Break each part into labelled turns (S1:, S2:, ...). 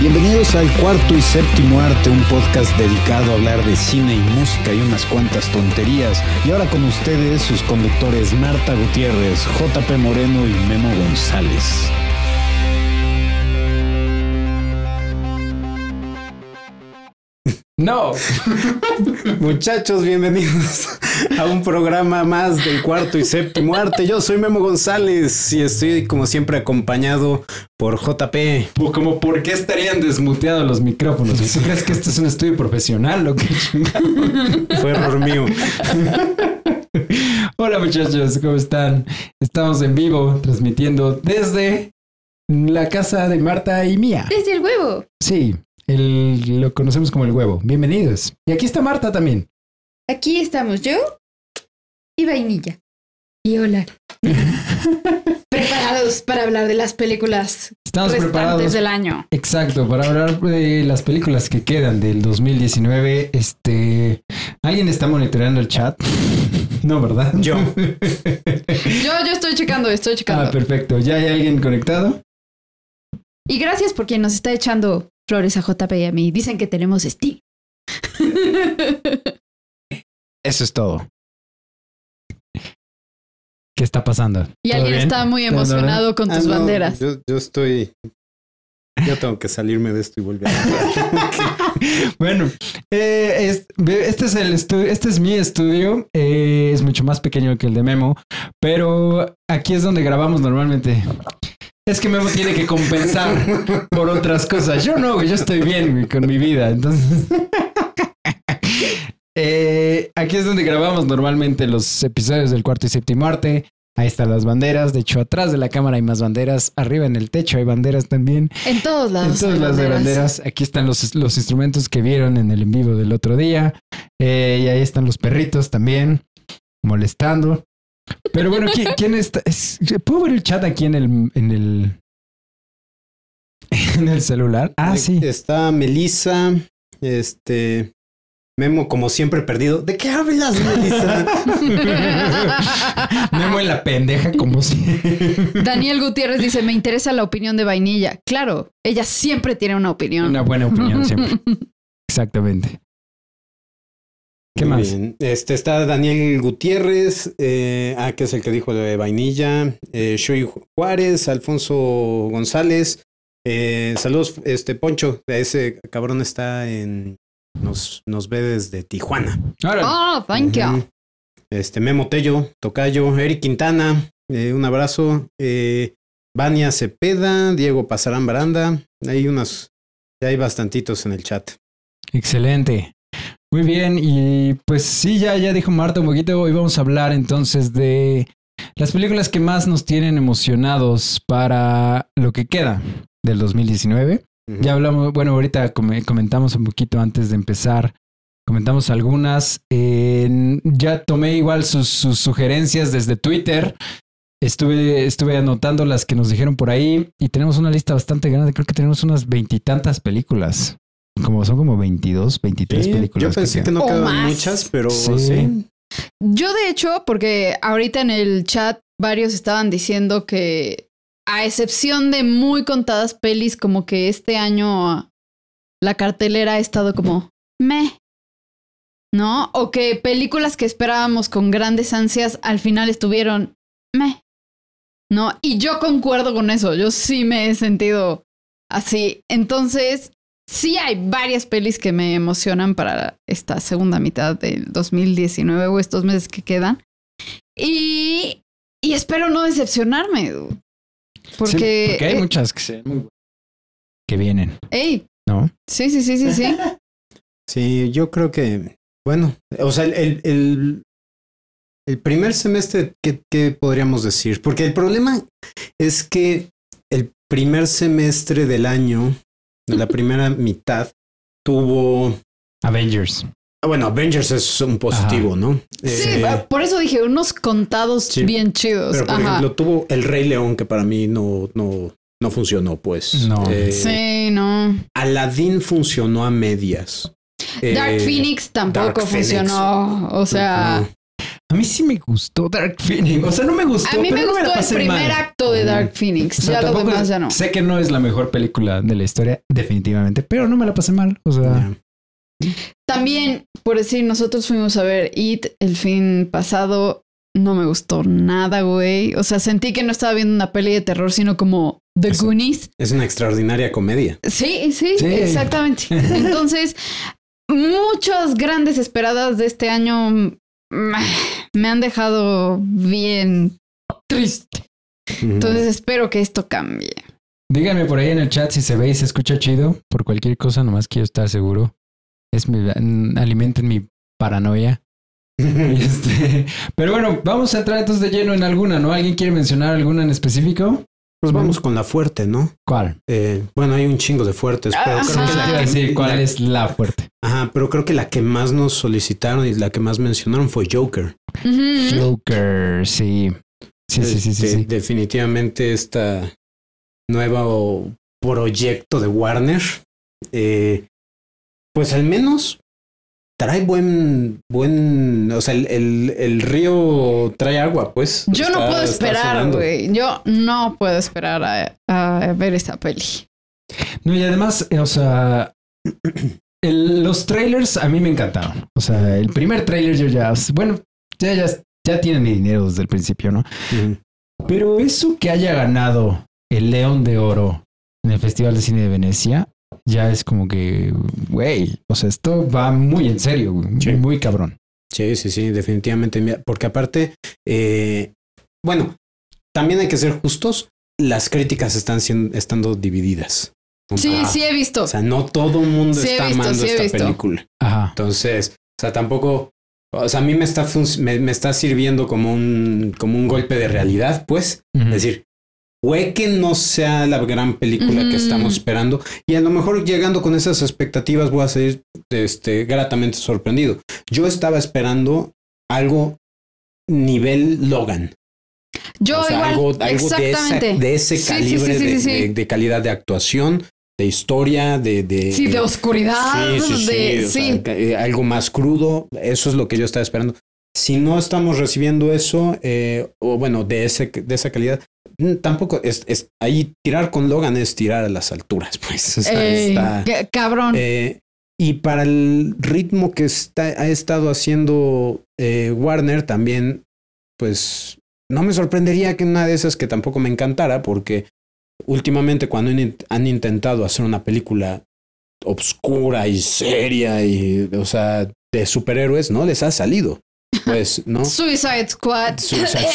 S1: bienvenidos al cuarto y séptimo arte, un podcast dedicado a hablar de cine y música y unas cuantas tonterías. Y ahora con ustedes sus conductores Marta Gutiérrez, JP Moreno y Memo González.
S2: No.
S1: Muchachos, bienvenidos a un programa más del cuarto y séptimo arte. Yo soy Memo González y estoy como siempre acompañado por JP.
S2: Pues Como por qué estarían desmuteados los micrófonos. ¿Tú crees que esto es un estudio profesional o qué chingado?
S1: Fue error mío.
S2: Hola muchachos, ¿cómo están? Estamos en vivo transmitiendo desde la casa de Marta y mía.
S3: Desde el huevo.
S2: Sí, el- lo conocemos como el huevo. Bienvenidos. Y aquí está Marta también.
S3: Aquí estamos yo y vainilla. Y hola. Preparados para hablar de las películas
S2: Estamos
S3: restantes
S2: preparados.
S3: del año.
S2: Exacto, para hablar de las películas que quedan del 2019, este, ¿alguien está monitoreando el chat? No, ¿verdad?
S1: Yo.
S3: Yo, yo estoy checando, estoy checando.
S2: Ah, perfecto. ¿Ya hay alguien conectado?
S3: Y gracias por quien nos está echando flores a JP y a mí. Dicen que tenemos Steam.
S1: Eso es todo.
S2: ¿Qué está pasando?
S3: y
S2: ¿Todo
S3: alguien
S2: bien?
S3: está muy
S2: ¿Todo
S3: emocionado con
S1: Ah,
S3: tus
S1: no,
S3: banderas.
S1: Yo, yo estoy. Yo tengo que salirme de esto y volver.
S2: bien? Bueno, eh, es- ve- este es el estudio, este es mi estudio, eh, es mucho más pequeño que el de Memo, pero aquí es donde grabamos normalmente. Es que Memo tiene que compensar por otras cosas. Yo no, güey, yo estoy bien güey, con mi vida, entonces. Eh, aquí es donde grabamos normalmente los episodios del cuarto y séptimo arte. Ahí están las banderas. De hecho, atrás de la cámara hay más banderas. Arriba en el techo hay banderas también.
S3: En todos lados.
S2: En todas
S3: hay
S2: las banderas. Aquí están los, los instrumentos que vieron en el en vivo del otro día. Eh, y ahí están los perritos también molestando. Pero bueno, ¿quién, quién está? Es- ¿Puedo ver el chat aquí en el, en el, en el celular? Ah, sí.
S1: Está Melissa. Este. Memo, como siempre, perdido. ¿De qué hablas, Melissa?
S2: Memo en la pendeja, como si.
S3: Daniel Gutiérrez dice, me interesa la opinión de vainilla. Claro, ella siempre tiene una opinión.
S2: Una buena opinión siempre. Exactamente. ¿Qué
S1: Muy
S2: más?
S1: bien. Este está Daniel Gutiérrez, eh, ah, que es el que dijo de vainilla, eh, Shui Juárez, Alfonso González. eh, saludos, este Poncho, ese cabrón está en. Nos, nos ve desde Tijuana.
S2: Ahora,
S3: Oh, thank you.
S1: Ujú. Este Memo Tello, Tocayo, Eric Quintana, eh, un abrazo. eh, Vania Cepeda, Diego Pasarán Baranda. Hay unas, ya hay bastantitos en el chat.
S2: Excelente. Muy bien, y pues sí, ya, ya dijo Marta un poquito, hoy vamos a hablar entonces de las películas que más nos tienen emocionados para lo que queda del 2019.
S1: Ujú.
S2: Ya hablamos, bueno, ahorita come- comentamos un poquito antes de empezar, comentamos algunas, en- ya tomé igual sus, sus sugerencias desde Twitter. Estuve, estuve anotando las que nos dijeron por ahí y tenemos una lista bastante grande. Creo que tenemos unas veintitantas películas. Como son como 22, 23
S1: Sí,
S2: películas.
S1: yo pensé que, ¿eh?
S2: quedan.
S1: no
S3: O
S1: quedaban
S3: más.
S1: muchas, pero
S2: Sí.
S1: sí.
S3: Yo de hecho, porque ahorita en el chat varios estaban diciendo que a excepción de muy contadas pelis, como que este año la cartelera ha estado como me. ¿No? O que películas que esperábamos con grandes ansias al final estuvieron me. ¿No? Y yo concuerdo con eso. Yo sí me he sentido así. Entonces, Sí, hay varias pelis que me emocionan para esta segunda mitad del 2019 o estos meses que quedan. Y, y espero no decepcionarme. dude. Porque.
S2: Sí, porque hay
S3: eh,
S2: muchas que se muy buenas. que vienen,
S3: ey,
S2: ¿no?
S3: sí, sí, sí, sí, sí.
S1: Sí, yo creo que, bueno, o sea, el, el, el- el primer semestre, ¿qué, qué podríamos decir? Porque el problema es que el primer semestre del año, de la primera mitad, tuvo,
S2: Avengers.
S1: ah, bueno, Avengers es un positivo, ¿no?
S3: sí, ah,
S1: Eh,
S3: por eso dije unos contados
S1: sí.
S3: bien chidos.
S1: pero por
S3: Ajá.
S1: ejemplo, tuvo El Rey León, que para mí no, no, no funcionó, pues.
S2: No.
S1: Eh,
S3: sí, no.
S1: Aladdin funcionó a medias.
S3: Dark
S1: Eh,
S3: Phoenix tampoco
S1: Dark Phoenix.
S3: funcionó. O sea,
S1: Ujú.
S2: A mí sí me gustó Dark Phoenix. O sea, no me gustó.
S3: A mí me
S2: pero no la
S3: gustó el
S2: pasé
S3: primer
S2: mal.
S3: acto de Dark Phoenix.
S2: O sea,
S3: ya lo
S2: tampoco-
S3: demás ya no.
S2: Sé que no es la mejor película de la historia, definitivamente, pero no me la pasé mal. O sea,
S4: Ya.
S3: También, por decir, nosotros fuimos a ver It el fin pasado. No me gustó nada, güey. O sea, sentí que no estaba viendo una peli de terror, sino como The
S4: Eso.
S3: Goonies.
S4: Es una extraordinaria comedia.
S3: Sí, sí,
S2: Sí.
S3: exactamente. Entonces, muchas grandes esperadas de este año mm, me han dejado bien triste.
S4: Ujú.
S3: Entonces, espero que esto cambie.
S2: díganme por ahí en el chat si se ve y se escucha chido. Por cualquier cosa, nomás quiero estar seguro. Es mi, mm, alimenten mi paranoia. Este, pero bueno, vamos a entrar entonces de lleno en alguna, ¿no? ¿Alguien quiere mencionar alguna en específico?
S4: pues vamos con la fuerte, ¿no?
S2: ¿Cuál?
S4: Eh, bueno, hay un chingo de fuertes, pero
S3: Ah, Ajá.
S4: creo que la que,
S2: Sí, ¿cuál
S3: Ah.
S4: la-
S2: es la fuerte?
S4: ajá, pero creo que la que más nos solicitaron y la que más mencionaron fue Joker.
S3: Ujú.
S2: Joker, sí. Sí, sí, sí, sí,
S4: Este,
S2: sí.
S4: Definitivamente esta nueva o- proyecto de Warner, eh, pues al menos trae buen, buen, o sea, el, el- el río trae agua, pues.
S3: Yo no
S4: Está-
S3: puedo
S4: está
S3: esperar,
S4: sonando.
S3: güey. Yo no puedo esperar a, a ver esta peli.
S2: No, y además, eh, o sea, el- los trailers a mí me encantaron. O sea, el primer trailer yo ya, bueno, ya, ya, ya tienen mi dinero desde el principio, ¿no?
S4: Ujú.
S2: Pero eso que haya ganado el León de Oro en el Festival de Cine de Venecia, ya es como que, güey, o sea, esto va muy en serio, güey,
S4: Sí.
S2: muy cabrón.
S4: Sí, sí, sí, definitivamente. Mira, Porque aparte, eh, bueno, también hay que ser justos. Las críticas están siendo, estando divididas.
S3: Sí,
S4: Ah,
S3: sí he visto.
S4: O sea, no todo el mundo
S3: Sí he
S4: está
S3: visto,
S4: amando
S3: sí he
S4: esta
S3: visto.
S4: película.
S2: Ajá.
S4: Entonces, o sea, tampoco, o sea, a mí me está, func- me, me está sirviendo como un, como un golpe de realidad, pues.
S2: Ujú.
S4: Es decir, puede que no sea la gran película
S3: Ujú.
S4: que estamos esperando y a lo mejor llegando con esas expectativas voy a salir este, gratamente sorprendido. Yo estaba esperando algo nivel Logan.
S3: Yo
S4: O sea,
S3: igual.
S4: algo, algo de, esa-
S3: exactamente.
S4: de ese
S3: Sí, sí,
S4: calibre
S3: sí, sí,
S4: de,
S3: sí, sí.
S4: de- de calidad de actuación, de historia, de... de
S3: sí, de oscuridad.
S4: Sí, sí, sí,
S3: de,
S4: o
S3: sí.
S4: sea, eh, algo más crudo, eso es lo que yo estaba esperando. Si no estamos recibiendo eso, eh, o bueno, de, ese, de esa calidad, mm, tampoco es, es- ahí tirar con Logan es tirar a las alturas, pues. o sea,
S3: Ey,
S4: está-
S3: qué cabrón.
S4: eh, y para el ritmo que está, ha estado haciendo eh, Warner también, pues no me sorprendería que una de esas que tampoco me encantara, porque últimamente cuando han in- han intentado hacer una película obscura y seria y, o sea, de superhéroes, no les ha salido. Pues, ¿no?
S3: Suicide Squad.
S4: Suicide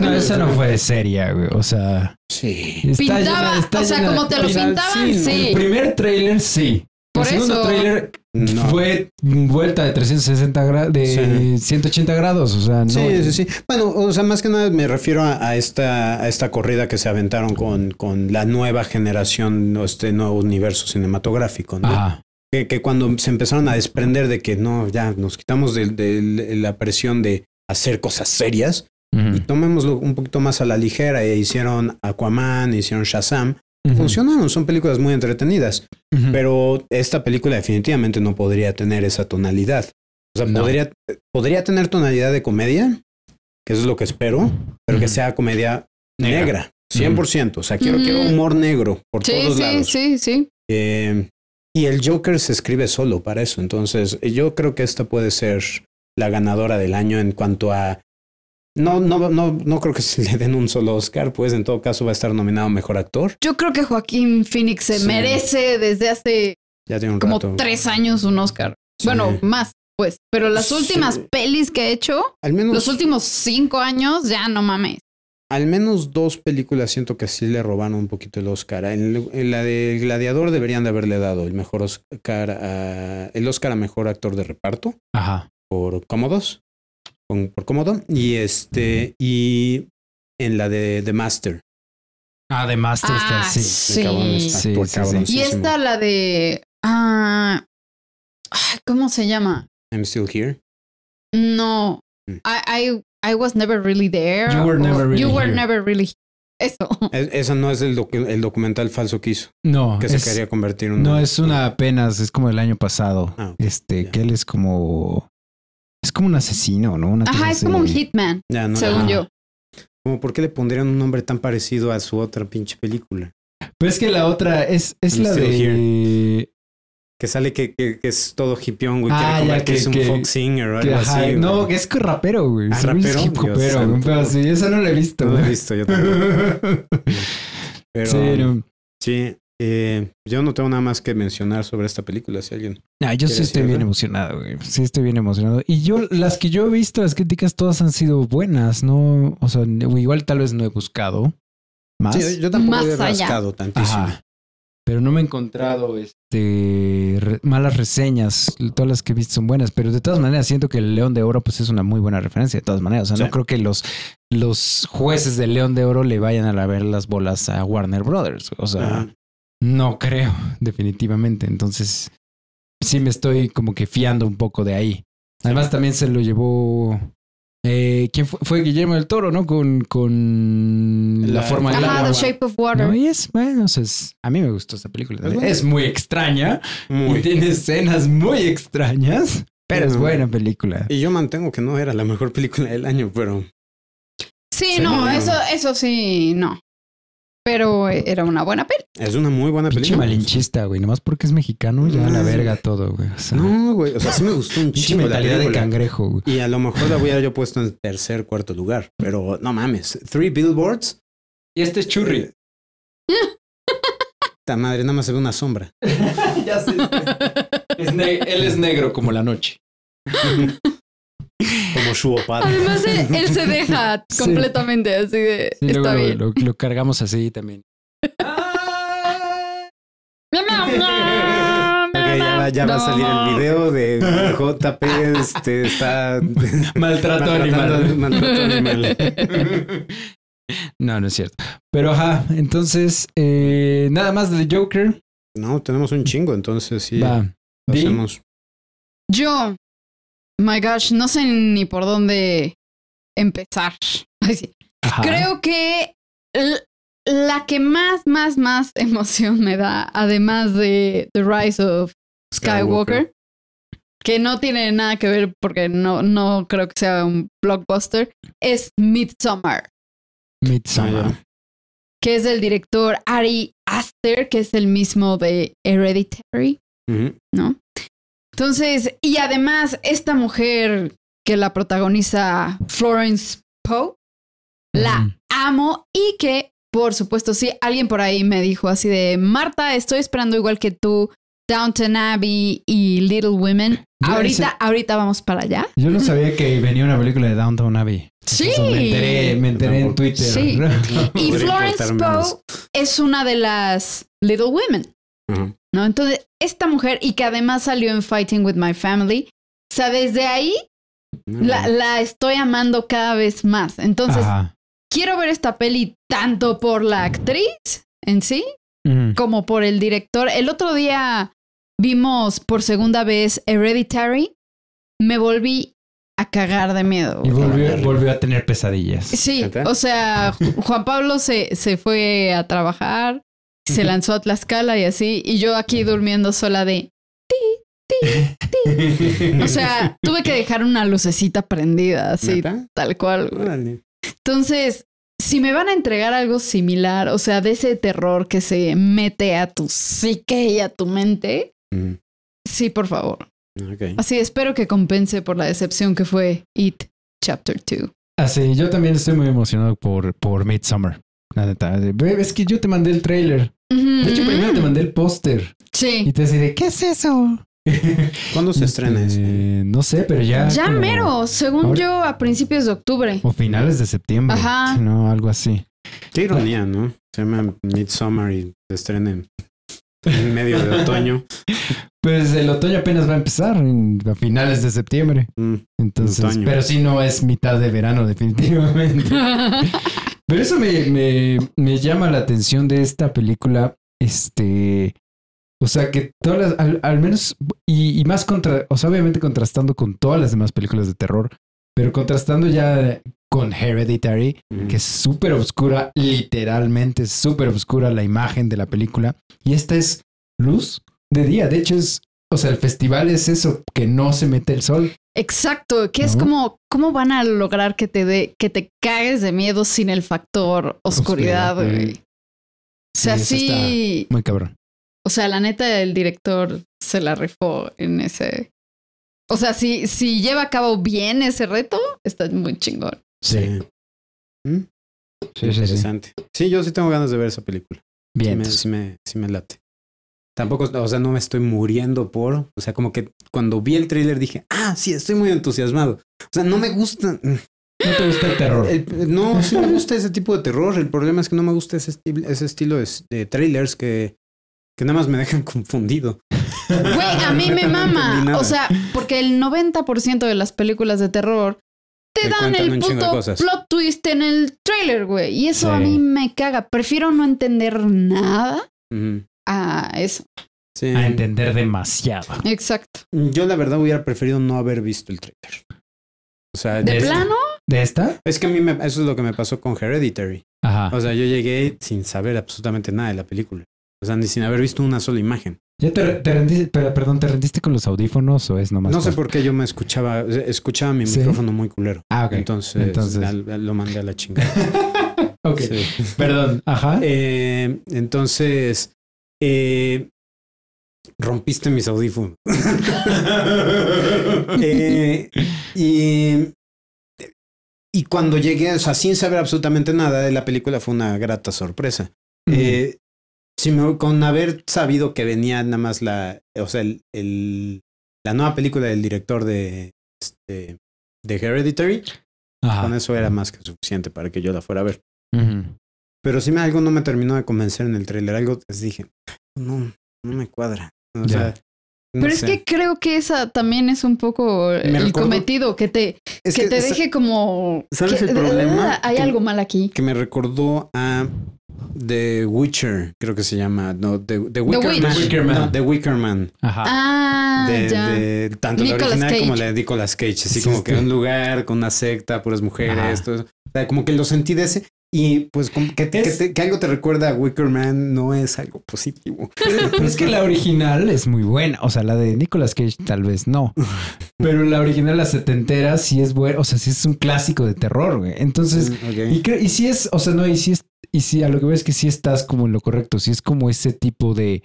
S2: No, esa no fue seria, güey. O sea,
S4: Sí.
S2: está
S3: Pintaba,
S2: llena- está
S3: o sea,
S2: llena de
S3: como te lo
S2: pintas.
S3: pintaban,
S4: sí, ¿no?
S3: sí.
S2: El primer trailer sí.
S3: Por
S2: el segundo
S3: eso.
S2: trailer
S4: No.
S2: fue vuelta de 360 grados, de 180 grados, o sea, no. eh.
S4: Sí, sí, sí. Bueno, o sea, más que nada me refiero a, a esta, a esta corrida que se aventaron con, con la nueva generación, o este nuevo universo cinematográfico, ¿no?
S2: Ajá.
S4: Que, que cuando se empezaron a desprender de que no, ya nos quitamos de, de la presión de hacer cosas serias
S2: Ujú.
S4: y tomémoslo un poquito más a la ligera e hicieron Aquaman, hicieron Shazam,
S2: Ujú.
S4: funcionaron, son películas muy entretenidas.
S2: Ujú.
S4: Pero esta película definitivamente no podría tener esa tonalidad. O sea,
S2: No.
S4: podría, podría tener tonalidad de comedia, que eso es lo que espero, pero que
S2: Ujú.
S4: sea comedia
S2: Negra.
S4: negra, 100%. O sea, quiero,
S3: Ujú.
S4: quiero humor negro por
S3: Sí,
S4: todos
S3: sí,
S4: lados.
S3: sí, sí.
S4: Eh, y el Joker se escribe solo para eso. Entonces, eh, yo creo que esta puede ser la ganadora del año en cuanto a... No, no, no, no creo que se le den un solo Oscar, pues en todo caso va a estar nominado Mejor Actor.
S3: Yo creo que Joaquín Phoenix se
S4: Sí.
S3: merece desde hace
S4: Ya tiene un
S3: como
S4: rato.
S3: tres años un Oscar. Bueno,
S4: Sí.
S3: más, pues. Pero las
S4: Sí.
S3: últimas pelis que he hecho,
S4: al menos...
S3: los últimos cinco años, ya no mames.
S4: al menos dos películas siento que sí le robaron un poquito el Oscar. En, en la de Gladiador deberían de haberle dado el mejor Oscar a, el Oscar a mejor actor de reparto
S2: Ajá.
S4: por cómodos. con- por cómodo. Y este. Y en la de The Master.
S2: Además, tú
S3: Ah,
S2: estás- sí.
S3: Sí.
S4: cabrón está,
S2: Sí,
S4: actor
S2: sí, sí.
S3: Y
S4: cabroncísimo.
S3: esta, la de. ah, ay, ¿Cómo se llama?
S4: I'm still here.
S3: No.
S4: Mm.
S3: I, I, I was never really there.
S2: You were
S3: o
S2: never really
S3: You were
S2: here.
S3: never really. Eso.
S4: Es- esa no es el, docu- el documental falso que hizo,
S2: No,
S4: que
S2: es,
S4: se quería convertir en
S2: no es una apenas, es como el año pasado.
S4: Ah, ok,
S2: Este,
S4: ya.
S2: que él es como Es como un asesino, ¿no? Una cosa
S3: Ajá, es
S2: así.
S3: como un hitman,
S4: Ya, no,
S3: según
S2: ajá.
S3: yo.
S4: Como, ¿Por qué le pondrían un nombre tan parecido a su otra pinche película?
S2: Pero es que la otra es, es
S4: I'm
S2: la
S4: still
S2: de.
S4: Que sale que, que- que es todo hipión, güey.
S2: Ah, ya,
S4: Quiere convertirse
S2: que-
S4: en
S2: que-
S4: Fox Singer o
S2: que,
S4: algo
S2: ajá,
S4: así.
S2: no,
S4: güey.
S2: que es que rapero, güey.
S4: Ah,
S2: Según es
S4: rapero,
S2: hip
S4: Dios
S2: hopero, güey, un
S4: santo.
S2: pedo así. Esa no la he visto,
S4: No lo he
S2: güey.
S4: visto yo tampoco. Pero
S2: Sí, no.
S4: sí, eh, yo no tengo nada más que mencionar sobre esta película, si alguien.
S2: No, Ah, yo sí
S4: ¿Quieres
S2: estoy
S4: ir,
S2: bien
S4: verdad?
S2: emocionado, güey. Sí estoy bien emocionado. Y yo, las que yo he visto, las críticas todas han sido buenas, ¿no? O sea, igual tal vez no he buscado más.
S4: Sí, yo tampoco
S3: Más
S4: he
S3: allá.
S4: rascado tantísimo.
S2: Ajá. Pero no me he encontrado este re- malas reseñas. Todas las que he visto son buenas. Pero de todas maneras, siento que el León de Oro, pues es una muy buena referencia. De todas maneras. O sea,
S4: Sí.
S2: no creo que los, los jueces del León de Oro le vayan a laver las bolas a Warner Brothers. O sea,
S4: Ajá.
S2: no creo, definitivamente. Entonces, sí me estoy como que fiando un poco de ahí. Además, también se lo llevó. eh, ¿Quién fue? Fue Guillermo del Toro, ¿no? Con, con Ah, la,
S4: La-
S2: forma del
S3: Ajá,
S2: agua.
S3: The Shape of Water.
S2: No, y es, bueno, o sea, es- a mí me gustó esta película. también.
S4: buena.
S2: Es muy extraña y
S4: Muy.
S2: tiene escenas muy extrañas, Mm. pero es buena película.
S4: Y yo mantengo que no era la mejor película del año, pero
S3: Sí,
S2: Sí,
S3: no,
S4: no.
S3: eso, eso sí, no. Pero eh, era una buena peli.
S4: es una muy buena
S2: Pinche
S4: película.
S2: malinchista, güey. Nomás porque es mexicano, ya a la
S4: Mm.
S2: verga todo, güey. O sea,
S4: No, güey. O sea, sí me gustó un
S2: pinche
S4: chingo la
S2: mentalidad de
S4: película.
S2: cangrejo, güey.
S4: Y a lo mejor la hubiera yo puesto en tercer, cuarto lugar. Pero no mames. Three Billboards.
S2: Y este es churri.
S4: Eh, Ta madre, nada más se ve una sombra.
S2: Ya sé. Es ne- él es negro como la noche.
S4: Como su padre.
S3: Además, él, él se deja
S2: Sí.
S3: completamente así de.
S2: Sí,
S3: está
S2: luego
S3: bien.
S2: Lo, lo- lo cargamos así también.
S4: Ok, ya va, ya va a salir el video de JP este, está
S2: Maltrato animal.
S4: maltrato animal.
S2: No, no es cierto. Pero ajá, entonces, eh, nada más de Joker.
S4: No, tenemos un chingo, entonces sí
S2: Va.
S4: lo
S2: Di.
S4: hacemos.
S3: Yo, my gosh, no sé ni por dónde empezar. Ay, sí.
S2: Ajá.
S3: Creo que l- la que más, más, más emoción me da, además de The Rise of Skywalker,
S4: Skywalker.
S3: que no tiene nada que ver porque no, no creo que sea un blockbuster, es Midsommar,
S2: Midsommar.
S4: Ah,
S3: que es del director Ari Aster, que es el mismo de Hereditary.
S4: Ujú.
S3: ¿no? Entonces, y además, esta mujer que la protagoniza Florence Poe, la
S2: Ujú.
S3: amo y que, por supuesto, sí, alguien por ahí me dijo así de, Marta, estoy esperando igual que tú, Downton Abbey y Little Women.
S2: Yo
S3: ahorita,
S2: ese-
S3: ahorita vamos para allá.
S2: Yo no sabía que venía una película de Downtown Abbey.
S3: Sí.
S2: O sea, me enteré, me enteré en
S4: Tampoco.
S2: Twitter.
S3: Sí. Y
S4: Podría
S3: Florence
S4: importarme
S3: Poe
S4: más.
S3: es una de las Little Women.
S4: Ajá.
S3: ¿no? Entonces, esta mujer, y que además salió en Fighting with My Family, o sea, desde ahí
S4: Mm.
S3: la, la estoy amando cada vez más. Entonces,
S2: Ajá.
S3: quiero ver esta peli tanto por la actriz en sí,
S2: Ujú.
S3: como por el director. El otro día vimos por segunda vez Hereditary. Me volví a cagar de miedo.
S2: Y
S3: güey.
S2: volvió, volvió a tener pesadillas.
S3: Sí,
S4: ¿Neta?
S3: o sea, Ju- Juan Pablo se, se fue a trabajar, se lanzó a Tlaxcala y así, y yo aquí durmiendo sola de... O sea, tuve que dejar una lucecita prendida, así,
S4: ¿Neta?
S3: tal cual.
S2: Ah.
S3: güey.
S4: Órale.
S3: Entonces, si me van a entregar algo similar, o sea, de ese terror que se mete a tu psique y a tu mente,
S4: Ujú.
S3: sí, por favor.
S4: Mm, Ok.
S3: Así espero que compense por la decepción que fue It Chapter 2.
S2: Ah, sí, yo también estoy muy emocionado por, por Midsummer. La neta. de, "Bebe, Es que yo te mandé el tráiler. De hecho, primero te mandé el póster. Y
S3: Sí.
S2: te decía, ¿qué es eso?
S4: ¿Cuándo se estrena ese?
S2: Eh, No sé, pero ya.
S3: Ya
S2: como-
S3: mero, según
S2: Ahora-
S3: yo, a principios de octubre.
S2: O finales de septiembre.
S3: Ajá.
S2: si No, algo así.
S4: Qué ironía, ¿no? Se llama Midsummer y se estrena en, en medio de otoño.
S2: Pues el otoño apenas va a empezar en- a finales de septiembre.
S4: Mm.
S2: Entonces,
S4: Otoño.
S2: pero sí no es mitad de verano, definitivamente. Pero eso me, me, me llama la atención de esta película. Este. O sea, que todas las. Al, al menos. Y, y más contra. O sea, obviamente contrastando con todas las demás películas de terror. Pero contrastando ya con Hereditary,
S4: Mm.
S2: que es súper oscura, literalmente es súper oscura la imagen de la película. Y esta es luz de día. De hecho, es. O sea, el festival es eso, que no se mete el sol.
S3: Exacto, que es
S2: ¿No?
S3: como, ¿cómo van a lograr que te dé, que te cagues de miedo sin el factor oscuridad,
S2: Oscuridad,
S3: güey? O sea,
S2: eso
S3: sí,
S2: Muy cabrón.
S3: o sea, la neta, el director se la rifó en ese. O sea, si, si lleva a cabo bien ese reto, está muy chingón.
S2: Sí,
S4: Mm,
S2: sí, sí. sí.
S4: Eh, Interesante. Sí, yo sí tengo ganas de ver esa película. Sí
S2: Bien.
S4: me, sí me- sí me late. Tampoco, o sea, no me estoy muriendo por. O sea, como que cuando vi el tráiler dije, ah, sí, estoy muy entusiasmado. O sea, no me gusta.
S2: ¿No te gusta Eh, el terror?
S4: El- no, sí me gusta ese tipo de terror. El problema es que no me gusta ese, esti- ese estilo de, s- de trailers que, que nada más me dejan confundido.
S3: Güey, a mí me
S4: Neta, no entendí
S3: mama.
S4: nada.
S3: O sea, porque el 90% de las películas de terror te,
S4: Te
S3: dan
S4: cuentan
S3: el
S4: un chingo de
S3: puto
S4: cosas.
S3: plot twist en el trailer, güey. Y eso a
S2: Sí.
S3: mí me caga. Prefiero no entender nada
S4: Ujú.
S3: a eso.
S4: Sí.
S2: A entender demasiado.
S3: Exacto.
S4: Yo la verdad hubiera preferido no haber visto el trailer. O sea,
S3: ¿De
S4: es-
S3: plano?
S2: ¿De esta?
S4: es que a mí me- eso es lo que me pasó con Hereditary.
S2: Ajá.
S4: O sea, yo llegué sin saber absolutamente nada de la película. O sea, ni sin haber visto una sola imagen.
S2: ¿Ya te, te rendiste, pero, perdón, te rendiste con los audífonos o es nomás?
S4: No sé
S2: por
S4: por qué yo me escuchaba, o sea, escuchaba mi
S2: Sí.
S4: micrófono muy culero.
S2: Ah, ok.
S4: Entonces,
S2: Entonces.
S4: al- al- lo mandé a la chingada.
S2: ok.
S4: Sí.
S2: Perdón. Ajá.
S4: Eh, entonces, eh, rompiste mis audífonos. Eh, y, y cuando llegué, o sea, sin saber absolutamente nada de la película, fue una grata sorpresa. Eh, si me- con haber sabido que venía nada más la, o sea, el, el- la nueva película del director de, este, de Hereditary, con
S2: Ajá.
S4: eso era más que suficiente para que yo la fuera a ver.
S2: Ujú.
S4: Pero sí me, algo no me terminó de convencer en el tráiler. Algo les dije, no, no me cuadra. O
S2: Ya.
S4: sea, no
S3: Pero
S4: sé.
S3: es que creo que esa también es un poco el
S4: recordó-
S3: cometido, que te,
S4: Es
S3: que, te
S4: sa-
S3: deje como...
S4: ¿sabes
S3: que,
S4: el problema?
S3: "Ah, Hay
S4: Que-
S3: algo mal aquí.
S4: Que me recordó a The Witcher, creo que se llama. No, The, The Wicker,
S3: Witch.
S4: Man.
S2: The Wicker Man.
S4: No, The Wicker Man.
S2: Ajá.
S3: Ah,
S4: de,
S3: ya.
S4: de- tanto
S3: Nicolas
S4: la original
S3: Cage.
S4: como la de Nicolas Cage. Así
S2: Sí,
S4: como
S2: sí.
S4: que un lugar con una secta, puras mujeres,
S2: Ajá.
S4: todo eso. O sea, como que lo sentí de ese. Y pues como que, te- que
S2: Es-
S4: te- que algo te recuerda a Wicker Man no es algo positivo.
S2: Pero es que la original es muy buena. O sea, la de Nicolas Cage tal vez no. Pero la original, la setentera, sí es buena. O sea, sí es un clásico de terror, güey. Entonces,
S4: Mm, ok.
S2: Y, creo- y si es, o sea, no, y si es, y si a lo que veo es que sí estás como en lo correcto, si es como ese tipo de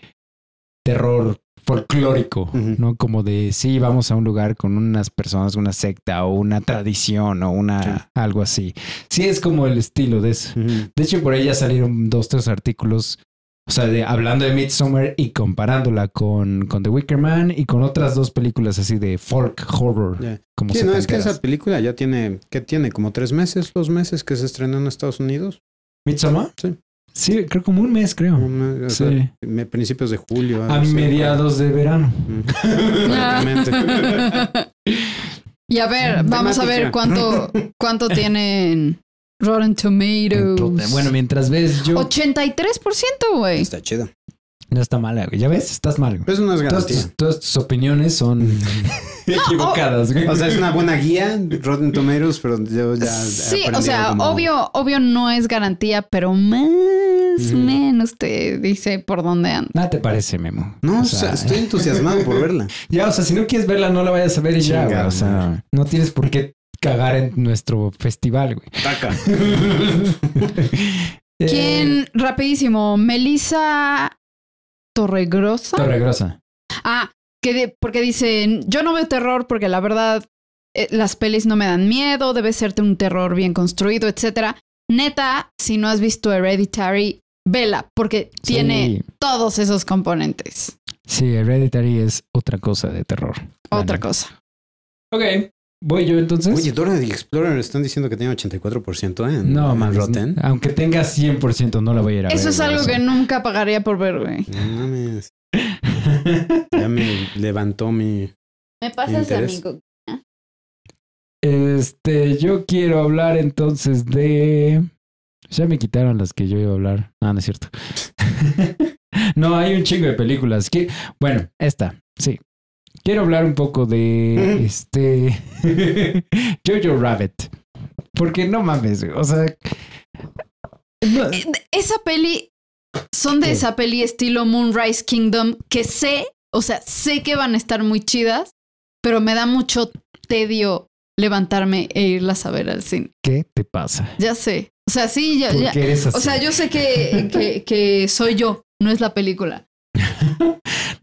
S2: terror folclórico,
S4: Ujú.
S2: ¿no? Como de, sí, vamos a un lugar con unas personas, una secta o una tradición o una,
S4: Sí.
S2: algo así. Sí es como el estilo de eso.
S4: Ujú.
S2: De hecho, por ahí ya salieron dos, tres artículos, o sea, de, hablando de Midsommar y comparándola con, con The Wicker Man y con otras dos películas así de folk horror.
S4: Ya.
S2: Como
S4: Sí, no, es que
S2: setenteras.
S4: esa película ya tiene, ¿qué tiene? Como tres meses, dos meses que se estrenó en Estados Unidos.
S2: ¿Midsommar?
S4: Sí.
S2: Sí, creo como un mes, creo.
S4: Un- o sea,
S2: Sí.
S4: me- principios de julio.
S2: A
S4: no sé,
S2: mediados de verano.
S4: Mm, probablemente.
S3: y a ver, vamos a ver
S4: Temática.
S3: cuánto, cuánto tienen Rotten Tomatoes.
S2: Bueno, mientras ves, yo.
S3: 83%, güey.
S4: Está chido.
S2: No está mal, güey. Ya ves, estás mal, güey.
S4: Pues no es
S2: Todas
S4: garantía.
S2: tus, todas tus opiniones son
S3: oh.
S2: equivocadas, güey.
S4: O sea, es una buena guía, Rotten Tomatoes, pero yo ya.
S3: Sí,
S4: aprendí
S3: o sea,
S4: algo nuevo.
S3: obvio, obvio no es garantía, pero más o
S4: Ujú.
S3: menos te dice por dónde anda.
S2: Nada te parece, Memo.
S4: No, o sea,
S2: ¿eh?
S4: estoy entusiasmado por verla.
S2: Ya, o sea, si no quieres verla, no la vayas a ver y ya, güey.
S4: Chingada
S2: O sea, no tienes por qué cagar en nuestro festival, güey.
S4: Taca.
S2: Eh,
S3: ¿Quién? Rapidísimo, Melissa Torregrosa.
S2: Torregrosa.
S3: Ah, que de- porque dicen, yo no veo terror porque la verdad eh, las pelis no me dan miedo, debe serte un terror bien construido, etcétera. Neta, si no has visto Hereditary, vela, porque tiene
S2: Sí.
S3: todos esos componentes.
S2: Sí, Hereditary es otra cosa de terror.
S3: Otra
S2: Bueno.
S3: cosa.
S2: Ok. Voy yo entonces.
S4: Oye, Dora the Explorer están diciendo que tiene 84% en,
S2: No,
S4: en
S2: man,
S4: Rotten.
S2: aunque tenga 100%, no la voy a ir a ver.
S3: Eso es
S2: güey,
S3: algo
S2: o sea.
S3: que nunca pagaría por ver, güey.
S4: No mames. Ya me levantó mi.
S3: Me
S4: pasas a Interés.
S3: amigo.
S2: Este, yo quiero hablar entonces de. Ya me quitaron las que yo iba a hablar. No, no es cierto. no, hay un chingo de películas. Que... Bueno, esta, sí. Quiero hablar un poco de
S4: Ujú.
S2: este. Jojo Rabbit. Porque no mames, güey, o sea. no-
S3: Eh, Esa peli son de
S2: ¿Qué?
S3: esa peli estilo Moonrise Kingdom que sé, o sea, sé que van a estar muy chidas, pero me da mucho tedio levantarme e irlas a ver al cine.
S2: ¿Qué te pasa?
S3: Ya sé. O sea, sí, ya,
S2: ¿Por
S3: ya-
S2: qué eres así?
S3: O sea, yo sé que, que, que soy yo, no es la película.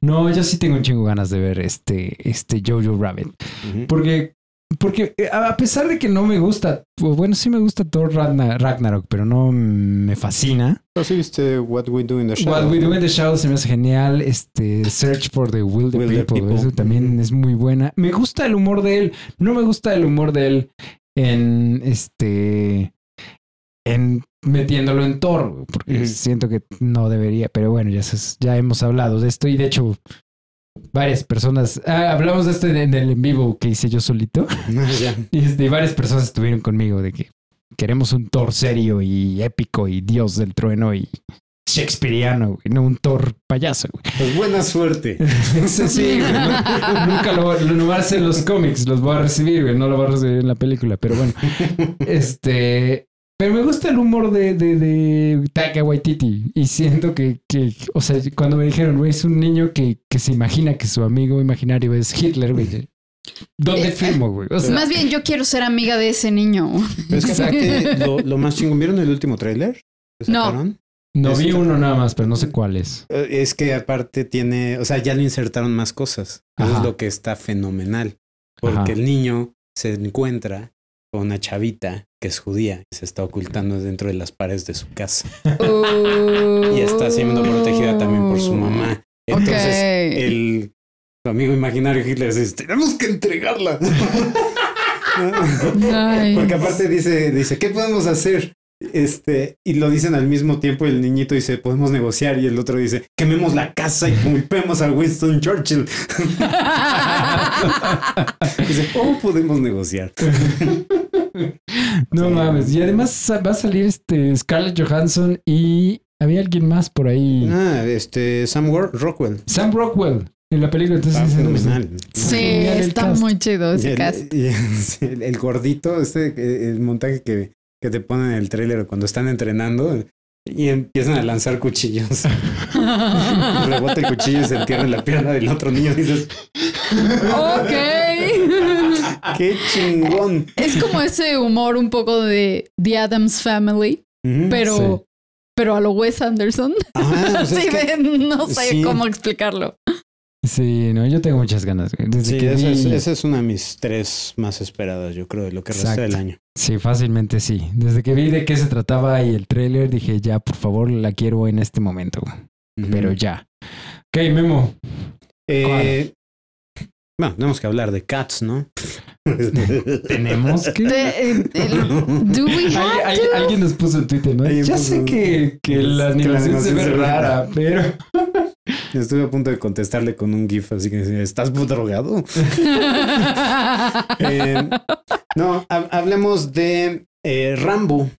S2: No, yo sí tengo un chingo ganas de ver este, este Jojo Rabbit.
S4: Ujú.
S2: Porque, porque eh, a pesar de que no me gusta, o bueno, sí me gusta Thor Ragna- Ragnarok, pero no me fascina.
S4: Pero sí viste What We Do in the Shadows.
S2: What We Do in the Shadows se me hace genial. Este Search for the Will the
S4: Will the
S2: People,
S4: People.
S2: eso también es muy buena. Me gusta el humor de él. No me gusta el humor de él en este en metiéndolo en Thor, güey, porque
S4: Ujú.
S2: siento que no debería, pero bueno, ya, se- ya hemos hablado de esto y de hecho varias personas ah, hablamos de esto en, en el en vivo que hice yo solito
S4: Ah, ya.
S2: y este, varias personas estuvieron conmigo de que queremos un Thor serio y épico y dios del trueno y shakespeariano, güey, no un Thor payaso. güey.
S4: Pues buena suerte.
S2: Eso sí, güey, no- nunca lo, lo- no va a hacer en los cómics, los voy a recibir, güey, no lo voy a recibir en la película, pero bueno. Este, pero me gusta el humor de, de, de Taika Waititi y siento que, que, o sea, cuando me dijeron, güey, es un niño que, que se imagina que su amigo imaginario es Hitler, güey. ¿Dónde firmo, güey? O sea,
S3: Más bien, yo quiero ser amiga de ese niño.
S4: Pero es que aparte, lo, lo más chingón, ¿vieron el último tráiler? que
S3: No.
S4: sacaron?
S2: No vi
S4: Este-
S2: uno nada más, pero no sé cuál es.
S4: Eh, Es que aparte tiene, o sea, ya le insertaron más cosas. Eso
S2: Ajá.
S4: es lo que está fenomenal.
S2: Ajá.
S4: Porque el niño se encuentra con una chavita que es judía y se está ocultando dentro de las paredes de su casa. Y está siendo protegida también por su mamá. Entonces,
S3: Ok.
S4: el tu amigo imaginario Hitler dice, tenemos que entregarla.
S3: Nice.
S4: Porque aparte dice, dice, ¿qué podemos hacer? Este, y lo dicen al mismo tiempo, el niñito dice, podemos negociar, y el otro dice, quememos la casa y culpemos a Winston Churchill. Dice, ¿cómo podemos negociar?
S2: No
S4: Sí.
S2: mames. Y además va a salir este Scarlett Johansson y había alguien más por ahí.
S4: Ah, este, Sam Wor- Rockwell.
S2: Sam Rockwell en la película. Entonces,
S4: Está
S2: dices,
S4: fenomenal.
S3: Sí,
S2: Genial el
S3: está
S2: cast.
S3: muy chido
S4: Y
S3: ese
S4: el,
S3: cast.
S4: y el- el gordito, este, eh, el montaje que, que te ponen en el tráiler cuando están entrenando y empiezan a lanzar cuchillos. Rebota el cuchillo y se entierra en la pierna del otro niño. Dices,
S3: ok.
S4: qué chingón.
S3: es como ese humor un poco de The Adams Family,
S4: Ujú.
S3: pero,
S2: Sí.
S3: pero a lo Wes Anderson.
S4: Ajá, o sea, Pues es
S3: Sí,
S4: que-
S3: de- no sé
S4: sí.
S3: cómo explicarlo.
S2: Sí, no, yo tengo muchas ganas. güey. Desde
S4: sí,
S2: que
S4: esa es,
S2: vi-
S4: esa es una de mis tres más esperadas, yo creo, de lo que resta
S2: Exacto.
S4: del año.
S2: Sí, fácilmente sí. Desde que vi de qué se trataba y el tráiler dije, ya, por favor, la quiero en este momento. güey.
S4: Ujú.
S2: Pero ya. Ok, Memo.
S4: Eh, bueno, tenemos que hablar de Cats, ¿no?
S2: Tenemos que...
S3: De- eh, el- do we
S2: Al-
S3: have
S2: al-
S3: to?
S2: alguien nos puso en Twitter, ¿no?
S4: Alguien
S2: Ya
S4: puso-
S2: sé que, que la
S4: que la
S2: animación se ve
S4: animación se ve
S2: rara, pero...
S4: Estuve a punto de contestarle con un GIF, así que decía, ¿estás drogado? Eh, no, ha- hablemos de eh, Rambo.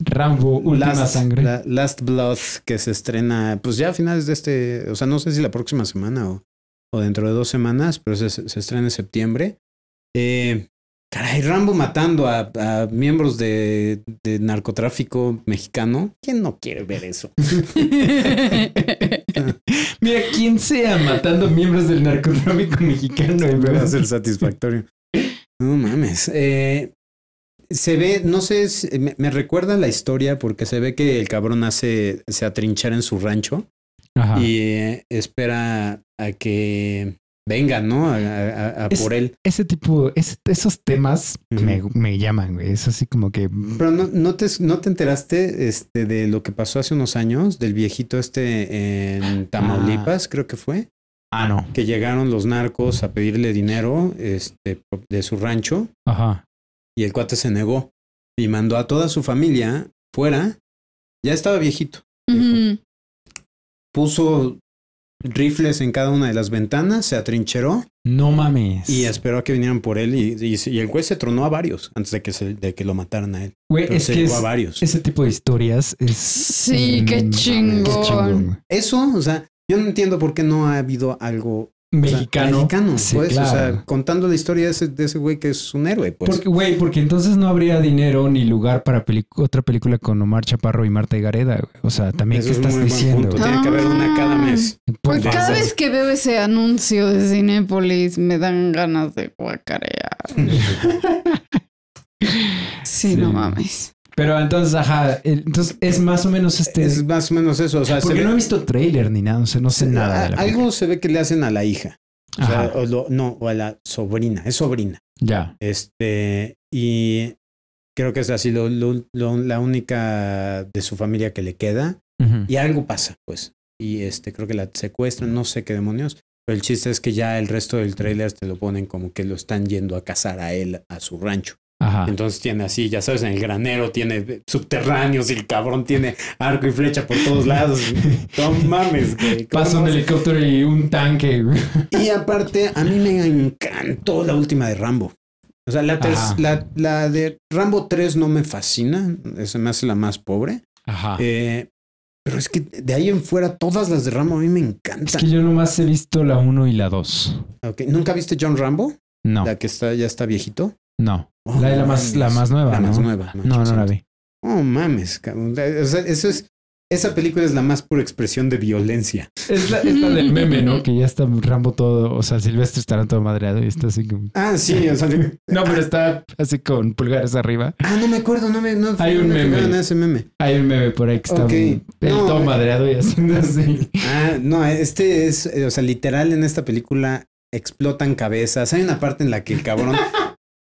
S2: Rambo, Última
S4: Last,
S2: Sangre.
S4: la- Last Blood, que se estrena, pues ya a finales de este, o sea, no sé si la próxima semana o, o dentro de dos semanas, pero se, se estrena en septiembre. Eh, caray, Rambo matando a, a miembros de, de narcotráfico mexicano. ¿Quién no quiere ver eso?
S2: Mira, quien sea matando miembros del narcotráfico mexicano. güey.
S4: va a ser satisfactorio. No mames. Eh, se ve, no sé, si- me, me recuerda la historia porque se ve que el cabrón hace, se atrinchera en su rancho.
S2: Ajá.
S4: y eh, espera a que vengan, ¿no? A, a- a- a
S2: Es-
S4: por él.
S2: Ese tipo, es- esos temas
S4: Ujú.
S2: me, me llaman, güey. Es así como que...
S4: Pero no, no, te, no te enteraste este, de lo que pasó hace unos años, del viejito este en Tamaulipas, creo que fue,
S2: Ah, no.
S4: que llegaron los narcos a pedirle dinero este, de su rancho
S2: Ajá.
S4: y el cuate se negó y mandó a toda su familia fuera. Ya estaba viejito.
S3: Ujú.
S4: Puso rifles en cada una de las ventanas, se atrincheró
S2: No mames.
S4: Y esperó a que vinieran por él y, y- y el juez se tronó a varios antes de que, se- de que lo mataran a él.
S2: Güey,
S4: Pero
S2: es
S4: se
S2: que
S4: llevó a
S2: es-
S4: varios.
S2: ese tipo de historias es...
S3: Sí,
S2: Mm,
S3: qué
S2: mames,
S3: chingón.
S2: güey.
S4: Eso, o sea, yo no entiendo por qué no ha habido algo o sea,
S2: Mexicano.
S4: mexicano,
S2: Sí,
S4: pues, o
S2: claro.
S4: sea, contando la historia de ese, de ese güey que es un héroe, pues.
S2: Porque, güey, porque entonces no habría dinero ni lugar para pelic- otra película con Omar Chaparro y Marta Gareda. O sea, también
S4: Eso
S2: qué
S4: es un
S2: estás
S4: muy buen
S2: diciendo.
S4: punto. Tiene que haber una cada mes.
S2: Por
S3: Pues cada
S2: favor.
S3: vez que veo ese anuncio de Cinépolis me dan ganas de guacarear. Sí,
S2: Sí.
S3: no mames.
S2: Pero entonces, ajá, el- entonces es más o menos este...
S4: Es más o menos eso. O sea,
S2: porque
S4: se
S2: no he
S4: ve-
S2: visto trailer ni nada, o sea, no sé nada de la
S4: algo se ve que le hacen a la hija. O
S2: película.
S4: sea,
S2: Ajá,
S4: o lo- no, o a la sobrina. Es sobrina.
S2: ya.
S4: Este, y creo que es así lo- lo- lo- la única de su familia que le queda.
S2: Ujú.
S4: Y algo pasa, pues. Y este, creo que la secuestran, no sé qué demonios. Pero el chiste es que ya el resto del trailer te lo ponen como que lo están yendo a cazar a él, a su rancho.
S2: Ajá.
S4: Entonces tiene así, ya sabes, en el granero tiene subterráneos y el cabrón tiene arco y flecha por todos lados. no mames, güey. ¿Cómo
S2: Pasa un
S4: no vas a-
S2: helicóptero y un tanque. güey.
S4: y aparte, a mí me encantó la última de Rambo. O sea, la, ter-
S2: Ajá.
S4: la, la de Rambo 3 no me fascina, se me hace la más pobre.
S2: Ajá.
S4: Eh, pero es que de ahí en fuera, todas las de Rambo a mí me
S2: es
S4: encantan.
S2: que yo nomás he visto la 1 y la 2.
S4: Ok, ¿Nunca viste John Rambo?
S2: No,
S4: La que está, ya está viejito.
S2: no.
S4: Oh,
S2: la, de la,
S4: no
S2: más, la
S4: mames.
S2: más nueva.
S4: La
S2: ¿no?
S4: más nueva.
S2: No, no la vi.
S4: Oh, mames. cabrón. O sea, eso es, esa película es la más pura expresión de violencia.
S2: Es la, es la del meme, ¿no? Que ya está Rambo todo, o sea, Silvestre estará todo madreado y está así como...
S4: Ah, sí. o sea, de-
S2: No, pero está así con pulgares arriba.
S4: ah, no me acuerdo. No me, no,
S2: Hay un
S4: no me
S2: meme.
S4: fijaron en ese meme.
S2: Hay un meme por ahí que está
S4: Ok.
S2: él
S4: No,
S2: todo
S4: eh.
S2: madreado y haciendo así.
S4: Ah, no, este es, eh, o sea, literal en esta película explotan cabezas. Hay una parte en la que el cabrón,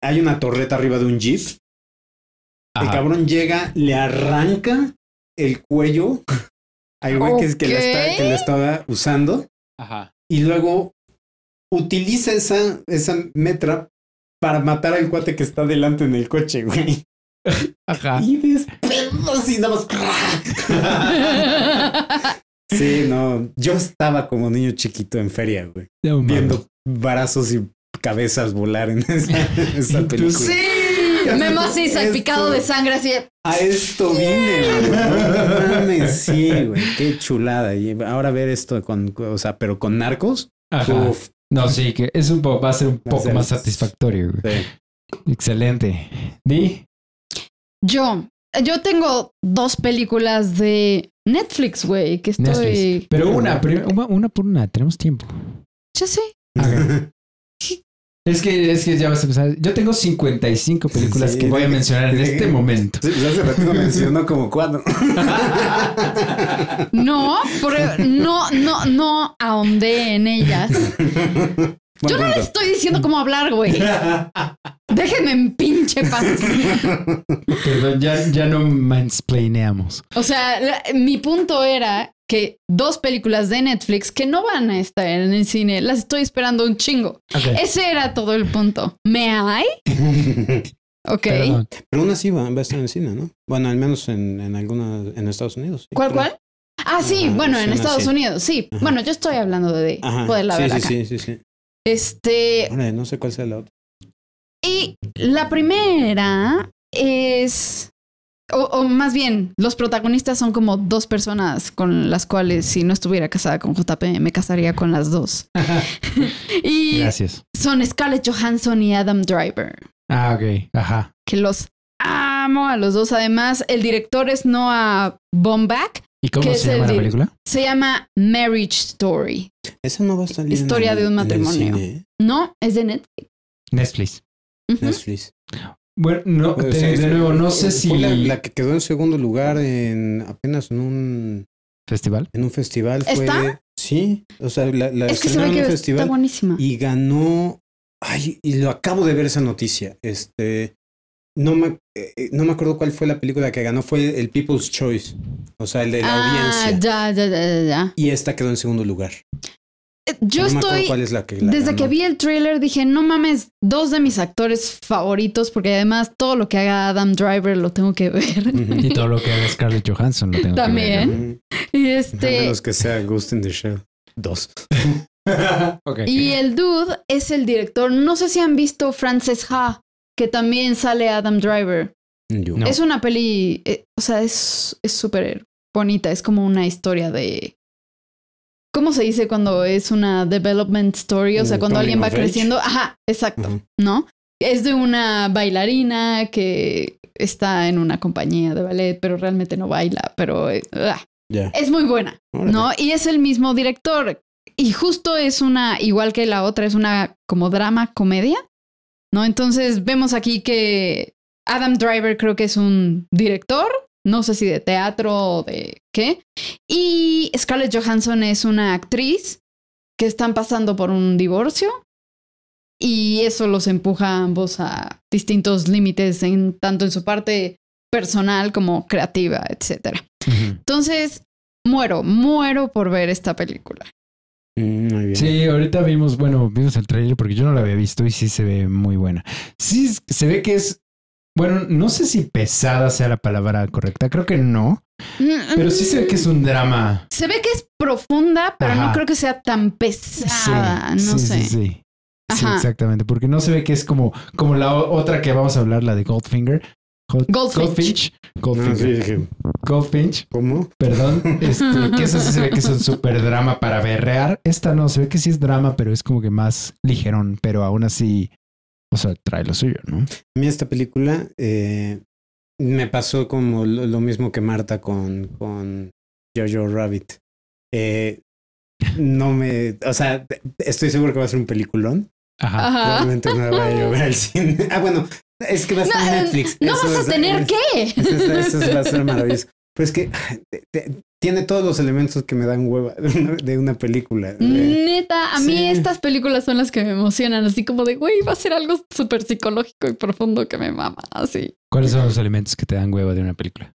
S4: hay una torreta arriba de un jeep. El
S2: Ajá.
S4: cabrón llega, le arranca el cuello al güey que, es- que, la está- que la estaba usando
S2: Ajá.
S4: y luego utiliza esa, esa metra para matar al cuate que está delante en el coche, güey.
S2: Ajá.
S4: Y después, y nada más. Sí, no, yo estaba como niño chiquito en feria, güey.
S2: No mames.
S4: viendo brazos y cabezas volar en esa, esa
S2: Y tú,
S4: película.
S3: Sí. Memo así salpicado de
S4: Esto-
S3: sangre, así. de-
S4: A esto vine, güey. No mames, sí, güey. Qué chulada. Y ahora ver esto con, o sea, pero con narcos.
S2: Ajá.
S4: Uf,
S2: No, sí, que es un po- va a ser un
S4: a
S2: poco
S4: ser-
S2: más satisfactorio. güey.
S4: sí.
S2: Excelente. Di.
S3: Yo, eh, yo tengo dos películas de Netflix, güey, que estoy.
S2: Netflix. Pero una, prim- una, una por una, tenemos tiempo.
S3: Ya sé.
S2: Es que, es que ya vas a empezar. Yo tengo 55 películas
S4: Sí,
S2: que voy a
S4: de-
S2: mencionar en
S4: de-
S2: este momento.
S4: Sí, pues hace ratito mencionó como cuatro.
S3: No, porque no, no, no ahondé en ellas.
S4: Buen
S3: Yo no les
S4: punto.
S3: estoy diciendo cómo hablar, güey. Déjenme en pinche paz.
S2: Perdón, ya, ya no mansplaineamos.
S3: O sea, la- mi punto era que dos películas de Netflix que no van a estar en el cine, las estoy esperando un chingo.
S2: Ok.
S3: Ese era todo el punto. ¿Me hay? Ok.
S2: Perdón.
S4: Pero aún así va, va a estar en cine, ¿no? Bueno, al menos en, en alguna, en Estados Unidos. sí.
S3: ¿Cuál, cuál? Ah, sí,
S4: Ajá,
S3: bueno, en
S4: sí,
S3: Estados
S4: sí.
S3: Unidos, sí.
S4: Ajá.
S3: Bueno, yo estoy hablando de
S4: Ajá.
S3: poderla
S4: sí,
S3: ver
S4: sí,
S3: acá.
S4: sí, sí, sí.
S3: Este,
S4: Ahora, no sé cuál sea la otra.
S3: y la primera es, o, o más bien, los protagonistas son como dos personas con las cuales si no estuviera casada con JP, me casaría con las dos. y
S2: Gracias.
S3: son Scarlett Johansson y Adam Driver,
S2: Ah, ok. Ajá.
S3: que los amo a los dos. Además, el director es Noah Baumbach,
S2: ¿Y cómo
S3: ¿Qué es
S2: se llama
S3: el
S2: la
S3: de-
S2: película?
S3: se llama Marriage Story.
S4: Esa no va a salir.
S3: Historia de un matrimonio.
S4: ¿eh?
S3: No, es de Netflix.
S2: Netflix. Eh,
S3: Ujú.
S4: Netflix.
S2: Bueno, no,
S4: O
S2: de,
S4: sea,
S2: de
S4: es-
S2: nuevo, no sé
S4: fue
S2: si.
S4: La, la que quedó en segundo lugar en apenas en un,
S2: ¿Festival?
S4: en un festival. Fue,
S3: ¿Está?
S4: Sí. O sea, la, la
S3: Es que se ve
S4: estrenaron en
S3: que
S4: un
S3: está
S4: festival
S3: buenísima.
S4: y ganó. Ay, y lo acabo de ver esa noticia. Este. No me, eh, eh, no me acuerdo cuál fue la película que ganó. Fue el People's Choice. O sea, el de la
S3: Ah,
S4: audiencia.
S3: ya, ya, ya, ya, ya.
S4: Y esta quedó en segundo lugar.
S3: Eh, Yo
S4: no me acuerdo
S3: estoy,
S4: cuál es la que la
S3: desde que
S4: ganó.
S3: vi el trailer dije, no mames, dos de mis actores favoritos, porque además todo lo que haga Adam Driver lo tengo que ver.
S4: Ujú.
S2: Y todo lo que haga Scarlett Johansson lo tengo que ver,
S3: También.
S2: ¿no?
S4: Ujú.
S3: Y
S4: A
S3: este,
S4: menos que sea Ghost in the Shell 2.
S2: Ok.
S3: y el dude es el director, no sé si han visto Frances Ha, que también sale Adam Driver.
S4: Yo.
S2: No.
S3: Es una peli, eh, o sea, es es súper bonita, es como una historia de... ¿Cómo se dice cuando es una development story? O sea,
S4: Un
S3: cuando alguien
S4: coming
S3: va
S4: of age.
S3: creciendo. Ajá, exacto.
S4: Ujú.
S3: ¿no? Es de una bailarina que está en una compañía de ballet, pero realmente no baila, pero eh, ah,
S4: Ya.
S3: es muy buena,
S4: Órale.
S3: ¿no? Y es el mismo director. Y justo es una, igual que la otra, es una como drama, comedia. ¿no? Entonces vemos aquí que Adam Driver creo que es un director, no sé si de teatro o de qué, y Scarlett Johansson es una actriz que están pasando por un divorcio y eso los empuja a ambos a distintos límites, en, tanto en su parte personal como creativa, etc.
S2: Ujú.
S3: Entonces, muero, muero por ver esta película.
S4: Mm, Muy bien.
S2: Sí, ahorita vimos, bueno, vimos el trailer porque yo no la había visto y sí se ve muy buena. Sí, es- se ve que es, bueno, no sé si pesada sea la palabra correcta, creo que no, pero sí se ve que es un drama.
S3: Mm, Se ve que es profunda, pero no
S2: Ajá.
S3: creo que sea tan
S2: Sí,
S3: pesada, Ah, no
S2: sí,
S3: sé.
S2: Sí, sí. Sí,
S3: Ajá.
S2: exactamente, porque no se ve que es como, como la o- otra que vamos a hablar, la de Goldfinger. Gold- Goldfinch.
S3: Goldfinch.
S4: No, Ah, sí,
S2: Goldfinger.
S4: dije,
S2: Goldfinch.
S4: ¿Cómo?
S2: Perdón, este, que eso sí se ve que es un super drama para berrear. Esta no, se ve que sí es drama, pero es como que más ligerón, pero aún así, o sea, trae lo suyo, ¿no?
S4: A mí esta película eh, me pasó como lo, lo mismo que Marta con, con Jojo Rabbit. Eh, no me, o sea, te- estoy seguro que va a ser un peliculón.
S2: Ajá.
S3: Ajá.
S4: Probablemente no la vaya a llover al cine. Ah, bueno, es que va a estar
S3: No,
S4: en
S3: eh,
S4: Netflix.
S3: No
S4: Eso
S3: vas
S4: es-
S3: a tener que.
S4: Eso, es- eso va a ser maravilloso. Pero es que ah, te- te- tiene todos los elementos que me dan hueva de una, de una película. Eh,
S3: Neta, a mí
S4: Sí.
S3: estas películas son las que me emocionan, así como de, güey, va a ser algo súper psicológico y profundo que me mama, así.
S2: ¿Cuáles son los elementos que te dan hueva de una película?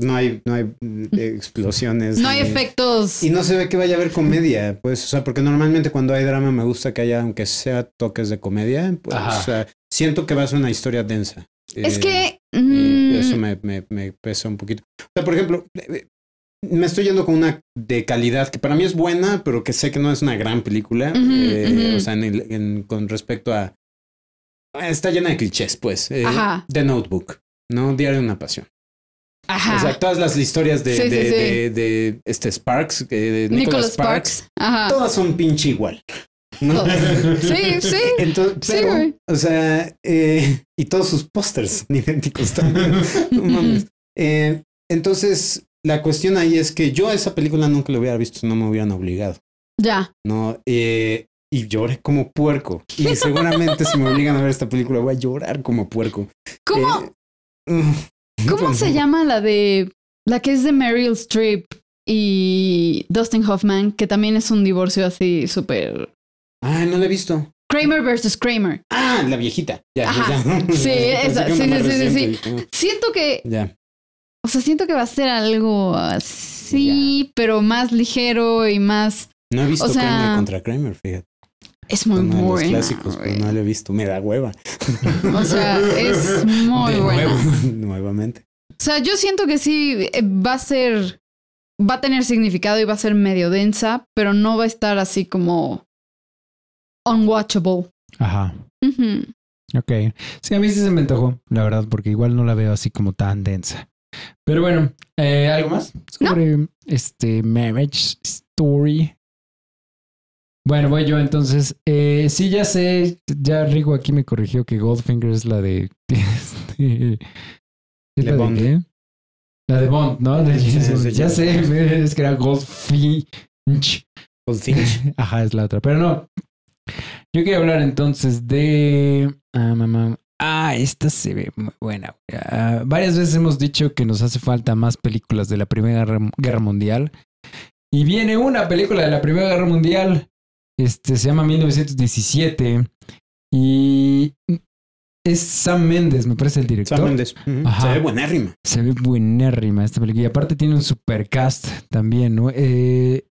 S4: no hay, no hay mm, explosiones.
S3: No hay
S4: ni-
S3: efectos.
S4: Y no se ve que vaya a haber comedia, pues, o sea, porque normalmente cuando hay drama me gusta que haya, aunque sea toques de comedia, pues,
S2: Ajá.
S4: o sea, siento que va a ser una historia densa.
S3: Es
S4: Eh,
S3: que...
S4: y
S3: mm,
S4: eso me, me- me pesa un poquito. O sea, por ejemplo, eh, me estoy yendo con una de calidad que para mí es buena, pero que sé que no es una gran película.
S3: Ujú,
S4: eh,
S3: ujú.
S4: O sea, en el- en- con respecto a. Está llena de clichés, pues. eh,
S3: Ajá.
S4: The Notebook, ¿no? Diario de una pasión.
S3: Ajá.
S4: O sea, todas las historias de,
S3: Ah. Sí, sí,
S4: de,
S3: sí.
S4: de- de este Sparks, eh, de Nicholas,
S3: Nicholas
S4: Sparks,
S3: Sparks. Ajá.
S4: todas son pinche igual. ¿no?
S3: Todas. Sí, sí.
S4: Entonces,
S3: Sí,
S4: pero,
S3: güey.
S4: o sea, eh, y todos sus pósters son idénticos también. No mames. Eh, entonces, la cuestión ahí es que yo esa película nunca la hubiera visto, si no me hubieran obligado,
S3: Ya.
S4: ¿no? Eh, y lloré como puerco. Y seguramente si me obligan a ver esta película, voy a llorar como puerco.
S3: ¿Cómo,
S4: Eh, mm,
S3: ¿cómo se
S4: bueno.
S3: llama la de... La que es de Meryl Streep y Dustin Hoffman, que también es un divorcio así súper...
S4: Ay, no la he visto.
S3: Kramer versus Kramer.
S4: Ah, la viejita. Ya,
S3: Ajá.
S4: ya.
S3: Sí,
S4: Pensé
S3: esa,
S4: que
S3: sí,
S4: una más
S3: sí, sí, sí,
S4: reciente. "Ah,
S3: Siento que
S4: Ya.
S3: O sea, siento que va a ser algo así, pero más ligero y más.
S4: No he visto
S3: O sea,
S4: Kramer contra Kramer, fíjate.
S3: Es muy
S4: uno de los
S3: buena.
S4: clásicos,
S3: güey.
S4: pero no lo he visto. Me da hueva.
S3: O sea, es muy
S2: De
S3: buena.
S2: nuevo.
S4: Nuevamente.
S3: O sea, yo siento que sí eh, va a ser. Va a tener significado y va a ser medio densa, pero no va a estar así como. Unwatchable.
S2: Ajá.
S3: Ujú.
S2: Ok. Sí, a mí sí se me antojó, la verdad, porque igual no la veo así como tan densa. Pero bueno, eh, ¿algo más sobre este Marriage Story? Bueno, voy yo entonces. Eh, sí, ya sé, ya Rigo aquí me corrigió que Goldfinger es la de... este, ¿es
S4: De
S2: la
S4: Bond.
S2: de qué? La de Bond, ¿no? De
S4: Sí,
S2: James
S4: sí,
S2: Bond.
S4: sí,
S2: ya
S4: ya.
S2: sé, es que era Goldfinch.
S4: Goldfinch.
S2: Ajá, es la otra. Pero no. Yo quería hablar entonces de. Ah, mamá. Ah, esta se ve muy buena. güey. Ah, varias veces hemos dicho que nos hace falta más películas de la Primera Guerra- Guerra Mundial. Y viene una película de la Primera Guerra Mundial. Este se llama 1917. Y mm, es Sam Méndez, me parece el director.
S4: Sam Mendes. Ujú.
S2: Ajá.
S4: Se ve buenérrima.
S2: Se ve buenérrima esta película. Y aparte tiene un supercast también, ¿no? Eh,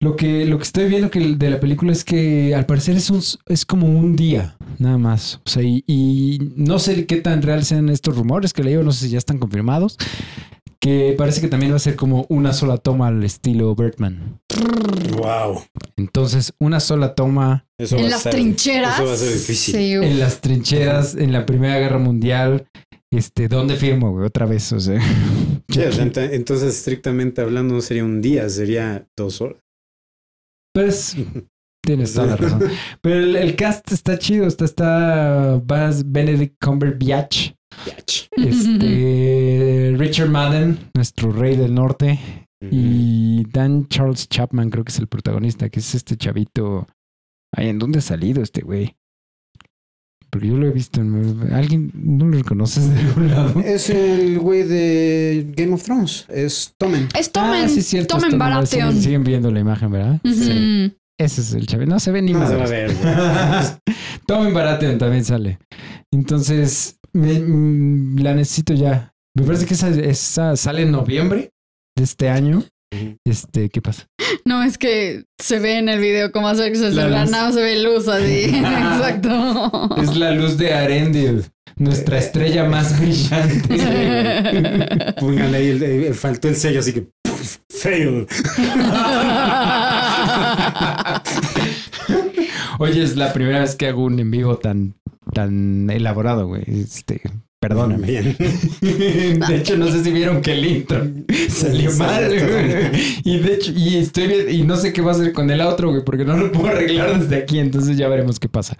S2: lo, que, lo que estoy viendo que de la película es que al parecer es, un, es como un día, nada más. O sea, y, y no sé qué tan real sean estos rumores que leí, o no sé si ya están confirmados. Que parece que también va a ser como una sola toma al estilo Birdman.
S4: Wow.
S2: Entonces, una sola toma
S4: Eso va
S3: en
S4: a
S3: las
S4: ser-
S3: trincheras.
S4: Eso va a ser difícil.
S3: Sí, güey.
S2: en las trincheras en la Primera Guerra Mundial. Este, ¿dónde firmo, güey? Otra vez, o sea.
S4: Sí, o sea, ent- entonces, estrictamente hablando, no sería un día, sería dos horas.
S2: Pues tienes toda la razón. Pero el, el cast está chido. Está, está Bas- Benedict Cumberbatch,
S4: Yach.
S2: este, Richard Madden, nuestro rey del norte, y Dan Charles Chapman, creo que es el protagonista, que es este chavito. Ay, ¿en dónde ha salido este güey? Porque yo lo he visto. en- ¿Alguien no lo reconoces de algún lado?
S4: Es el güey de Game of Thrones. Es Tommen.
S3: Es Tomen,
S2: Ah, sí, cierto,
S3: Tomen
S2: está mal, siguen-
S3: Baratheon.
S2: Siguen viendo la imagen, ¿verdad?
S3: Ujú.
S2: Sí. Ese es el chaval. No se ve ni
S4: No
S2: más.
S4: se va a ver, güey.
S2: Tomen Baratheon también sale. Entonces, me- mm, la necesito ya. Me parece que esa, esa sale en noviembre de este año.
S4: Ujú.
S2: Este, ¿qué pasa?
S3: No, es que se ve en el video cómo hace que se
S2: La
S3: la
S2: luz.
S3: nada se ve luz así. Exacto.
S2: Es la luz de Arendil, nuestra estrella más brillante.
S4: Póngale ahí, el- el- faltó el sello, así que. puf, Fail.
S2: Oye, es la primera vez que hago un en vivo tan, tan elaborado, güey. Este, perdóname.
S4: Bien.
S2: De hecho, no sé si vieron que el intro salió mal, güey. Y de hecho, y estoy bien- y no sé qué va a hacer con el otro, güey, porque no lo puedo arreglar desde aquí, entonces ya veremos qué pasa.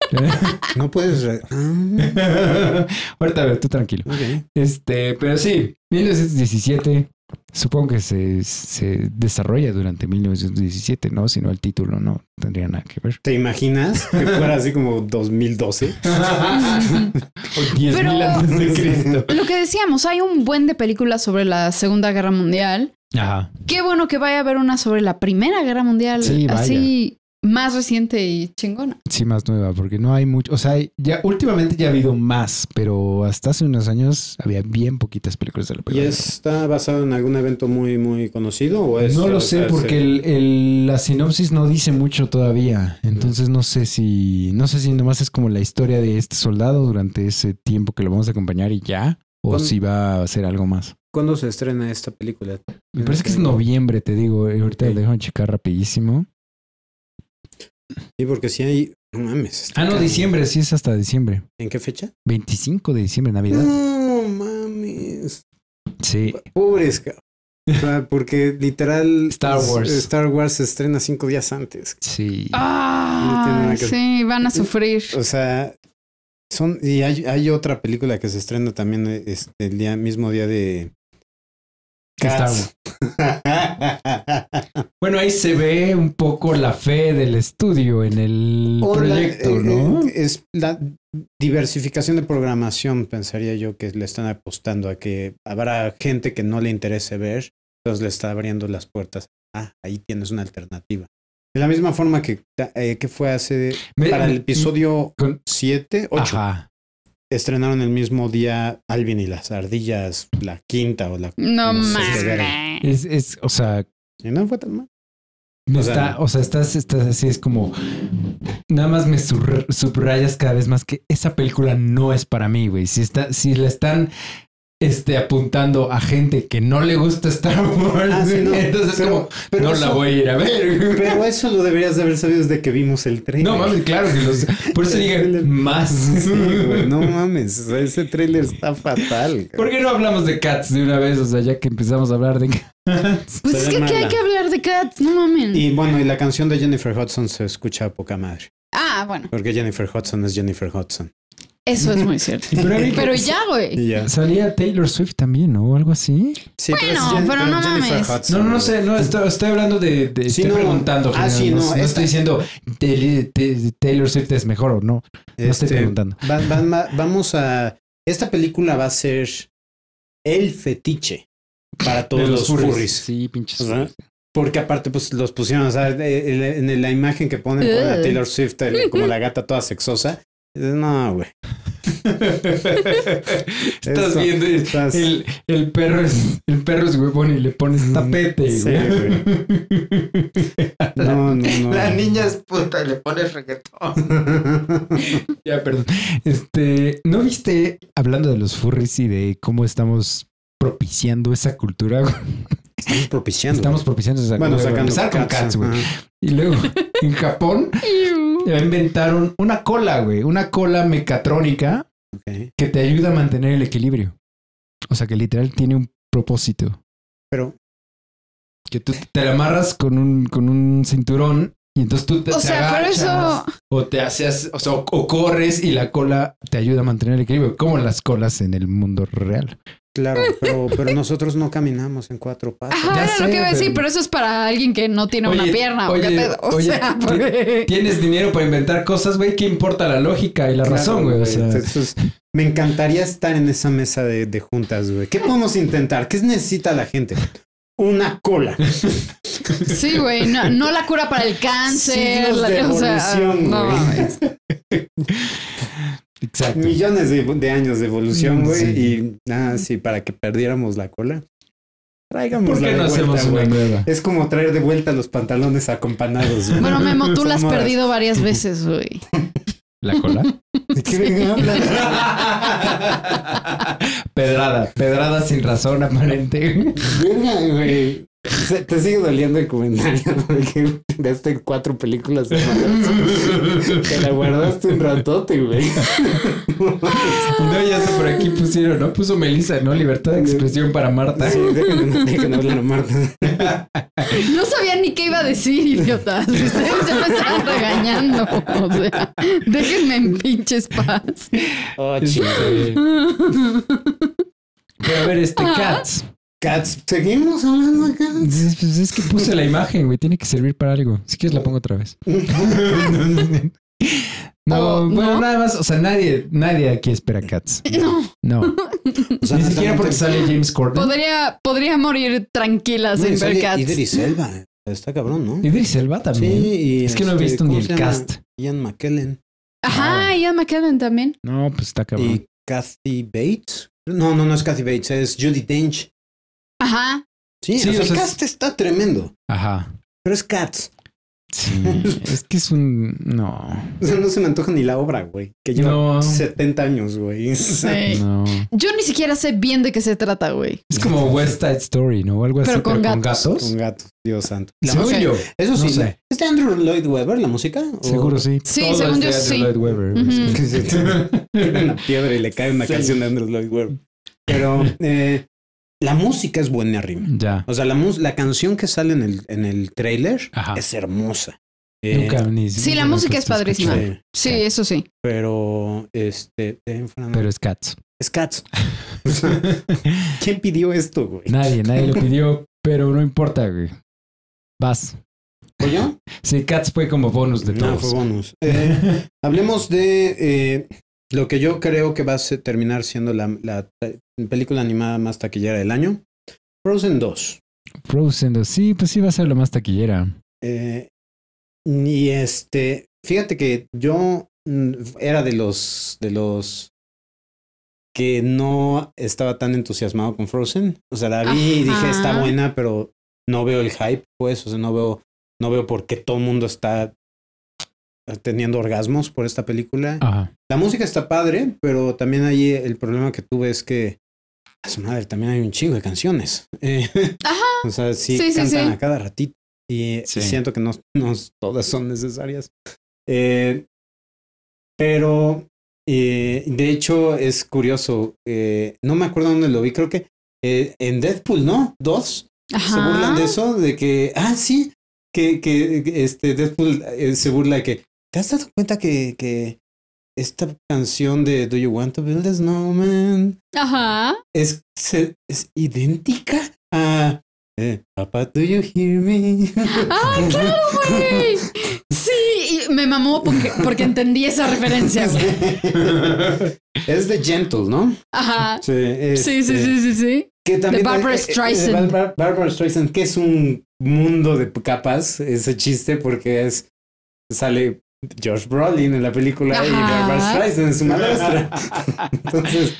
S4: No puedes. re- Ah,
S2: Ahorita, a ver, tú tranquilo.
S4: ok.
S2: Este, pero sí, 1917, supongo que se, se desarrolla durante 1917, ¿no? Si no, el título no tendría nada que ver.
S4: ¿Te imaginas que fuera así como 2012?
S2: O 10.000
S3: Pero-
S2: antes de Cristo.
S3: Lo que decíamos, hay un buen de películas sobre la Segunda Guerra Mundial.
S2: Ajá.
S3: Qué bueno que vaya a haber una sobre la Primera Guerra Mundial,
S2: Sí, vaya.
S3: así más reciente y chingona.
S2: Sí, más nueva, porque no hay mucho. O sea, hay- ya últimamente ya ha habido más, pero hasta hace unos años había bien poquitas películas de la
S4: ¿Y
S2: Primera Guerra.
S4: está basado en algún evento muy, muy conocido? Pues, O es,
S2: No lo sé porque el- el- la sinopsis no dice mucho todavía. Entonces no sé si no sé si nomás es como la historia de este soldado durante ese tiempo que lo vamos a acompañar y ya o
S4: Con-
S2: si va a hacer algo más.
S4: ¿Cuándo se estrena esta película?
S2: Me parece que es noviembre, te digo, eh, ahorita
S4: Ok.
S2: lo dejo en checar rapidísimo.
S4: Sí, porque si hay. No mames. está
S2: Ah, no,
S4: cabrón.
S2: diciembre, sí es hasta diciembre.
S4: ¿En qué fecha?
S2: 25 de diciembre, Navidad.
S4: No mames.
S2: Sí.
S4: Pobres, cabrón. O sea, porque literal.
S2: Star Wars.
S4: Star Wars se estrena cinco días antes.
S2: Sí.
S4: Ah. No tiene
S3: Ah,
S4: nada que-
S3: sí, van a sufrir.
S4: O sea, son. Y hay, hay otra película que se estrena también eh, este, el día, mismo día de.
S2: Star Wars. Bueno, ahí se ve un poco la fe del estudio en el
S4: O la-
S2: proyecto,
S4: eh,
S2: ¿no?
S4: eh, Es la diversificación de programación, pensaría yo, que le están apostando a que habrá gente que no le interese ver, entonces le está abriendo las puertas. Ah, ahí tienes una alternativa. De la misma forma que, eh, que fue hace
S2: Me-
S4: para el episodio
S2: con-
S4: 7, 8,
S2: Ajá.
S4: estrenaron el mismo día Alvin y las ardillas, la quinta o la...
S3: No
S4: no sé qué verga.
S2: Es,
S3: mames.
S2: es, o sea,
S4: Y no fue tan mal.
S2: me
S4: O sea,
S2: está, o sea, estás, estás así, es como nada más me sur- subrayas cada vez más que esa película no es para mí, güey. Si está, si la están este, apuntando a gente que no le gusta Star Wars,
S4: Ah, sí, no,
S2: entonces
S4: pero-
S2: como
S4: pero
S2: no la
S4: eso-
S2: voy a ir a ver.
S4: Pero eso lo deberías de haber sabido desde que vimos el tren.
S2: No mames, claro que los. Por eso dije más.
S4: Sí, güey, no mames, o sea, ese trailer está fatal.
S2: ¿Por qué no hablamos de Cats de una vez? O sea, ya que empezamos a hablar de Cats.
S3: Pues es que
S4: Pero es
S3: aquí hay
S4: mala.
S3: que hablar de Cats, no mamen.
S4: Y bueno, y la canción de Jennifer Hudson se escucha a poca madre,
S3: Ah, bueno,
S4: porque Jennifer Hudson es Jennifer Hudson.
S3: eso es muy cierto.
S2: Pero a mí que-
S3: Pero ya, güey.
S4: Y ya.
S2: Salía Taylor Swift también, ¿no? O algo así.
S4: Sí,
S3: Bueno, pero no mames.
S2: No, no, no sé, no, estoy, estoy hablando de. de-
S4: Sí,
S2: estoy
S4: no.
S2: preguntando.
S4: Ah,
S2: general,
S4: sí,
S2: no,
S4: no,
S2: no
S4: esta-
S2: estoy diciendo "Teli- te- Taylor Swift es mejor o no. No estoy
S4: Este,
S2: preguntando.
S4: va- va- vamos a... Esta película va a ser el fetiche para todos
S2: De
S4: los, furries.
S2: Sí, pinches.
S4: Ajá. Pues, Porque aparte, pues los pusieron, o sea, eh, en la- en la imagen que ponen con la
S3: Eh.
S4: Taylor Swift, el- como la gata toda sexosa. No, güey.
S2: Estás
S4: Eso,
S2: viendo el,
S4: estás-
S2: el, el perro es el perro es huevón y le pones tapete.
S4: Mm, Sí,
S2: güey.
S4: No, no, no.
S2: es puta y le pones reggaetón. ya, perdón. Este, ¿no viste hablando de los furries y de cómo estamos propiciando esa cultura? güey?
S4: Estamos propiciando.
S2: Estamos propiciando esa
S4: bueno, sacando
S2: Empezar con
S4: cats,
S2: cats, güey.
S4: ajá.
S2: Y luego en Japón ya inventaron una cola, güey, una cola mecatrónica
S4: Ok.
S2: que te ayuda a mantener el equilibrio. O sea, que literal tiene un propósito.
S4: Pero
S2: Que tú te la amarras con un, con un cinturón y entonces tú te,
S3: O
S2: te
S3: sea, por
S2: agachas
S3: eso.
S2: o te haces, o sea, o, o corres y la cola te ayuda a mantener el equilibrio, como las colas en el mundo real.
S4: Claro, pero, pero nosotros no caminamos en cuatro patas.
S3: Ajá,
S2: Ya
S3: era lo
S2: sé,
S3: que iba a decir,
S4: pero-
S3: pero eso es para alguien que no tiene una
S2: Oye,
S3: pierna. o qué
S2: oye,
S3: pedo. O
S2: oye,
S3: sea,
S2: ti-
S3: porque-
S2: Tienes dinero para inventar cosas, güey. ¿Qué importa la lógica y la
S4: Claro,
S2: razón, güey? O sea,
S4: Entonces, me encantaría estar en esa mesa de, de juntas, güey. ¿Qué podemos intentar? ¿Qué necesita la gente? Una cola.
S3: Sí, güey, no, no la cura para el cáncer,
S4: Signos
S3: la,
S4: de
S3: o sea,
S4: evolución,
S3: no,
S4: güey.
S3: mames.
S2: exacto.
S4: Millones de, de años de evolución,
S2: Mm,
S4: güey.
S2: sí.
S4: Y nada, sí, para que perdiéramos la cola. Traigamos
S2: ¿Por qué no hacemos una nueva?
S4: Es como traer de vuelta los pantalones acompanados. güey.
S3: Bueno, Memo, tú la has
S4: Son modas.
S3: perdido varias veces, güey.
S2: ¿La cola?
S4: ¿De qué me hablas?
S2: pedrada, pedrada sin razón aparente.
S4: Verga, güey. Se- Te sigue doliendo el comentario porque gastaste cuatro películas semanales. Te la guardaste un ratote, güey.
S2: No, ya sé, por aquí pusieron, ¿no? Puso Melissa, ¿no? Libertad de expresión para Marta.
S4: Sí, déjenme, déjenme hablar a Marta.
S3: No sabía ni qué iba a decir, idiotas. Ustedes ya me estaban regañando. O sea, déjenme en pinches paz.
S4: Oh,
S2: Este, Pero a ver, este Cats.
S4: Cats, ¿seguimos hablando de Cats?
S2: Pues pues es que puse la imagen, güey. Tiene que servir para algo. Si quieres la pongo otra vez. No,
S3: Oh,
S2: bueno,
S3: ¿no?
S2: nada más. O sea, nadie, nadie aquí espera Cats.
S3: No,
S2: No.
S4: O sea,
S2: Ni siquiera
S4: no solamente-
S2: porque sale James Corden.
S3: podría, podría morir tranquila
S4: No, y
S3: sin ver
S4: sale
S3: Cats.
S4: Idris Elba. eh. Está cabrón, ¿no?
S2: Idris Elba también.
S4: Sí, y
S2: es que no he
S4: este,
S2: visto ni
S4: ¿cómo
S2: el
S4: se llama?
S2: cast.
S4: Ian McKellen
S2: Ah.
S3: Ajá, Ian McKellen también.
S2: No, pues está cabrón.
S4: y Kathy Bates. No, no, no es Kathy Bates, es Judy Dench.
S2: Ah,
S3: Ajá.
S4: Sí,
S2: Sí,
S4: o sea,
S2: o sea,
S4: el
S2: es-
S4: cast está tremendo,
S2: Ajá.
S4: pero es Cats.
S2: Sí. es que es un. No.
S4: O sea, no se me antoja ni la obra, güey. Que lleva
S2: No.
S4: 70 años, güey.
S3: Sí.
S2: No.
S3: Yo ni siquiera sé bien de qué se trata, güey.
S2: Es como West Side Story, ¿no? O algo así.
S3: Pero con
S4: Con gatos, Dios santo. La
S2: Según
S4: música-
S2: yo.
S4: Eso
S2: no
S4: sí.
S2: sé.
S4: ¿la- ¿Es de Andrew Lloyd Webber la música? ¿O-
S2: Seguro sí.
S3: Sí, según
S2: es de
S3: yo,
S2: Andrew
S3: sí.
S2: Lloyd Webber, güey.
S3: Ujú.
S4: Que se tira una piedra y le cae una canción de Andrew Lloyd Webber. Pero eh, la música es buena rima.
S2: Ya.
S4: O sea, la, mus- la canción que sale en el, en el trailer
S2: Ajá.
S4: es hermosa. Eh,
S2: Ah. Nunca ni
S3: Sí, la
S2: nunca
S3: música es
S2: lo he
S4: sí,
S2: escuchado.
S3: padrísima. Sí, eso sí.
S4: Pero este en Fran-
S2: Pero es Cats.
S4: es Cats. O sea, ¿Quién pidió esto, güey?
S2: Nadie, nadie lo pidió, pero no importa, güey. Vas.
S4: ¿Fue yo?
S2: Sí, Cats fue como bonus pues, de
S4: No,
S2: todos.
S4: fue bonus. Eh, Hablemos de eh, lo que yo creo que va a ser- terminar siendo la, la pe- película animada más taquillera del año. Frozen 2.
S2: Frozen 2. Sí, pues sí va a ser lo más taquillera.
S4: Eh, y este, fíjate que yo mm, era de los, de los que no estaba tan entusiasmado con Frozen. O sea, la vi y dije,
S3: Ajá.
S4: está buena, pero no veo el hype, pues. O sea, no veo, no veo por qué todo el mundo está teniendo orgasmos por esta película.
S2: Ajá.
S4: La música está padre, pero también ahí el problema que tuve es que a su madre también hay un chingo de canciones. Eh,
S3: Ajá.
S4: o sea, sí,
S3: Sí, sí,
S4: cantan
S3: sí.
S4: a cada ratito y
S2: Sí.
S4: siento que no, no todas son necesarias. Eh, pero eh, de hecho es curioso. eh, no me acuerdo dónde lo vi, creo que eh, en Deadpool, ¿no? Dos
S3: Ajá.
S4: se burlan de eso, de que, ah, sí, que, que que, este Deadpool eh, se burla de que, ¿te has dado cuenta que, que esta canción de Do You Want to Build a Snowman
S3: Ajá.
S4: es, se- es idéntica a eh, Papa, Do You Hear Me?
S3: ¡Ah, claro, güey! Sí, y me mamó porque, porque entendí esa referencia, güey.
S4: es de Gentle, ¿no?
S3: Ajá.
S4: Sí,
S3: Sí,
S4: Este.
S3: sí, sí, sí, sí.
S4: Que también eh,
S3: Barbara Streisand.
S4: Bar- Bar- Barbara Streisand, que es un mundo de capas, ese chiste, porque es sale George Brolin en la película y
S3: Ajá.
S4: Barbara Streisand es su madrastra. entonces,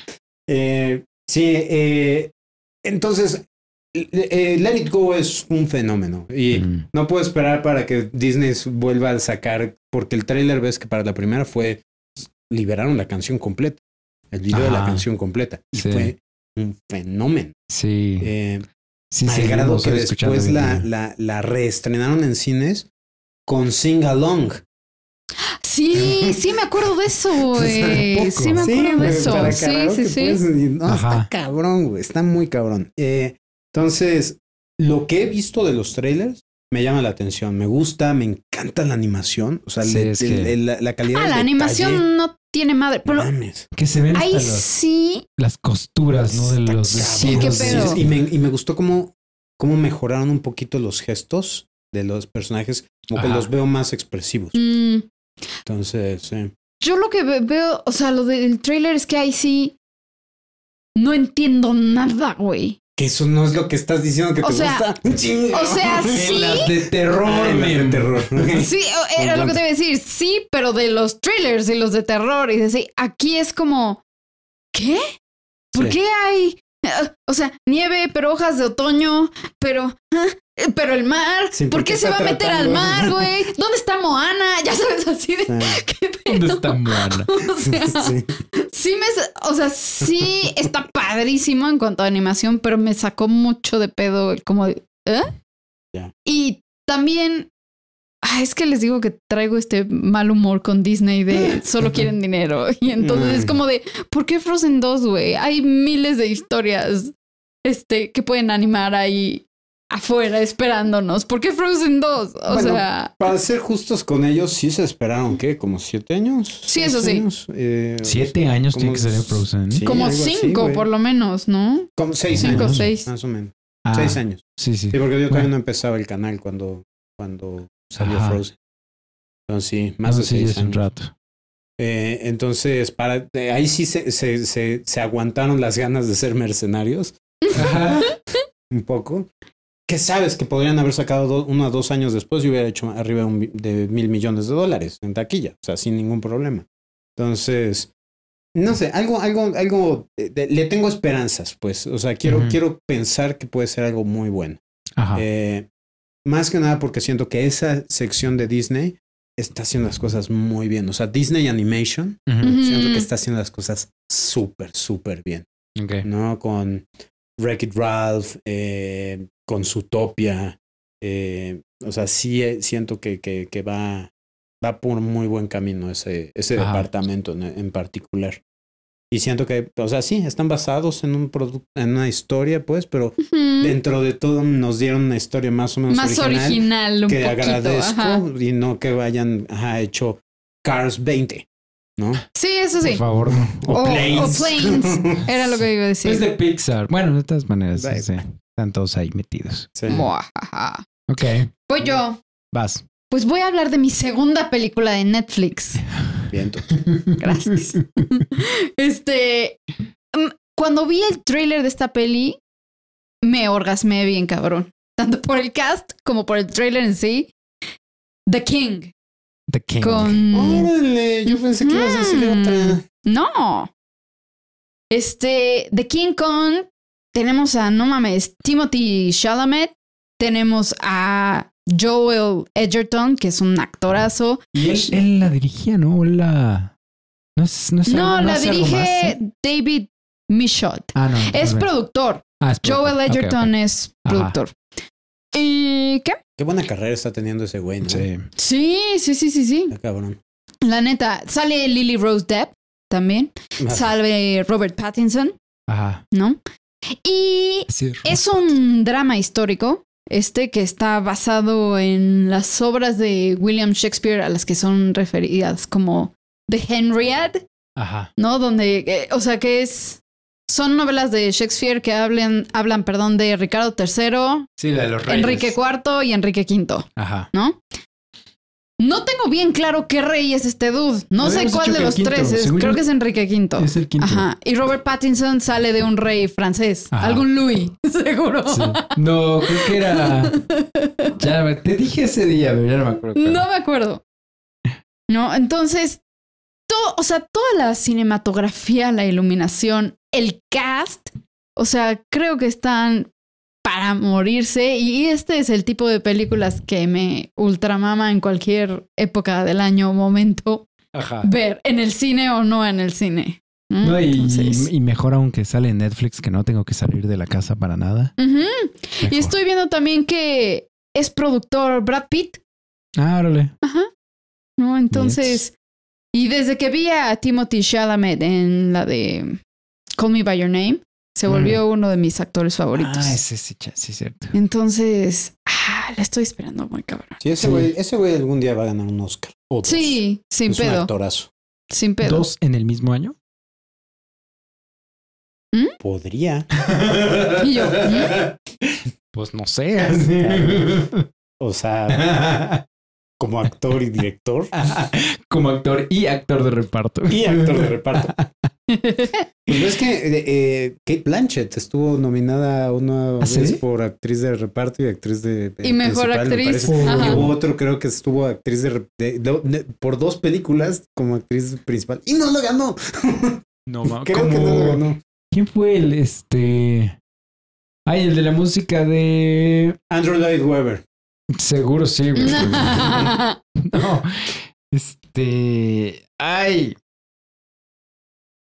S4: eh, sí, eh, entonces, eh, Let It Go es un fenómeno y
S2: Mm.
S4: no puedo esperar para que Disney vuelva a sacar, porque el tráiler ves que para la primera fue liberaron la canción completa, el video de la
S2: Ajá.
S4: canción completa y
S2: Sí.
S4: fue un fenómeno.
S2: Sí.
S4: Eh,
S2: sí,
S4: al
S2: seguimos
S4: grado que
S2: escuchando
S4: después
S2: bien.
S4: la, la, la reestrenaron en cines con Sing Along.
S3: Sí, sí me acuerdo de eso,
S4: Pues,
S3: güey.
S2: Tampoco.
S3: Sí me acuerdo de eso. Sí, sí, Ah, sí.
S4: está
S2: Ajá.
S4: cabrón, güey. Está muy cabrón. Eh, entonces, lo que he visto de los trailers me llama la atención. Me gusta, me encanta la animación. O sea,
S2: Sí,
S4: le-
S2: es
S4: le-
S2: que-
S4: la, la calidad
S3: Ah,
S4: del
S3: la
S4: detalle. Ah,
S3: animación no tiene madre. Pero
S4: Mames.
S2: Que se ven
S3: ahí
S2: hasta las,
S3: sí,
S2: las costuras, ¿no? De los
S4: Sí,
S3: qué
S2: vestidos.
S3: pedo.
S4: y, me, y me gustó cómo, cómo mejoraron un poquito los gestos de los personajes, como que
S2: Ajá.
S4: los veo más expresivos.
S3: mm,
S4: Entonces, sí.
S3: yo lo que ve- veo, o sea, lo del trailer es que ahí sí no entiendo nada, güey.
S4: que eso no es lo que estás diciendo que
S3: O
S4: te
S3: sea,
S4: gusta. Chinga.
S3: O sea, sí.
S2: Las de terror,
S4: Ay, Ah, las de
S2: men.
S4: terror.
S3: Sí, o- era lo que te iba a decir. Sí, pero de los thrillers y los de terror y de así, aquí es como, ¿qué? ¿Por
S4: Sí.
S3: qué hay? eh, O sea, nieve, pero hojas de otoño, pero, ah, eh, pero el mar.
S4: Sí,
S3: ¿Por,
S4: ¿por
S3: qué,
S4: qué
S3: se va
S4: está
S3: a meter al
S4: tratando?
S3: mar, güey? ¿Dónde está Moana? Ya sabes así de
S4: Sí,
S3: qué pedo.
S2: ¿Dónde está Moana?
S3: O sea,
S4: sí.
S3: sí me, o sea, sí está padrísimo en cuanto a animación, pero me sacó mucho de pedo el como, de, ¿eh?
S4: Ya.
S3: Y también, ah, es que les digo que traigo este mal humor con Disney de solo quieren dinero. Y entonces es
S4: Mm.
S3: como de, ¿por qué Frozen 2, güey? Hay miles de historias, este, que pueden animar ahí afuera esperándonos. ¿Por qué Frozen 2? O
S4: Bueno,
S3: sea,
S4: Para ser justos con ellos, sí se esperaron, ¿qué? ¿Como siete años?
S3: Sí,
S4: ¿Seis
S3: eso sí.
S4: años? Eh,
S2: Siete años
S4: como
S2: tiene que salir Frozen. ¿eh?
S4: sí,
S3: como
S4: algo así,
S3: cinco,
S4: güey.
S3: por lo menos, ¿no?
S4: Como seis
S3: Cinco,
S4: años.
S3: seis.
S4: Más o menos.
S2: Ah,
S4: Seis años.
S2: Sí, sí.
S4: Sí, porque yo
S2: Bueno.
S4: todavía no empezaba el canal cuando, cuando salió
S2: Ajá.
S4: Frozen. Entonces sí, más
S2: No,
S4: de
S2: sí,
S4: seis
S2: es un
S4: años.
S2: rato.
S4: Eh, entonces, para, eh, ahí sí se, se, se, se aguantaron las ganas de ser mercenarios
S2: Ajá.
S4: un poco. Que sabes que podrían haber sacado do- uno a dos años después y hubiera hecho arriba de un mi- de mil millones de dólares en taquilla, o sea, sin ningún problema. Entonces, no sé, algo, algo, algo, eh, de- le tengo esperanzas, pues, o sea, quiero,
S2: Ujú.
S4: quiero pensar que puede ser algo muy bueno.
S2: Ajá.
S4: Eh, más que nada porque siento que esa sección de Disney está haciendo las cosas muy bien, o sea, Disney Animation
S2: Ujú.
S4: Siento
S3: Ujú.
S4: que está haciendo las cosas súper, súper bien,
S2: Ok.
S4: ¿no? Con wreck Ralph, eh, con Zootopia. eh, o sea, sí eh, siento que, que, que va, va por muy buen camino ese, ese
S2: Ajá.
S4: departamento en, en particular. Y siento que, o sea, sí, están basados en un producto, en una historia, pues, pero
S3: Ujú.
S4: dentro de todo nos dieron una historia más o menos
S3: Más original,
S4: original
S3: un
S4: que
S3: poquito.
S4: agradezco
S3: ajá.
S4: y no que vayan, ajá, hecho Cars 20, ¿no?
S3: Sí, eso
S2: Por
S3: sí. Oh,
S2: favor, no.
S3: O- o planes. Era lo que iba a
S2: Es
S3: decir.
S2: de Pixar. Bueno, de todas maneras,
S4: Right.
S2: sí, están todos ahí metidos.
S4: Sí.
S3: Muajaja.
S2: Ok,
S3: Voy yo.
S2: vas.
S3: Pues voy a hablar de mi segunda película de Netflix.
S4: Viento.
S3: Gracias. Este, mm, cuando vi el tráiler de esta peli, me orgasmé bien cabrón. Tanto por el cast como por el tráiler en sí. The King.
S2: The King. Oh,
S3: Con...
S4: Órale, yo pensé que ibas a decir otra.
S3: No. Este, The King Kong, tenemos a, no mames, Timothy Chalamet, tenemos a Joel Edgerton, que es un actorazo.
S2: Y él, él la dirigía, ¿no? Él la... No, es, no, es algo-
S3: No, la
S2: hace algo más,
S3: dirige
S2: ¿sí?
S3: David Michaud.
S2: Ah, no.
S3: Es
S2: ok.
S3: productor.
S2: Ah, es productor.
S3: Joel
S2: Ok, ok.
S3: Edgerton es
S2: Ajá.
S3: productor. ¿Y qué?
S4: Qué buena carrera está teniendo ese güey, ¿no?
S2: Sí.
S3: Sí, sí, sí, sí, sí.
S4: Está cabrón.
S3: La neta, sale Lily Rose Depp también. Sale Robert Pattinson,
S2: Ajá.
S3: ¿no? Y
S2: Sí.
S3: Es un drama histórico, este que está basado en las obras de William Shakespeare a las que son referidas como The Henriad,
S2: Ajá.
S3: ¿no? Donde, eh, o sea, que es... Son novelas de Shakespeare que hablan, hablan perdón, de Ricardo III,
S2: Sí, la de los
S3: Enrique IV y Enrique V,
S2: Ajá.
S3: ¿no? No tengo bien claro qué rey es este dude. No sé
S2: Habíamos
S3: cuál
S2: dicho
S3: de
S2: que
S3: los
S2: quinto,
S3: tres es.
S2: según
S3: Creo
S2: yo-
S3: que es Enrique V.
S2: Es el quinto.
S3: Ajá. Y Robert Pattinson sale de un rey francés.
S2: Ajá.
S3: Algún Louis, seguro.
S2: Sí. No, creo que era... Ya, te dije ese día, pero ya no me acuerdo.
S3: No me acuerdo. No, entonces, todo, o sea, toda la cinematografía, la iluminación, el cast, o sea, creo que están para morirse. Y este es el tipo de películas que me ultramama en cualquier época del año o momento
S2: Ajá.
S3: ver en el cine o no en el cine. ¿no?
S2: No, y,
S3: Entonces,
S2: y mejor aunque sale en Netflix que no tengo que salir de la casa para nada.
S3: ujú.
S2: Mejor.
S3: Y estoy viendo también que es productor Brad Pitt.
S2: Ah, órale.
S3: ¿no? Entonces, y desde que vi a Timothy Chalamet en la de Call Me By Your Name, se
S2: Mm.
S3: volvió uno de mis actores favoritos.
S2: Ah, ese sí, cha- sí, cierto.
S3: Entonces, ah, la estoy esperando muy cabrón.
S4: Sí, ese
S2: Sí.
S4: güey, ese güey algún día va a ganar un Oscar. O dos.
S3: Sí, sin
S4: es un
S3: pedo.
S4: actorazo.
S3: Sin pedo.
S2: dos en el mismo año.
S1: Podría.
S3: Y yo, ¿Mm?
S2: Pues no sé.
S1: O sea, como actor y director
S2: Como actor y actor de reparto.
S1: y actor de reparto.
S4: Pues ves que eh, eh, Kate Blanchett estuvo nominada una
S2: ¿Ah,
S4: vez
S2: sí?
S4: por actriz de reparto y actriz de. eh,
S3: Y mejor
S4: principal, me
S3: actriz.
S4: parece.
S3: Ajá.
S4: Y hubo otro, creo que estuvo actriz de, re- de- de- de- por dos películas como actriz principal. Y no lo ganó.
S2: No, ma-
S4: Creo que no lo
S2: como-
S4: ganó.
S2: ¿Quién fue el este? Ay, el de la música de.
S4: Andrew Lloyd Webber.
S2: Seguro sí, güey. No. Este. Ay.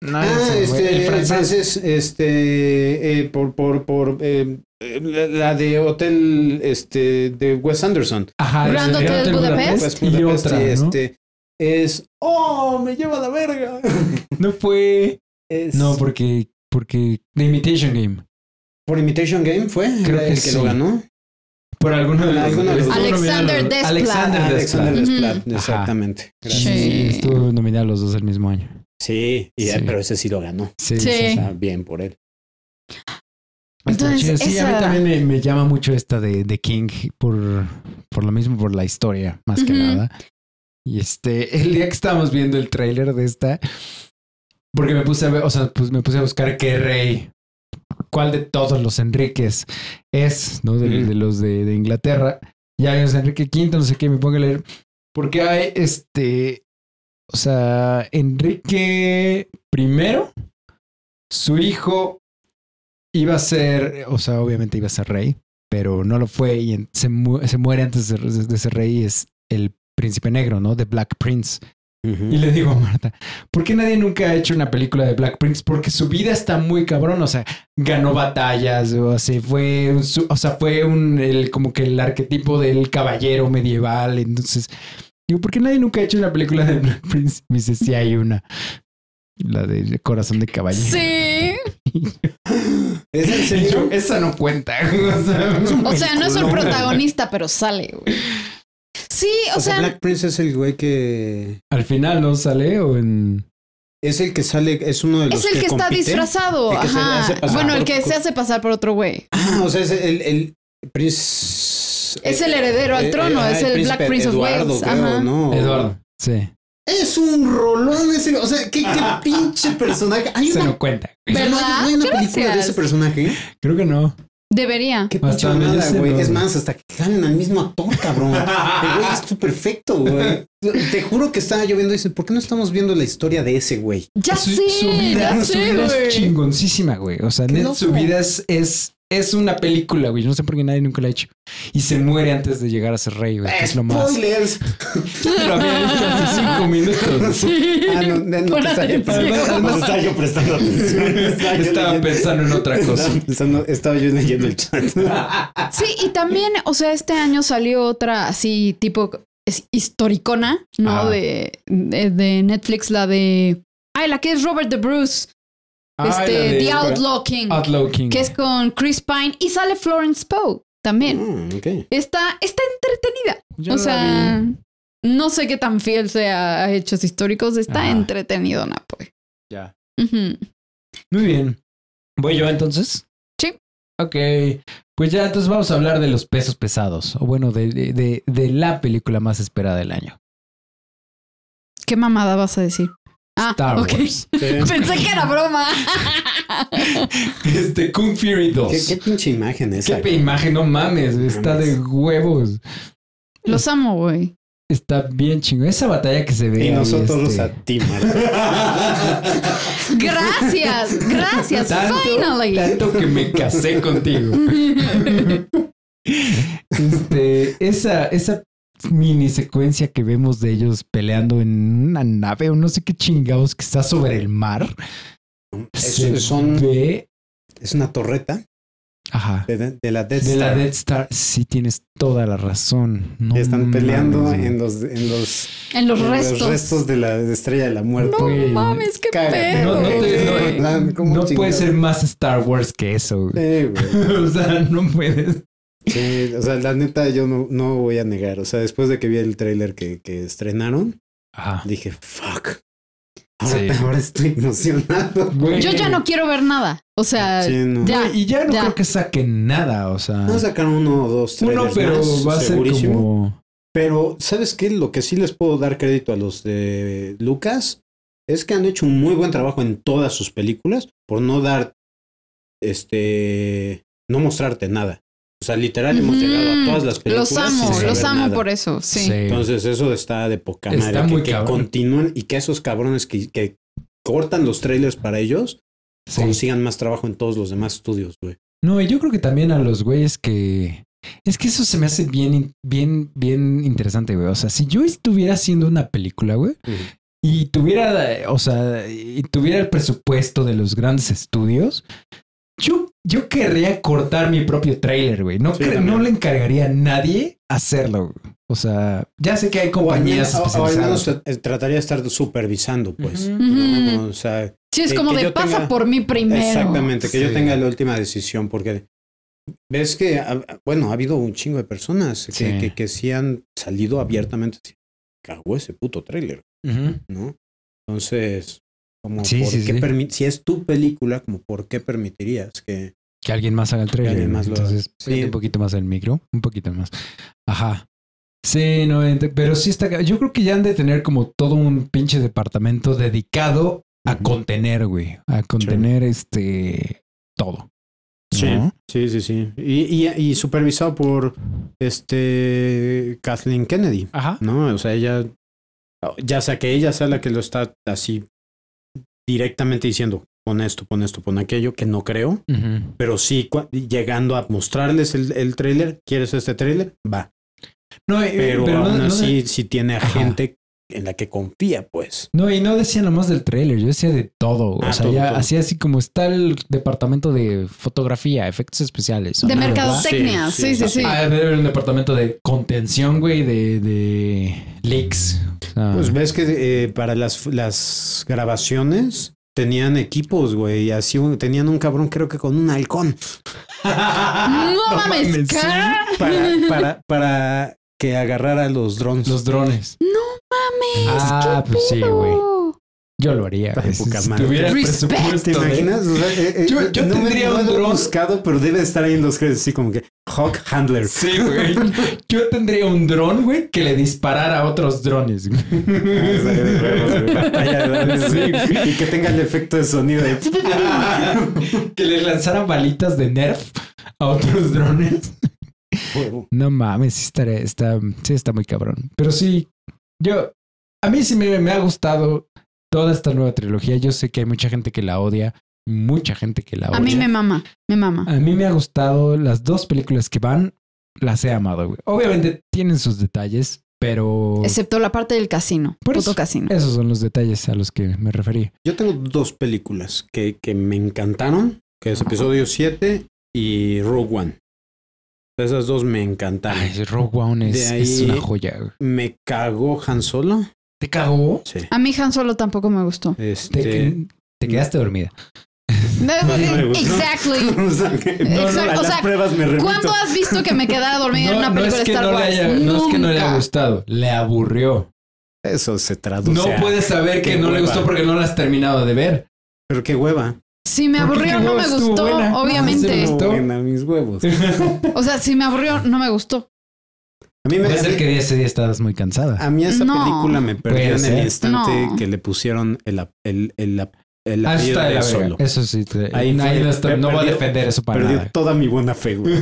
S2: No,
S4: Ah,
S2: ese, güey,
S4: este,
S2: el francés.
S4: este, eh, por, por, por, eh, la la de Hotel, este, de Wes Anderson.
S2: Ajá,
S3: Grand
S2: el de
S3: Hotel Budapest.
S4: Wes
S2: y
S4: Budapest,
S2: otra,
S4: y
S2: ¿no?
S4: este, es, oh, me lleva la verga.
S2: No fue.
S4: Es-
S2: No, porque. Porque. The Imitation Game.
S4: Por Imitation Game fue
S2: Creo
S4: el
S2: que
S4: que
S2: sí.
S4: lo ganó.
S2: Por alguno de los.
S4: Alguno de los dos.
S3: Alexander Desplat.
S2: Alexander
S4: Ah, Alexander
S2: Desplat.
S4: Desplat,
S2: Ajá.
S4: exactamente. Gracias.
S3: Sí.
S2: Sí, estuvo nominado los dos el mismo año.
S1: Sí, y-
S2: Sí.
S1: pero ese sí lo ganó.
S2: Sí.
S3: Sí.
S1: O sea, bien por él.
S2: Está chido.
S3: Entonces,
S2: sí, a mí
S3: esa-
S2: también me, me llama mucho esta de, de King por, por lo mismo, por la historia, más que
S3: Ujú.
S2: nada. Y este, el día que estábamos viendo el tráiler de esta, porque me puse a ver, o sea, pues me puse a buscar qué rey, cuál de todos los Enriques es, ¿no? De,
S4: Ujú.
S2: de los de, de Inglaterra. Ya hay Enrique V, no sé qué, me pongo a leer. Porque hay este, o sea, Enrique primero, su hijo iba a ser, o sea, obviamente iba a ser rey, pero no lo fue y en- se, mu- se muere antes de, ser- de ser rey y es el príncipe negro, ¿no? De Black Prince. Y le digo a Marta, ¿por qué nadie nunca ha hecho una película de Black Prince? Porque su vida está muy cabrón, o sea, ganó batallas, o sea, fue, un su- o sea, fue un, el, como que el arquetipo del caballero medieval, entonces... Digo, ¿por qué nadie nunca ha hecho una película de Black Prince? Me dice, sí hay una. La de Corazón de Caballero.
S3: sí.
S4: ¿Es en
S2: Y yo,
S4: serio?
S2: Esa no cuenta. O sea,
S3: O sea, no es el
S4: Peliculón.
S3: protagonista, pero sale, güey. Sí, o,
S4: O
S3: sea,
S4: sea, Black Prince es el güey que...
S2: Al final no sale o en.
S4: Es el que sale, es uno de los
S3: es el que, está
S4: compite.
S3: disfrazado.
S4: el que se
S3: Ajá.
S4: hace pasar
S3: Bueno, el
S4: por-
S3: que se hace pasar por otro güey.
S4: Ah, o sea, es el, el Prince...
S3: Es el heredero al trono,
S4: ajá,
S3: es el Black
S4: príncipe
S3: Prince of
S4: Eduardo,
S3: Wales,
S4: creo,
S3: ajá.
S4: ¿no?
S2: Eduardo. Sí.
S4: Es un rolón ese, o sea, qué, qué pinche personaje. Hay
S2: Esa
S4: una,
S2: no cuenta.
S4: ¿no hay-
S3: ¿Verdad?
S4: no hay una película de
S3: Gracias.
S4: ese personaje.
S2: Creo que no.
S3: Debería.
S4: Qué
S2: Hasta donde yo
S4: pachonada,
S2: sé,
S4: güey.
S2: no.
S4: Es más, hasta que ganen al mismo actor, cabrón. El güey es perfecto, güey. Te juro que estaba lloviendo y dice, ¿por qué no estamos viendo la historia de ese güey?
S3: Ya
S2: su,
S3: sé,
S2: su vida,
S3: ya
S2: su
S3: sé,
S2: vida es
S3: güey.
S2: chingoncísima, güey. O sea,
S4: Qué
S2: net,
S4: loco.
S2: su vida es, es, es una película, güey. No sé por qué nadie nunca la ha hecho. Y se muere antes de llegar a ser rey, güey. que es lo
S4: Eh,
S2: más.
S4: Spoilers.
S2: Lo había dicho hace cinco minutos.
S4: Ah, no, no, no
S3: Pon
S4: te estaba yo
S3: atención.
S4: prestando-
S1: No estaba yo prestando atención. Estaba yo
S2: Estaba
S1: leyendo-
S2: pensando en otra cosa.
S4: Estaba pensando- Estaba yo leyendo el chat.
S3: Sí, y también, o sea, este año salió otra así tipo es historicona, ¿no?
S2: Ajá.
S3: De, de, de Netflix, la de... Ay, la que es Robert the Bruce,
S2: Ay, la
S3: este,
S2: de Ah,
S3: The Outlaw King,
S2: Outlaw King.
S3: que es con Chris Pine, y sale Florence Poe también.
S4: Mm, ok.
S3: Está, está entretenida.
S2: Yo no
S3: o
S2: la
S3: sea, no sé qué tan fiel sea a hechos históricos, está
S2: Ajá.
S3: entretenido, Napoe.
S2: Ya.
S3: Ujú.
S2: Muy bien. ¿Voy yo entonces?
S3: Sí.
S2: Ok. Pues ya, entonces vamos a hablar de los pesos pesados. O bueno, de, de- de- de la película más esperada del año.
S3: ¿Qué mamada vas a decir? Ah,
S2: Star
S3: ok.
S2: Wars.
S3: Pensé que era broma.
S2: Este, Kung Fury 2.
S4: ¿Qué, qué pinche imagen
S2: Qué
S4: esa?
S2: pe- imagen, no mames. Está de huevos.
S3: Los amo, güey.
S2: Está bien chingón. Esa batalla que se ve.
S1: Y
S2: ahí,
S1: nosotros
S2: este,
S1: a ti, Marta.
S3: Gracias, gracias.
S2: Tanto,
S3: Finally.
S2: tanto que me casé contigo. Este, esa, esa mini secuencia que vemos de ellos peleando en una nave o no sé qué chingados que está sobre el mar.
S4: Es,
S2: se
S4: son-
S2: ve-
S4: es una torreta
S2: Ajá.
S4: de, de la Death
S2: De la
S4: Star.
S2: Dead Star, sí tienes toda la razón. No
S4: Están
S2: mames,
S4: peleando
S2: güey.
S4: en los, en los,
S3: En los
S4: en los
S3: restos.
S4: restos de la estrella de la muerte.
S3: No
S2: Güey,
S3: mames, qué
S4: cágate.
S2: No,
S3: pedo.
S2: no te- no-
S4: Ah, ¿cómo
S2: no puede
S4: chingados?
S2: ser más Star Wars que eso. güey.
S4: Sí, güey.
S2: o sea, no puedes.
S4: Sí, o sea, la neta yo no, no voy a negar. O sea, después de que vi el tráiler que, que estrenaron,
S2: Ajá.
S4: dije, fuck, Ahora,
S2: Sí.
S4: ahora estoy emocionado.
S2: Güey.
S3: Yo ya no quiero ver nada. O sea,
S4: Sí, no.
S3: ya.
S2: No, y ya no
S3: ya.
S2: creo que saquen nada, o sea.
S4: Van a sacar uno o dos, trailers
S2: uno, pero
S4: más,
S2: va a ser
S4: segurísimo.
S2: como.
S4: Pero, ¿sabes qué? Lo que sí les puedo dar crédito a los de Lucas es que han hecho un muy buen trabajo en todas sus películas por no dar, este, no mostrarte nada. O sea, literal hemos
S3: Ujú.
S4: llegado a todas las películas.
S3: Los amo,
S4: sin
S3: los
S4: saber
S3: amo
S4: nada.
S3: por eso, sí.
S4: Entonces, eso está de poca madre.
S2: Está
S4: que,
S2: muy
S4: que
S2: cabrón.
S4: continúen y que esos cabrones que, que cortan los trailers para ellos
S2: Sí.
S4: consigan más trabajo en todos los demás estudios, güey.
S2: No, y yo creo que también a los güeyes que. Es que eso se me hace bien, bien, bien interesante, güey. O sea, si yo estuviera haciendo una película, güey, y tuviera, eh, o sea, y tuviera el presupuesto de los grandes estudios, yo, yo querría cortar mi propio trailer, güey. No,
S4: Sí,
S2: cre-
S4: también.
S2: no le encargaría a nadie hacerlo, güey. O sea, ya sé que hay compañías
S4: o al menos- o- o al
S2: especializadas.
S4: menos, eh, trataría de estar supervisando, pues.
S2: Ujú.
S3: Ujú.
S4: No, o sea,
S3: Sí, es
S4: Que-
S3: como
S4: que
S3: de
S4: yo
S3: pasa
S4: tenga-
S3: por mí primero.
S4: Exactamente, que yo
S2: Sí.
S4: tenga la última decisión, porque ves que, ha- bueno, ha habido un chingo de personas que,
S2: Sí.
S4: que, que sí han salido abiertamente. así, Cagó ese puto trailer,
S2: Ujú.
S4: ¿no? Entonces, como,
S2: Sí,
S4: ¿por
S2: sí,
S4: qué
S2: sí.
S4: permi- si es tu película, como, ¿por qué permitirías que
S2: Que alguien más haga el trailer.
S4: alguien
S2: ¿no?
S4: más lo haga.
S2: Entonces,
S4: Sí.
S2: pégate un poquito más el micro, un poquito más. Ajá. Sí, no, ent- pero sí está. ca- Yo creo que ya han de tener como todo un pinche departamento dedicado a
S4: Ujú.
S2: contener, güey. A contener este todo.
S4: Sí,
S2: ¿no?
S4: sí, sí, sí. Y, y- y supervisado por este Kathleen Kennedy,
S2: Ajá.
S4: ¿no? O sea, ella, ya sea que ella sea la que lo está así directamente diciendo, pon esto, pon esto, pon aquello, que no creo,
S2: Ujú.
S4: pero sí cua- llegando a mostrarles el, el trailer, ¿quieres este trailer? Va.
S2: No, eh,
S4: Pero,
S2: no-
S4: aún
S2: no,
S4: así, sí tiene a
S2: Ajá.
S4: gente en la que confía, pues.
S2: No, y no decía nomás del trailer, yo decía de todo.
S4: Ah,
S2: o sea,
S4: todo,
S2: ya
S4: todo.
S2: hacía así como está el departamento de fotografía, efectos especiales.
S3: De
S2: sonido, ¿verdad?
S3: mercadotecnia, sí,
S4: Sí, sí,
S3: sí,
S4: sí.
S3: sí.
S2: Ah, debe haber un departamento de contención, güey, de, de leaks. O sea,
S4: Pues ves que eh, para las, las grabaciones tenían equipos, güey, y así un- tenían un cabrón, creo que con un halcón. Ah,
S3: No, mames,
S2: mames, sí.
S3: cara.
S4: para, para, para que agarrara los drones.
S2: Los drones.
S3: Mames,
S2: Ah,
S3: qué
S2: pues sí,
S3: pedo.
S2: güey. Yo lo haría.
S4: Está
S2: güey,
S4: de poca
S2: Si
S4: madre.
S2: tuviera el
S3: Respect.
S4: ¿Te
S2: presupuesto, güey.
S4: imaginas? O sea, eh, eh,
S2: Yo- yo
S4: no me-
S2: tendría
S4: no
S2: un
S4: lo he
S2: dron.
S4: buscado, pero debe estar ahí en los créditos, así como que Hawk Handler.
S2: Sí, güey. Yo tendría un dron, güey, que le disparara a otros drones.
S4: Ah,
S2: güey. Sí, güey.
S4: Y que tenga el efecto de sonido de
S2: que le lanzaran balitas de Nerf a otros drones.
S4: huevo.
S2: No mames, sí estaré, está, sí está muy cabrón. Pero sí, yo, a mí sí me, me ha gustado toda esta nueva trilogía. Yo sé que hay mucha gente que la odia, mucha gente que la odia.
S3: A mí me mama, me
S4: Ah,
S3: mama.
S2: A mí me ha gustado las dos películas que van, las he amado, güey. Obviamente tienen sus detalles, pero
S3: Excepto la parte del casino,
S2: Por
S3: puto
S2: eso-
S3: casino.
S2: esos son los detalles a los que me referí.
S4: Yo tengo dos películas que, que me encantaron, que es episodio 7 y Rogue One. Esas dos me encantaron.
S2: Ay, Rogue One es,
S4: De ahí-
S2: es una joya, güey.
S4: Me cagó Han Solo.
S2: ¿Te cagó?
S4: Sí.
S3: A mí Han Solo tampoco me gustó.
S2: Te,
S4: Este.
S2: te quedaste dormida.
S4: me gustó.
S3: Exactly.
S4: o sea, que no, no,
S3: Exacto,
S4: a
S3: o
S4: las
S3: sea,
S4: pruebas me remito.
S3: ¿Cuándo has visto que me quedara dormida en una
S2: no
S3: película
S2: es
S3: de
S2: que
S3: Star
S2: no le
S3: Wars?
S2: haya- no es que no le haya
S3: Nunca.
S2: gustado, le aburrió.
S4: Eso se traduce.
S2: No
S4: a-
S2: puedes saber que
S4: qué
S2: no le
S4: hueva.
S2: gustó porque no la has terminado de ver.
S4: Pero qué hueva.
S3: Si me
S2: ¿Por qué
S3: aburrió, no me
S2: estuvo
S3: gustó,
S2: buena? No,
S3: obviamente.
S4: Ah,
S2: sí me gustó.
S4: Buena, mis huevos.
S3: O sea, si me aburrió, no me gustó.
S4: A mí, me,
S2: Puede
S4: a
S2: ser
S4: mí,
S2: que día ese día estabas muy cansada.
S4: a mí esa
S3: No.
S4: película me
S2: Puede
S4: perdió en
S2: ser.
S4: el instante
S3: No.
S4: que le pusieron el, ap- el, el, ap- el apellido
S2: Hasta
S4: de
S2: Ah, la verga.
S4: solo.
S2: Eso sí, te-
S4: Ahí
S2: no,
S4: fue-
S2: ahí no, está-
S4: per-
S2: no va a
S4: perdió-
S2: defender eso para
S4: Perdió
S2: nada.
S4: toda mi buena fe, güey.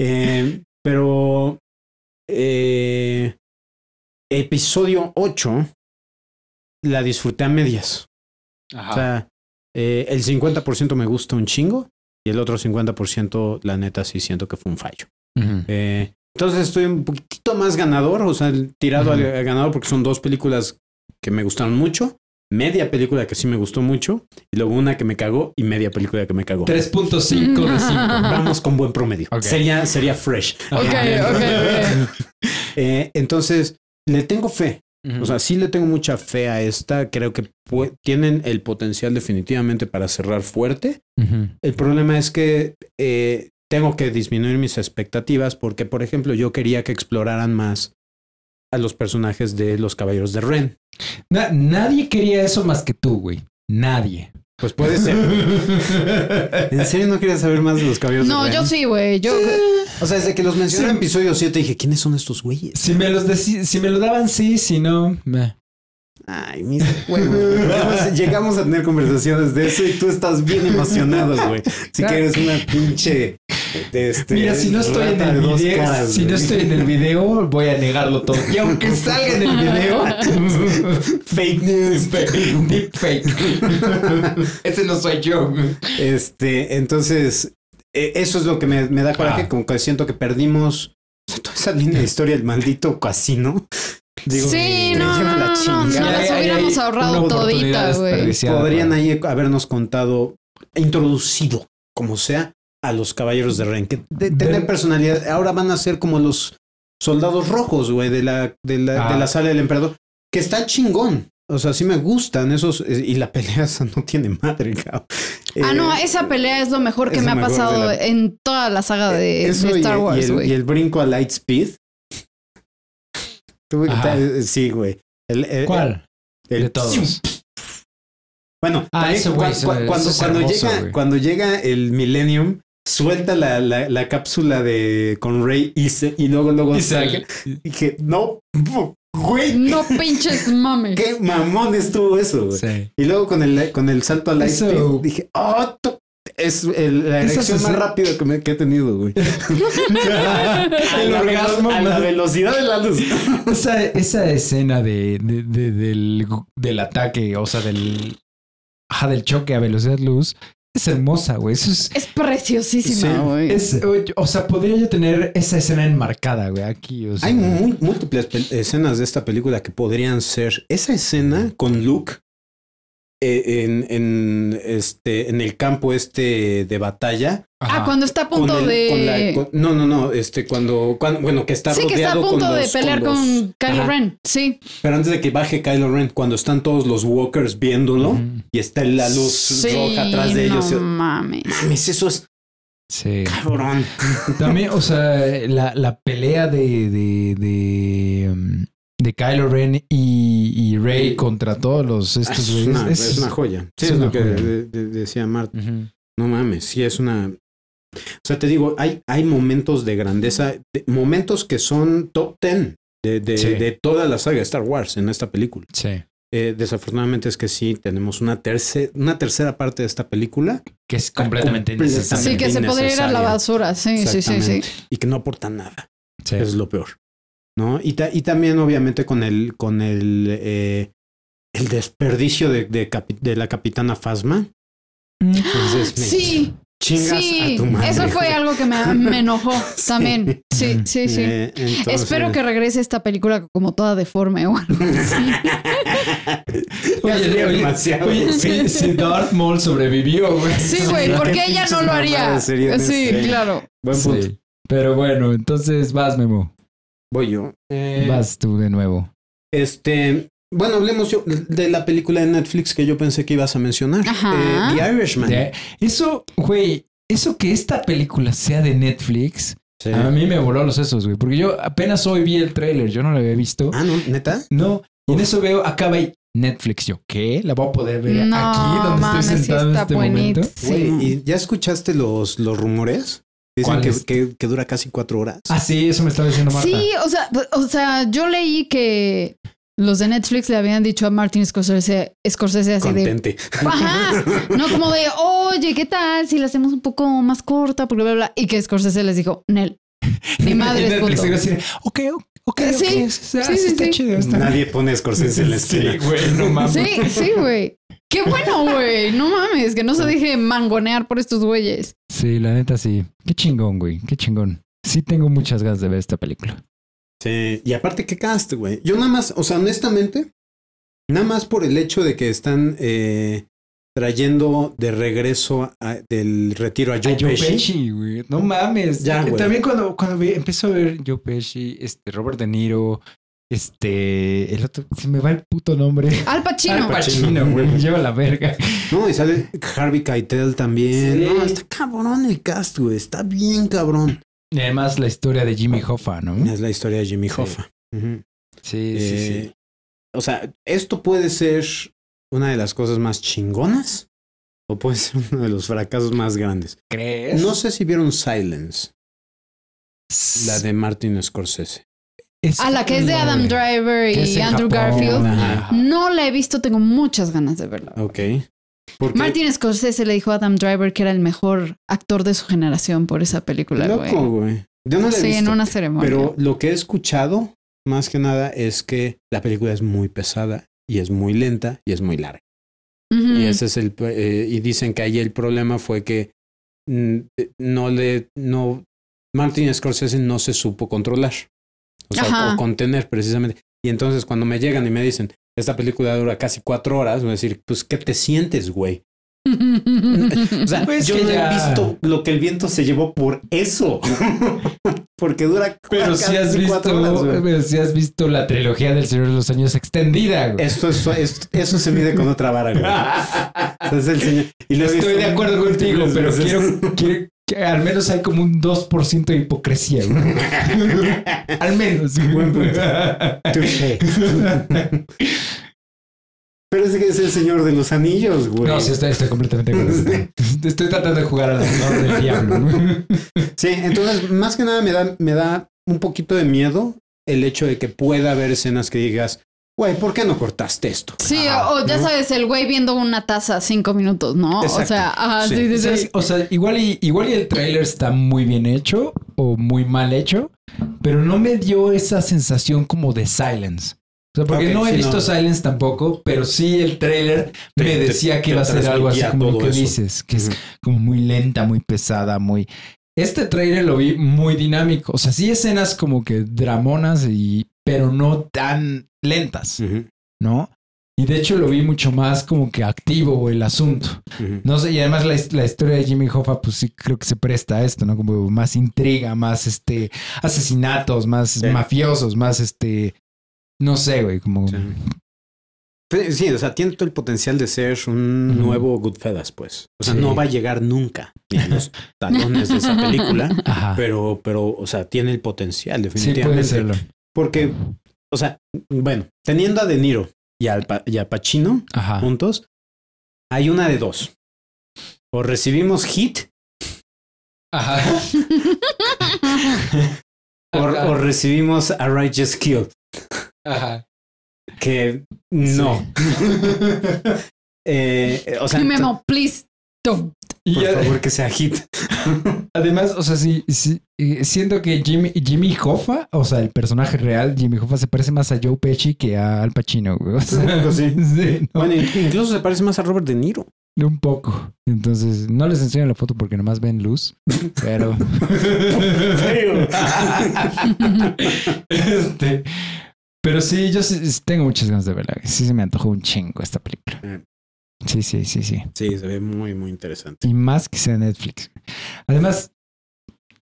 S4: Eh, pero eh, episodio 8 la disfruté a medias. O sea, eh, el 50% me gusta un chingo y el otro 50% la neta sí siento que fue un fallo.
S2: Ujú.
S4: Eh, entonces estoy un poquitito más ganador, o sea, el- tirado
S2: Ujú.
S4: al al ganador porque son dos películas que me gustaron mucho, media película que sí me gustó mucho, y luego una que me cagó y media película que me cagó.
S2: 3.5 de 5.
S4: Vamos con buen promedio.
S2: Ok.
S4: Sería, sería fresh. Eh, entonces, le tengo fe. O sea, sí le tengo mucha fe a esta. Creo que pu- tienen el potencial definitivamente para cerrar fuerte. El problema es que eh, tengo que disminuir mis expectativas porque, por ejemplo, yo quería que exploraran más a los personajes de los caballeros de Ren.
S2: Na- nadie quería eso más que tú, güey. Nadie.
S4: Pues puede ser. ¿En serio no querías saber más de los caballeros
S3: No,
S4: de Ren?
S3: yo sí, güey. Yo,
S4: O sea, desde que los mencioné en
S2: Sí.
S4: episodio 7 dije, ¿quiénes son estos güeyes?
S2: si, me los deci- si me lo daban, sí, si no. meh.
S4: Ay, mis huevos. güey. Llegamos- Llegamos a tener conversaciones de eso y tú estás bien emocionado, güey. Si que eres una pinche. de este,
S2: Mira, si no estoy en
S4: rata
S2: el
S4: de dos
S2: video,
S4: caras,
S2: si no
S4: güey.
S2: estoy en el video, voy a negarlo todo. Y aunque salga en el video,
S4: Fake news.
S2: deep fake. Ese no soy yo.
S4: Este, entonces, e- eso es lo que me, me da coraje,
S2: Ah.
S4: como que siento que perdimos o sea, toda esa línea de historia del maldito casino.
S3: sí,
S4: me
S3: no,
S4: lleva
S3: no,
S4: la
S3: no, no, no
S4: chingada.
S2: Ahí hay-
S3: las eh, hubiéramos
S2: hay
S3: ahorrado
S2: una
S3: todita,
S2: oportunidad
S3: güey.
S2: desperdiciada,
S4: Podrían
S2: güey.
S4: ahí habernos contado, introducido, como sea, a los caballeros de Ren, que de- tener
S2: Del-
S4: personalidad. Ahora van a ser como los soldados rojos, güey, de la, de, la,
S2: Ah.
S4: de la sala del emperador, que está chingón. O sea, sí me gustan esos. eh, Y la pelea esa no tiene madre, cabrón.
S3: Ah,
S4: Eh,
S3: no, esa pelea es lo mejor que
S4: es
S3: me
S4: lo
S3: ha
S4: mejor de
S3: pasado
S4: la- Eh,
S3: en toda la saga de, de
S4: Eso y-
S3: Star
S4: y
S3: Wars,
S4: el- y, el,
S3: güey.
S4: brinco a light speed. Tuve que
S2: Ajá.
S4: tal- eh, sí, güey. El- el-
S2: ¿Cuál?
S4: el-
S2: De todos.
S4: Bueno,
S2: Ah,
S4: también
S2: ese
S4: cu-
S2: güey,
S4: cu-
S2: ese-
S4: cuando,
S2: ese es
S4: cuando
S2: hermoso,
S4: llega,
S2: güey.
S4: cuando llega el Millennium, suelta la, la- la cápsula de con Rey y, se- y luego, luego
S2: Y
S4: saca.
S2: sale.
S4: Dije, no, güey,
S3: No pinches mames.
S4: qué mamón estuvo eso, güey.
S2: Sí.
S4: Y luego con el, con el salto a light
S2: Eso-
S4: speed, dije, oh, to- es el- la
S2: Eso
S4: erección
S2: se
S4: más
S2: hace-
S4: rápida que, me- que he tenido, güey. A la velo- a la velocidad de la luz.
S2: Esa, esa escena de, de- de- del, del ataque, o sea, del, ajá, del choque a velocidad luz, es hermosa, güey. Eso es,
S3: Es preciosísima,
S4: Sí,
S3: güey.
S2: es- o- o sea, podría yo tener esa escena enmarcada, güey, aquí. O sea,
S4: Hay mu- múltiples pel- escenas de esta película que podrían ser esa escena con Luke eh, en, en, este, en el campo este de batalla.
S3: Ah,
S2: ajá.
S3: cuando está a punto
S4: con el-
S3: de.
S4: con la- con- no, no, no. Este, cuando, cuando- bueno, que está
S3: sí, que está a
S4: rodeado con
S3: punto de
S4: los-
S3: pelear con,
S4: los-
S3: Kylo
S4: Ajá.
S3: Ren. Sí.
S4: Pero antes de que baje Kylo Ren, cuando están todos los walkers viéndolo
S2: Ujú.
S4: y está la luz
S3: Sí,
S4: roja atrás de ellos.
S3: No
S4: yo-
S3: mames.
S4: Mames, eso es
S2: Sí.
S4: cabrón.
S2: También, o sea, la, la pelea de, de, de, um, de Kylo Ren y, y Rey contra todos los estos
S4: Es
S2: güeyes,
S4: una,
S2: es-
S4: Ah, es una joya. Sí,
S2: es
S4: es,
S2: una
S4: lo que
S2: joya.
S4: de- de- decía Marta.
S2: Ujú.
S4: No mames, sí es una. O sea, te digo, hay, hay momentos de grandeza, de- momentos que son top 10 de, de,
S2: Sí.
S4: de toda la saga Star Wars en esta película.
S2: Sí.
S4: Eh, desafortunadamente es que sí, tenemos una, terce- una tercera parte de esta película
S2: Que es completamente
S4: Completamente.
S2: innecesario.
S3: Sí, que se podría ir a la
S4: innecesaria.
S3: basura. Sí, sí, sí, sí.
S4: Exactamente. y que no aporta nada.
S2: Sí.
S4: Es lo peor. ¿No? Y, ta- y también, obviamente, con el, con el, eh, el desperdicio de, de capi- de la capitana Fasma.
S2: Mm.
S4: Entonces, me
S3: Sí,
S4: chingas
S3: sí.
S4: a tu madre.
S3: Eso fue algo que me, me enojó también. Sí, sí, sí.
S4: Eh, entonces-
S3: Espero que regrese esta película como toda deforme o algo así.
S4: Ya
S2: Oye,
S4: sería
S2: oye,
S4: demasiado,
S2: oye,
S4: güey.
S2: si, si Darth Maul sobrevivió, güey.
S3: Sí, güey, porque ella no lo haría.
S4: Pinches mamadas serían
S3: Sí,
S4: este.
S3: claro.
S4: Buen punto.
S2: Sí. Pero bueno, entonces vas, Memo.
S4: Voy yo. Eh,
S2: Vas tú de nuevo.
S4: Este. Bueno, hablemos yo de la película de Netflix que yo pensé que ibas a mencionar.
S3: Ajá.
S4: Eh, The Irishman.
S2: Ya, Eso, güey, eso que esta película sea de Netflix,
S4: Sí.
S2: a mí me voló los sesos, güey. Porque yo apenas hoy vi el tráiler, yo no lo había visto.
S4: Ah, no, neta.
S2: No, y en eso veo, acaba y Netflix. Yo, ¿qué? ¿La voy a poder ver
S3: No,
S2: aquí donde
S3: mames,
S2: estoy sentado
S3: sí
S2: en
S3: está
S2: este momento?
S4: Güey,
S3: buenísimo.
S4: ¿y ya escuchaste los, los rumores? Dicen que,
S2: ¿Cuáles?
S4: que- que dura casi cuatro horas.
S2: Ah, sí, eso me estaba diciendo Marta.
S3: Sí, o sea, o sea, yo leí que los de Netflix le habían dicho a Martin Scorsese, Scorsese así de
S4: Contente.
S3: Ajá. No como de, oye, ¿qué tal si la hacemos un poco más corta? Porque bla, bla. Y que Scorsese les dijo, Nel, ni
S2: Y
S3: madre es
S2: Netflix
S3: punto.
S2: iba así de, ok, ok, ok.
S3: Eh, sí,
S2: ok, ah,
S3: sí, sí,
S2: está
S3: sí.
S2: chido, está
S4: Nadie pone a Scorsese en la esquina.
S2: Sí, güey, no mames.
S3: Sí, sí, güey. Qué bueno, güey. No mames, que no se deje mangonear por estos güeyes.
S2: Sí, la neta sí. Qué chingón, güey. Qué chingón. Sí tengo muchas ganas de ver esta película.
S4: Sí, y aparte, ¿qué cast, güey? Yo nada más, o sea, honestamente, nada más por el hecho de que están eh, trayendo de regreso a- del retiro a Joe, Pesci.
S2: güey. No mames.
S4: Ya,
S2: Eh,
S4: güey.
S2: También cuando, cuando vi- empiezo a ver Joe Pesci, este, Robert De Niro, este, el otro, se me va el puto nombre.
S3: Al
S2: Al
S3: Pacino.
S2: Pacino, Ah, güey. Me lleva la verga.
S4: No, y sale Harvey Keitel también.
S2: Sí.
S4: No, está cabrón el cast, güey. Está bien cabrón.
S2: Y además la historia de Jimmy Hoffa, ¿no?
S4: Es la historia de Jimmy
S2: Sí.
S4: Hoffa. Ujú.
S2: Sí, sí,
S4: Eh,
S2: sí.
S4: O sea, esto puede ser una de las cosas más chingonas o puede ser uno de los fracasos más grandes.
S2: ¿Crees?
S4: No sé si vieron Silence, la de Martin Scorsese.
S3: A la que es de Adam Driver
S2: que es
S3: y
S2: en
S3: Andrew
S2: Japón.
S3: Garfield.
S4: Ajá.
S3: No la he visto, tengo muchas ganas de verla.
S4: Ok. Porque,
S3: Martin Scorsese le dijo a Adam Driver que era el mejor actor de su generación por esa película, güey.
S4: loco, güey. Yo no la he
S3: sí, en
S4: visto,
S3: una ceremonia.
S4: Pero lo que he escuchado, más que nada, es que la película es muy pesada y es muy lenta y es muy larga.
S3: Ujú.
S4: Y ese es el eh, y dicen que ahí el problema fue que mm, eh, no le no Martin Scorsese no se supo controlar. O sea,
S3: Ajá.
S4: o contener precisamente. Y entonces cuando me llegan y me dicen, esta película dura casi cuatro horas, voy a decir, pues, ¿qué te sientes, güey? O sea,
S2: Pues
S4: yo
S2: que
S4: no
S2: ya-
S4: he visto lo que el viento se llevó por eso. Porque dura
S2: Pero si
S4: casi
S2: has
S4: cuatro horas, güey.
S2: visto, pero si has visto la trilogía del Señor de los Años extendida, güey.
S4: Esto, es- esto- eso se mide con otra vara, güey. O sea, es el señor- y lo he
S2: Estoy
S4: visto
S2: de acuerdo contigo,
S4: múltiples
S2: pero
S4: veces.
S2: quiero, quiero que al menos hay como un 2% de hipocresía, güey. al menos. güey.
S4: Buen punto. Touché. Pero es que es el señor de los anillos, güey.
S2: No, sí, estoy, estoy completamente de acuerdo. Estoy tratando de jugar al abogado del diablo. güey.
S4: Sí, entonces, más que nada me da, me da un poquito de miedo el hecho de que pueda haber escenas que digas, güey, ¿por qué no cortaste esto?
S3: Sí, o ya sabes, el güey viendo una taza cinco minutos, ¿no? O
S4: Exacto.
S3: sea, ajá,
S4: Sí.
S3: sí, sí, sí.
S2: ¿Sabes? O sea, igual y, igual y el trailer está muy bien hecho o muy mal hecho, pero no me dio esa sensación como de silence. O sea, porque
S4: Ok,
S2: no he
S4: sí,
S2: visto
S4: no.
S2: silence tampoco, pero sí el trailer
S4: Te-
S2: me
S4: te-
S2: decía que
S4: te
S2: iba a ser algo así
S4: transmitía
S2: como lo
S4: todo
S2: que
S4: eso.
S2: dices, que es como muy lenta, muy pesada, muy... Este trailer lo vi muy dinámico. O sea, sí escenas como que dramonas y... pero no tan lentas,
S4: Ujú,
S2: ¿no? Y de hecho lo vi mucho más como que activo el asunto.
S4: ujú.
S2: No sé, y además la, his- la historia de Jimmy Hoffa, pues sí creo que se presta a esto, ¿no? Como más intriga, más este asesinatos, más
S4: Sí.
S2: mafiosos, más este. No sé, güey, como.
S4: Sí. Pero Sí, o sea, tiene todo el potencial de ser un
S2: Ujú.
S4: nuevo Goodfellas, pues. O sea,
S2: Sí.
S4: no va a llegar nunca ni a los talones de esa película,
S2: Ajá.
S4: pero, pero, o sea, tiene el potencial,
S2: Ah. sí,
S4: definitivamente.
S2: puede serlo.
S4: Porque, o sea, bueno, teniendo a De Niro y, al Pa- y a Pacino
S2: Ajá.
S4: juntos, hay una de dos. O recibimos hit
S2: Ajá.
S4: o,
S2: Ajá.
S4: o recibimimos a Righteous Kill.
S2: Ajá.
S4: Que no. Eh, o sea,
S3: Y Memo, please, don't.
S2: Y
S4: por
S2: ya-
S4: favor que sea hit.
S2: además, o sea, sí, sí, eh, siento que Jimmy, Jimmy Hoffa, o sea, el personaje real, Jimmy Hoffa, se parece más a Joe Pesci que a Al Pacino, güey. O sea,
S4: Pues Sí.
S2: sí, no.
S4: Bueno, incluso se parece más a Robert De Niro.
S2: Un poco. Entonces, no les enseño la foto porque nomás ven luz, pero... Este, pero sí, yo sí- sí tengo muchas ganas de verla. Sí se me antojó un chingo esta película.
S4: Mm.
S2: Sí, sí, sí, sí.
S4: Sí, se ve muy, muy interesante.
S2: Y más que sea Netflix. Además,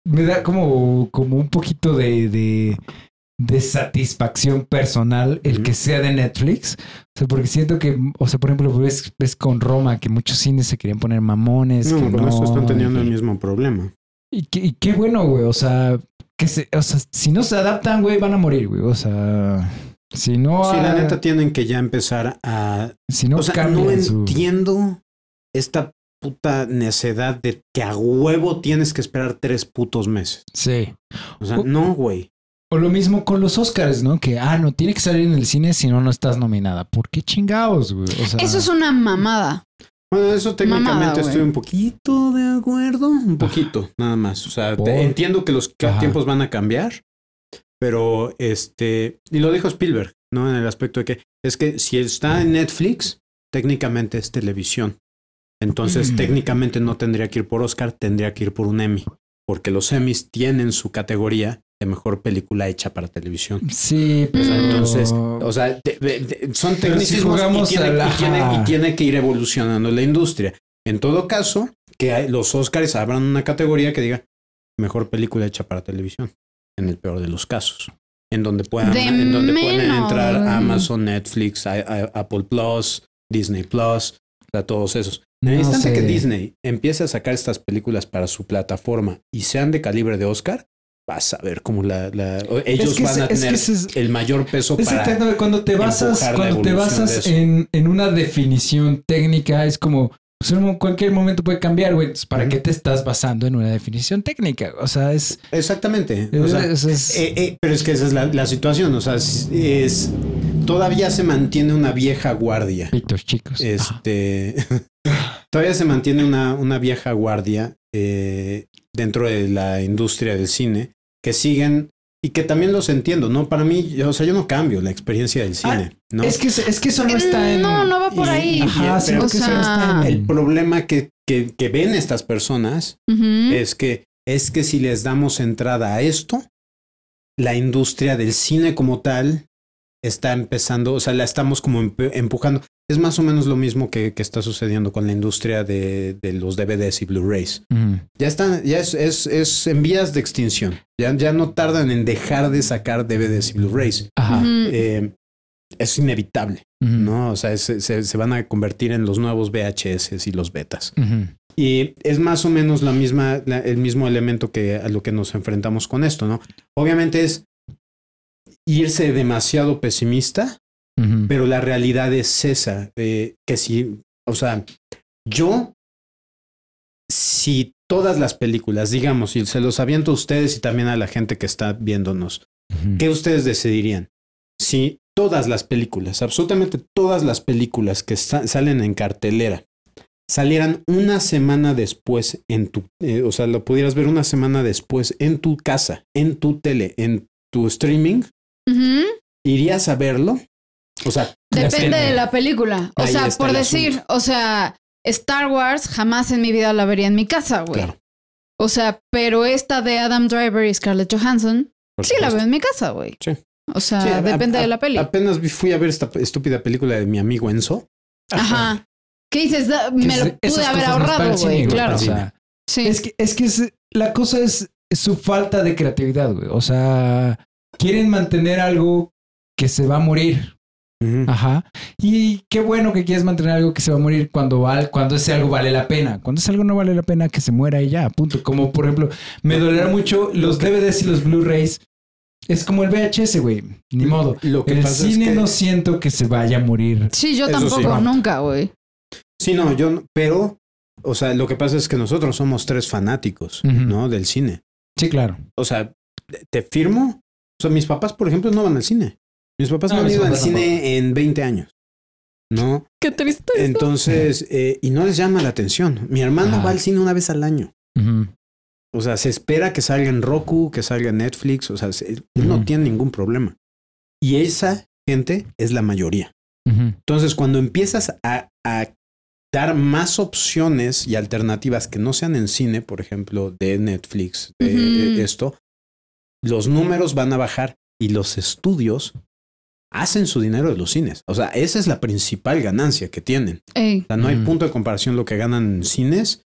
S2: me da como, como un poquito de, de, de satisfacción personal el
S4: Ujú.
S2: que sea de Netflix. O sea, porque siento que, o sea, por ejemplo, ves, ves con Roma que muchos cines se querían poner mamones.
S4: no,
S2: que
S4: con esto están teniendo
S2: y-
S4: el mismo problema.
S2: y, qué- y qué bueno, güey. O sea, que se, o sea, si no se adaptan, güey, van a morir, güey. O sea, si no,
S4: Sí, la
S2: ah,
S4: neta tienen que ya empezar a
S2: si no
S4: o sea,
S2: cambian
S4: no
S2: su-
S4: entiendo esta puta necedad de que a huevo tienes que esperar tres putos meses.
S2: Sí.
S4: O sea,
S2: O-
S4: no, güey.
S2: O lo mismo con los Oscars, ¿no? Que, ah, no, tiene que salir en el cine si no, no estás nominada. ¿Por qué chingados, güey? O sea,
S3: Eso es una mamada.
S4: Bueno, eso técnicamente
S3: Mamada, güey.
S4: estoy un poquito de acuerdo. Un poquito, nada más. O sea, te-
S2: Por-
S4: entiendo que los ca-
S2: Ajá.
S4: tiempos van a cambiar, pero este. Y lo dijo Spielberg, ¿no? En el aspecto de que es que si está en Netflix, técnicamente es televisión. Entonces,
S2: Mm.
S4: técnicamente no tendría que ir por Oscar, tendría que ir por un Emmy. Porque los Emmys tienen su categoría de mejor película hecha para televisión.
S3: Mm.
S2: Sí,
S4: O
S2: pero...
S4: sea, entonces, o sea, te- ve- ve- son
S2: Pero si
S4: tecnicismos y,
S2: jugamos
S4: tiene,
S2: al-
S4: y tiene-
S2: ajá.
S4: y tiene que ir evolucionando la industria. En todo caso, que hay- los Oscars abran una categoría que diga mejor película hecha para televisión, en el peor de los casos. En donde puedan,
S3: De
S4: en donde pueden
S3: menos.
S4: entrar Amazon, Netflix, a- a- Apple Plus, Disney Plus, o sea, todos esos. En el
S2: No
S4: instante
S2: sé.
S4: que Disney empiece a sacar estas películas para su plataforma y sean de calibre de Oscar,
S1: vas a ver cómo la, la- o- ellos
S2: que
S1: van
S2: ese-
S1: a
S2: es que
S1: tener
S2: ese es-
S1: el mayor peso
S2: Es
S1: para
S2: exactamente, cuando te basas,
S1: empujar la
S2: cuando te
S1: evolución de
S2: basas
S1: eso.
S2: en, en una definición técnica, es como pues, en un- cualquier momento puede cambiar, güey. Entonces, ¿Para
S1: Ujú.
S2: qué te estás basando en una definición técnica? O sea, es.
S4: Exactamente. O sea,
S2: es- es-
S4: eh, eh, pero es que esa es la, la situación. O sea, es, es- todavía se mantiene una vieja guardia.
S2: pitos, chicos. Ah,
S4: Este todavía se mantiene una, una vieja guardia eh, dentro de la industria del cine que siguen y que también los entiendo, ¿no? Para mí, yo- o sea, yo no cambio la experiencia del cine, ¿no?
S2: Ah, es, que, es que eso no está en.
S3: Mm, No, no va por
S4: Y-
S3: ahí.
S2: Ajá, sí,
S4: pero-
S2: es que eso no está en.
S4: El problema que, que- que ven estas personas
S3: Ujú.
S4: es que es que si les damos entrada a esto, la industria del cine como tal está empezando, o sea, la estamos como empe- empujando. Es más o menos lo mismo que, que está sucediendo con la industria de, de los DVDs y Blu-rays.
S2: Mm.
S4: Ya están, ya es, es, es en vías de extinción. Ya, ya no tardan en dejar de sacar DVDs y Blu-rays.
S2: Ajá.
S3: Ujú.
S4: Eh, es inevitable,
S2: Ujú.
S4: ¿no? O sea, se- se- se van a convertir en los nuevos VHS y los betas.
S2: Ujú.
S4: Y es más o menos la misma, la- el mismo elemento que a lo que nos enfrentamos con esto, ¿no? Obviamente es irse demasiado pesimista,
S2: Ujú.
S4: pero la realidad es esa, eh, que si, o sea, yo, si todas las películas, digamos, y se los aviento a ustedes y también a la gente que está viéndonos,
S2: Ujú.
S4: ¿qué ustedes decidirían? Si todas las películas, absolutamente todas las películas que sa- salen en cartelera, salieran una semana después en tu, eh, o sea, lo pudieras ver una semana después en tu casa, en tu tele, en tu streaming,
S3: Ujú.
S4: ¿irías a verlo? O sea,
S3: Depende
S2: Depende.
S3: de la película. O
S4: Ahí
S3: sea,
S4: está
S3: por
S4: el
S3: decir,
S4: asunto.
S3: o sea, Star Wars jamás en mi vida la vería en mi casa, güey.
S4: Claro.
S3: O sea, pero esta de Adam Driver y Scarlett Johansson,
S4: por
S3: sí la
S4: supuesto.
S3: veo en mi casa, güey.
S4: Sí.
S3: O sea,
S4: Sí, a-
S3: depende
S4: a-
S3: de la peli.
S4: Apenas vi- fui a ver esta estúpida película de mi amigo Enzo.
S3: Ajá. ¿Qué dices? Da-
S2: Que
S3: Me
S2: es-
S3: lo
S2: esas
S3: pude haber
S2: cosas no están en
S3: ahorrado,
S2: el cine,
S3: güey. Claro.
S2: O sea,
S4: Cine.
S3: Sí.
S2: Es que, es que es- la cosa es su falta de creatividad, güey. O sea, quieren mantener algo que se va a morir.
S4: Ah,
S2: Ajá. Y qué bueno que quieres mantener algo que se va a morir cuando, val- cuando ese algo vale la pena. Cuando ese algo no vale la pena, que se muera y ya, punto. Como por ejemplo, me dolerá mucho los DVDs y los Blu-rays. Es como el VHS, güey. Ni modo.
S4: Lo que
S2: El
S4: pasa es
S2: cine
S4: que-
S2: no siento que se vaya a morir.
S3: Sí, yo
S4: Eso
S3: tampoco,
S4: sí.
S3: nunca, güey.
S4: Sí, no, yo, no- pero, o sea, lo que pasa es que nosotros somos tres fanáticos,
S2: Ujú.
S4: ¿no? Del cine.
S2: Sí, claro.
S4: o sea, te- te firmo. O sea, mis papás, por ejemplo, no van al cine. Mis papás no,
S2: No,
S4: han
S2: mis
S4: ido al
S2: papás
S4: cine
S2: tampoco. Pues
S4: en 20 años. ¿No?
S3: Qué triste.
S4: Entonces, eh, y no les llama la atención. Mi hermano
S2: Ah.
S4: va al cine una vez al año.
S2: Ujú.
S4: O sea, se espera que salga en Roku, que salga en Netflix. O sea, se- él no
S2: Ujú.
S4: tiene ningún problema. Y esa gente es la mayoría.
S2: Ujú.
S4: Entonces, cuando empiezas a, a dar más opciones y alternativas que no sean en cine, por ejemplo, de Netflix, de
S3: Ujú.
S4: esto, los números van a bajar y los estudios hacen su dinero de los cines. O sea, esa es la principal ganancia que tienen.
S3: Ey,
S4: O sea, no hay
S2: Ujú.
S4: punto de comparación lo que ganan en cines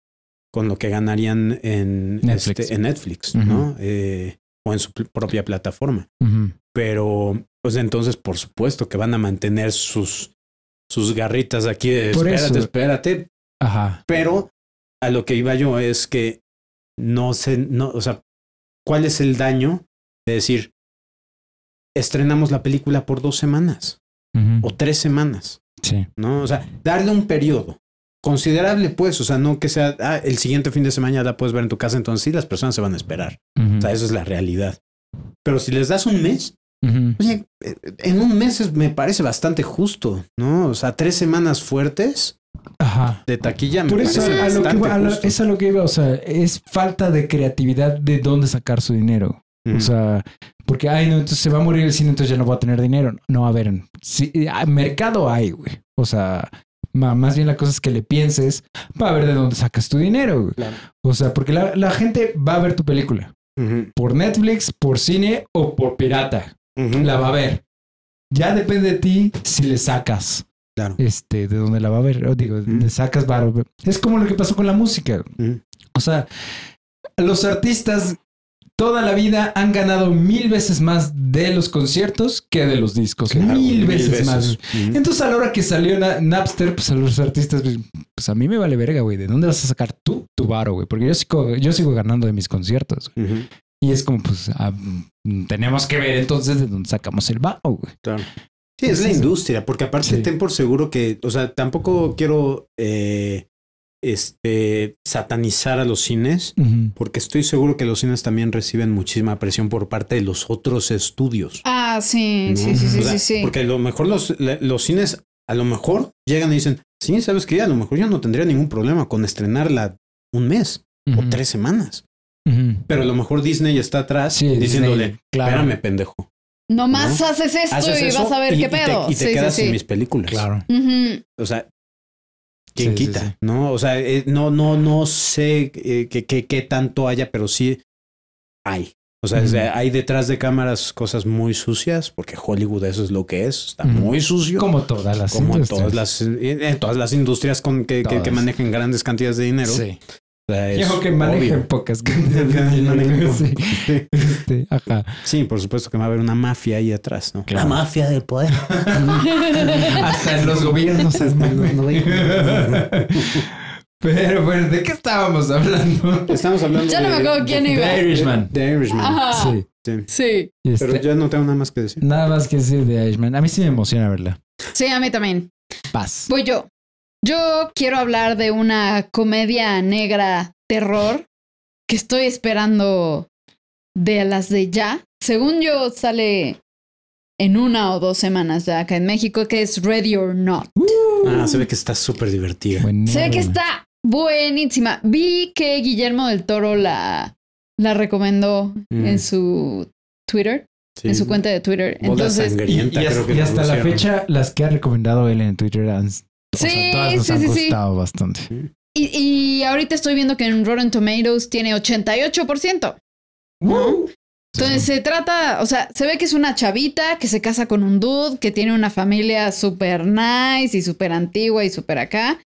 S4: con lo que ganarían en
S2: Netflix.
S4: este, en Netflix
S2: Ujú.
S4: ¿no? Eh, o en su pl- propia plataforma
S2: Ujú.
S4: pero pues entonces por supuesto que van a mantener sus sus garritas aquí de
S2: Por
S4: espérate,
S2: eso.
S4: espérate,
S2: Ajá.
S4: pero a lo que iba yo es que no sé, no, o sea, ¿cuál es el daño de decir estrenamos la película por dos semanas
S2: Ujú.
S4: o tres semanas,
S2: Sí.
S4: ¿no? O sea, darle un periodo considerable, pues, o sea, no que sea ah, el siguiente fin de semana ya la puedes ver en tu casa, entonces sí, las personas se van a esperar.
S2: Ujú.
S4: O sea, eso es la realidad. Pero si les das un mes,
S2: Ujú.
S4: Oye, eh, en un mes es- me parece bastante justo, ¿no? O sea, tres semanas fuertes
S2: Ajá.
S4: de taquilla me
S2: Por eso
S4: parece
S2: a lo, que
S4: bastante
S2: iba, a lo-
S4: justo.
S2: es a lo que iba, o sea, es falta de creatividad de dónde sacar su dinero.
S4: Ujú.
S2: O sea, porque, ay, no, entonces se va a morir el cine, entonces ya no va a tener dinero. No, a ver, sí, eh, ah, mercado hay, güey. O sea, ma- más bien la cosa es que le pienses para ver de dónde sacas tu dinero, güey.
S4: Claro.
S2: O sea, porque la, la gente va a ver tu película
S4: Ujú,
S2: por Netflix, por cine o por pirata.
S4: ujú.
S2: La va a ver. Ya depende de ti si le sacas
S4: Claro.
S2: este, de dónde la va a ver. O digo,
S4: Mm.
S2: le sacas varo. Es como lo que pasó con la música.
S4: Ujú.
S2: O sea, los artistas toda la vida han ganado mil veces más de los conciertos que de los discos.
S4: Claro,
S2: mil, veces, más.
S4: Ujú.
S2: Entonces, a la hora que salió Na- Napster, pues a los artistas, pues, pues, a mí me vale verga, güey. ¿De dónde vas a sacar tú tu varo, güey? Porque yo sigo, yo sigo ganando de mis conciertos.
S4: Ujú.
S2: Y es como, pues, ah, mm, tenemos que ver entonces de dónde sacamos el vago, güey.
S1: Claro.
S4: Sí, es la
S2: Sí.
S4: industria, porque aparte
S2: Sí.
S4: ten por seguro que, o sea, tampoco quiero eh, este, satanizar a los cines, porque estoy seguro que los cines también reciben muchísima presión por parte de los otros estudios.
S3: Ah, sí,
S4: ¿no?
S3: sí, sí, sí,
S4: O sea,
S3: sí, sí.
S4: Porque a lo mejor los, la- los cines, a lo mejor llegan y dicen, sí, sabes que a lo mejor yo no tendría ningún problema con estrenarla un mes o
S2: Ujú.
S4: tres semanas.
S2: Ujú.
S4: Pero a lo mejor Disney está atrás
S2: Sí,
S4: diciéndole,
S2: Disney, claro.
S4: espérame, pendejo.
S3: Nomás
S4: ¿no?
S3: haces esto
S4: Haces
S3: y
S4: eso
S3: vas a ver
S4: y-
S3: qué
S4: y te-
S3: pedo.
S4: Y te,
S3: sí,
S4: quedas
S3: sí,
S4: sin
S3: sí.
S4: mis películas.
S2: Claro.
S3: Ujú.
S4: O sea,
S2: Sí,
S4: ¿quién
S2: sí,
S4: quita?
S2: sí.
S4: No, o sea, eh, no, no, no sé eh, qué qué- qué tanto haya, pero sí hay. O sea, es de-
S2: Ujú.
S4: hay detrás de cámaras cosas muy sucias, porque Hollywood eso es lo que es, está
S2: Ujú.
S4: muy sucio.
S2: Como todas las
S4: como en
S2: industrias.
S4: todas las, en en todas las industrias con que, que- que
S2: Todas.
S4: manejan grandes cantidades de dinero.
S2: Sí.
S4: O sea, es
S2: Yo que manejen
S4: obvio.
S2: pocas.
S4: Manejen po-
S2: Sí. Este, ajá.
S4: Sí, por supuesto que va a haber una mafia ahí atrás, ¿no?
S2: Claro.
S4: La mafia del poder.
S2: Hasta en los gobiernos. este, hasta en los gobiernos. Pero bueno, ¿de qué estábamos hablando?
S4: Estamos hablando
S3: Ya no me
S4: de-
S3: acuerdo quién
S4: de-
S3: iba.
S2: The Irishman.
S4: De Irishman.
S3: Ajá.
S2: Sí.
S4: sí.
S3: Sí.
S2: Este,
S4: Ah. Pero yo no tengo nada más que decir.
S2: Nada más que decir de Irishman. A mí sí me emociona verla.
S3: Sí, a mí también.
S2: Paz.
S3: Voy yo. Yo quiero hablar de una comedia negra terror que estoy esperando de las de ya. Según yo, sale en una o dos semanas ya acá en México, que es Ready or Not. Uh.
S4: Ah, se ve que está súper divertida.
S2: Buenísima.
S3: Se ve que está buenísima. Vi que Guillermo del Toro la, la recomendó
S4: Mm.
S3: en su Twitter, en su cuenta de Twitter. Entonces,
S2: Y, y
S4: sangrienta, creo
S2: hasta,
S4: que
S2: y
S4: le
S2: hasta la
S4: pusieron.
S2: fecha, las que ha recomendado él en Twitter han, o sea,
S3: sí,
S2: todas nos
S3: sí,
S2: han
S3: sí, sí.
S2: gustado bastante.
S3: Y, y ahorita estoy viendo que en Rotten Tomatoes tiene 88%. Entonces se trata, o sea, se ve que es una chavita que se casa con un dude que tiene una familia súper nice y súper antigua y súper acá.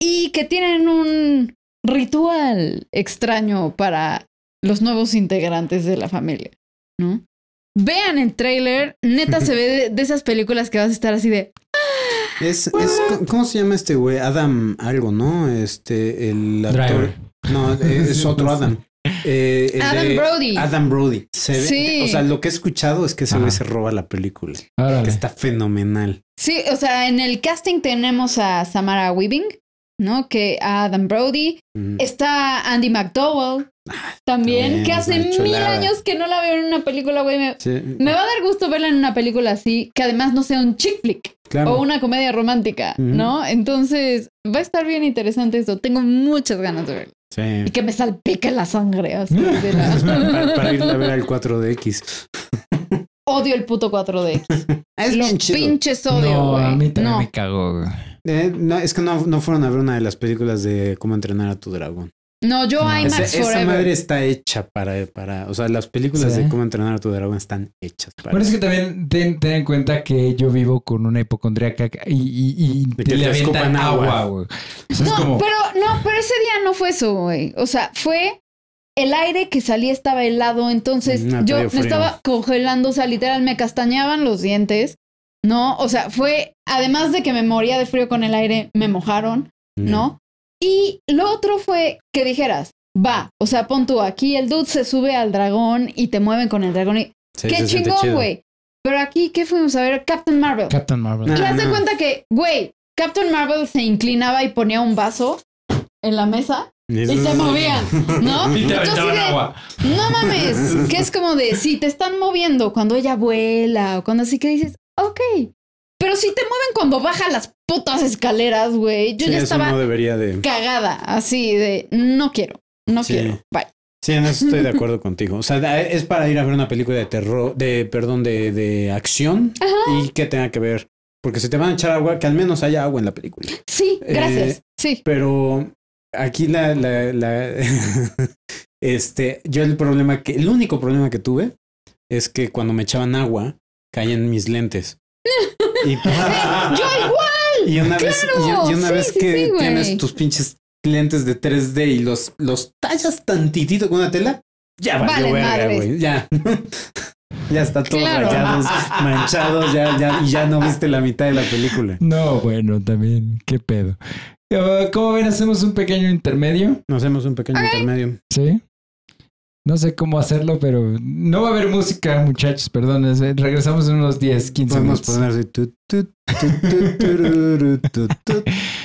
S3: Y que tienen un ritual extraño para los nuevos integrantes de la familia, ¿no? Vean el tráiler, neta se ve de, de esas películas que vas a estar así de,
S4: Es, es- ¿Cómo se llama este güey? Adam algo, ¿no? Este, el actor.
S2: Driver.
S4: No, es, es otro Adam. Eh, el
S3: Adam
S4: de-
S3: Brody.
S4: Adam Brody. Se ve-
S3: Sí.
S4: O sea, lo que he escuchado es que ese
S2: Ajá.
S4: güey se roba la película.
S2: Órale.
S4: Que está fenomenal.
S3: Sí, o sea, en el casting tenemos a Samara Weaving, ¿no? Que a Adam Brody.
S4: Mm.
S3: Está Andy McDowell también,
S4: también,
S3: que
S4: es
S3: hace
S4: una
S3: mil
S4: chulada.
S3: años que no la veo en una película, güey. Me,
S4: Sí,
S3: me va a dar gusto verla en una película así, que además no sea un chick flick
S4: claro.
S3: o una comedia romántica, ¿no? Entonces, va a estar bien interesante esto. Tengo muchas ganas de verla.
S4: Sí.
S3: Y que me salpique la sangre así de la-
S4: Para, para- para irle a ver al 4DX.
S3: Odio el puto 4D. Los
S4: Es bien chido.
S3: pinches odio,
S2: no,
S3: güey.
S2: a mí también
S3: no.
S2: me cagó. güey.
S4: Eh, no, es que no, no fueron a ver una de las películas de cómo entrenar a tu dragón.
S3: no, yo
S2: No.
S3: IMAX
S4: Esa, esa
S3: Forever.
S4: madre está hecha para, para, o sea, las películas
S2: Sí.
S4: de cómo entrenar a tu dragón están hechas para.
S2: Bueno, es que también ten, ten en cuenta que yo vivo con una hipocondríaca y, y, y
S4: De
S2: te
S4: que
S2: le
S4: te
S2: avientan
S4: escupan agua.
S2: agua, güey. O sea,
S3: No,
S2: es como...
S3: pero no, pero ese día no fue eso, güey. O sea, fue el aire que salía estaba helado, entonces
S4: Mm,
S3: yo
S4: frío,
S3: me
S4: frío.
S3: estaba congelando, o sea, literal me castañaban los dientes. No, o sea, fue además de que me moría de frío con el aire, me mojaron,
S4: Mm.
S3: ¿no? Y lo otro fue que dijeras, va, o sea, pon tú aquí el dude se sube al dragón y te mueven con el dragón y
S4: Sí,
S3: qué
S4: se siente
S3: chingón,
S4: chido.
S3: güey. Pero aquí qué fuimos a ver Captain Marvel.
S2: Captain Marvel.
S4: No.
S3: Y haz de
S4: Ah,
S3: cuenta que, güey, Captain Marvel se inclinaba y ponía un vaso en la mesa y se movían, ¿no? Yo así de, No mames, que es como de si te están moviendo cuando ella vuela o cuando así que dices, ok. Pero si te mueven cuando baja las putas escaleras, güey. Yo
S4: Sí,
S3: ya
S4: eso
S3: estaba
S4: no debería de.
S3: cagada, así de no quiero, no
S4: Sí.
S3: quiero. Bye.
S4: Sí, en eso estoy de acuerdo contigo. O sea, da- es para ir a ver una película de terror, de, perdón, de, de acción y que tenga que ver. Porque si te van a echar agua, que al menos haya agua en la película.
S3: Sí, gracias.
S4: Eh,
S3: sí.
S4: Pero aquí la, la, la- este, yo el problema que, el único problema que tuve es que cuando me echaban agua, caían mis lentes. Y, pues,
S3: Yo igual.
S4: y una vez,
S3: claro,
S4: y, y una
S3: sí,
S4: vez
S3: sí,
S4: que
S3: sí, güey.
S4: tienes tus pinches lentes de 3D y los, los tallas tantitito con una tela, ya
S3: Valen
S4: valió verga,
S3: madres.
S4: güey. Ya. ya está todo
S3: Claro.
S4: rayados, manchados, ya, ya, y ya no viste la mitad de la película.
S2: No, bueno, también, qué pedo. Eh, ¿Cómo ven? Hacemos un pequeño intermedio,
S4: Nos hacemos un pequeño intermedio.
S2: ¿sí? No sé cómo hacerlo, pero no va a haber música, muchachos, perdón. es- eh, Regresamos en unos 10, 15
S4: Podemos
S2: minutos.
S4: poner así, tu, tu, tu, tu, tururu, tu, tu,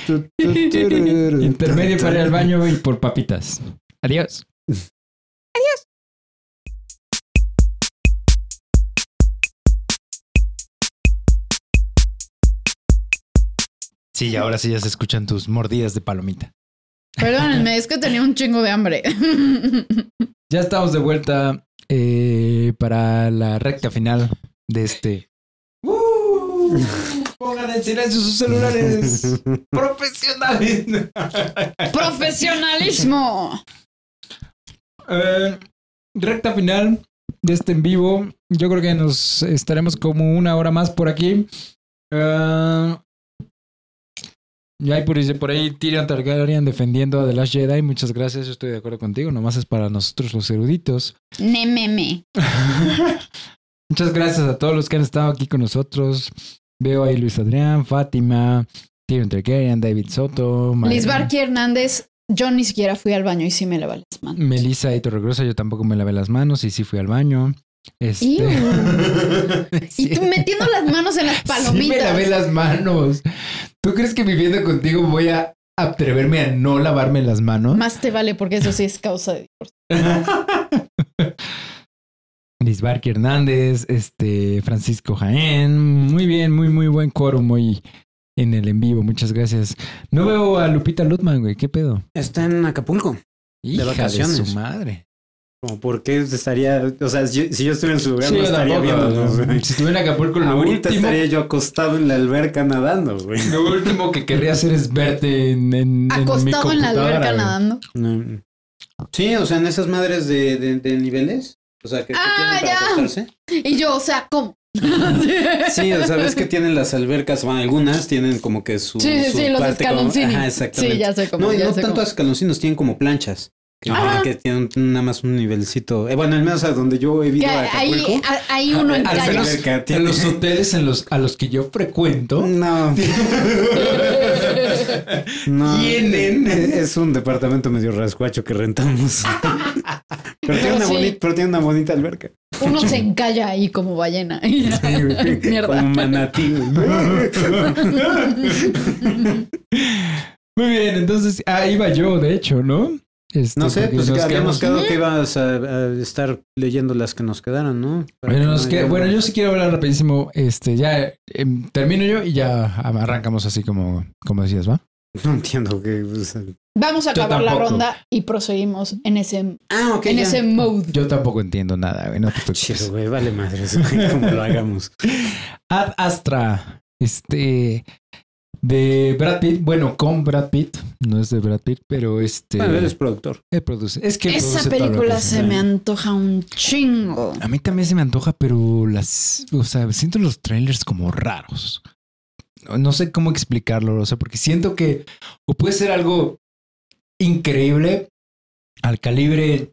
S4: tu, tu, tururu.
S2: Intermedio para ir al baño y por papitas. Adiós. Sí, ahora sí ya se escuchan tus mordidas de palomita.
S3: Perdónenme, es que tenía un chingo de hambre.
S2: Ya estamos de vuelta eh, para la recta final de este. Pongan en silencio sus celulares profesionales.
S3: ¡Profesionalismo!
S2: Eh, recta final de este en vivo. Yo creo que nos estaremos como una hora más por aquí. Eh, y hay por, por ahí Tyrion Targaryen defendiendo a The Last Jedi. Muchas gracias, yo estoy de acuerdo contigo. Nomás es para nosotros los eruditos.
S3: Nememe.
S2: Muchas gracias a todos los que han estado aquí con nosotros. Veo ahí Luis Adrián, Fátima, Tyrion Targaryen, David Soto, Mar-
S3: Liz Barqui Hernández, yo ni siquiera fui al baño y sí me lavé las manos.
S2: Melissa y Torregrosa. Yo tampoco me lavé las manos y sí fui al baño. Este...
S3: Y tú metiendo las manos en las
S2: Sí me
S3: palomitas.
S2: lavé las manos. ¿Tú crees que viviendo contigo voy a atreverme a no lavarme las manos?
S3: Más te vale porque eso sí es causa de divorcio.
S2: Liz Barque Hernández, este, Francisco Jaén. Muy bien, muy, muy buen coro, muy en el en vivo. Muchas gracias. No veo a Lupita Lutman, güey. ¿Qué pedo?
S4: Está en Acapulco.
S2: Hija
S4: vacaciones.
S2: su madre.
S4: Como, ¿Por qué estaría? O sea, si yo, si yo estuviera en su lugar, no estaría viéndonos, güey.
S2: si estuviera en Acapulco, lo
S4: Ahorita
S2: último,
S4: estaría yo acostado en la alberca nadando, güey.
S2: lo último que querría hacer es verte en, en- en mi
S3: Acostado en la
S2: computadora,
S3: alberca
S2: güey.
S3: nadando.
S4: No. Sí, o sea, en esas madres de, de- de niveles. O sea, que, que
S3: Ah,
S4: tienen para
S3: ya.
S4: acostarse.
S3: Y yo, o sea, ¿cómo?
S4: Sí, o sea, ves que tienen las albercas, bueno, algunas tienen como que su.
S3: Sí, sí,
S4: su
S3: sí, los
S4: parte como-
S3: escaloncini.
S4: Ajá, exactamente.
S3: Sí, ya sé cómo.
S4: no, y
S3: ya
S4: no
S3: sé
S4: tanto
S3: cómo.
S4: escaloncinos, tienen como planchas. Que,
S3: Ajá.
S4: que tienen nada más un nivelcito. Eh, bueno, al menos a donde yo he
S3: Que
S4: ido a Acapulco.
S3: ahí, a- ahí uno
S4: Al
S2: Al
S3: encalla.
S2: menos
S4: Alberca,
S2: en
S4: tiene-
S2: los hoteles en los, a los que yo frecuento,
S4: No, no. eh,
S2: Tienen.
S4: Es un departamento medio rascuacho que rentamos. pero, tiene
S3: Pero
S4: una
S3: sí.
S4: boni- pero tiene una bonita alberca.
S3: Uno se encalla ahí como ballena. Mierda.
S4: Como manatí.
S2: Muy bien, entonces ah, iba yo, de hecho, ¿no? Este,
S4: No sé,
S2: porque
S4: pues
S2: nos quedamos-
S4: habíamos quedado que ibas a, a estar leyendo las que nos quedaron, ¿no? Para
S2: Bueno,
S4: que
S2: nos
S4: no
S2: queda-
S4: haya-
S2: bueno, yo sí quiero hablar rapidísimo. Este, ya em, termino yo y ya arrancamos así como, como decías, ¿va?
S4: No entiendo que... o sea-
S3: Vamos a
S2: Yo
S3: acabar la
S2: tampoco.
S3: ronda y proseguimos en ese,
S4: Ah, ok.
S3: en
S4: ya.
S3: ese mode.
S2: Yo tampoco entiendo nada, güey. No te
S4: Chido,
S2: preocupes.
S4: güey, vale madre, güey, como lo hagamos.
S2: Ad Astra, este, de Brad Pitt. Bueno, con Brad Pitt. No es de Brad Pitt, pero este.
S4: Bueno, eres productor.
S2: él produce. Es que él
S3: Esa
S2: produce todo lo que
S3: película
S2: hace.
S3: se me antoja un chingo.
S2: A mí también se me antoja, pero las. O sea, siento los trailers como raros. No- No sé cómo explicarlo, o sea, porque siento que. O puede ser algo increíble al calibre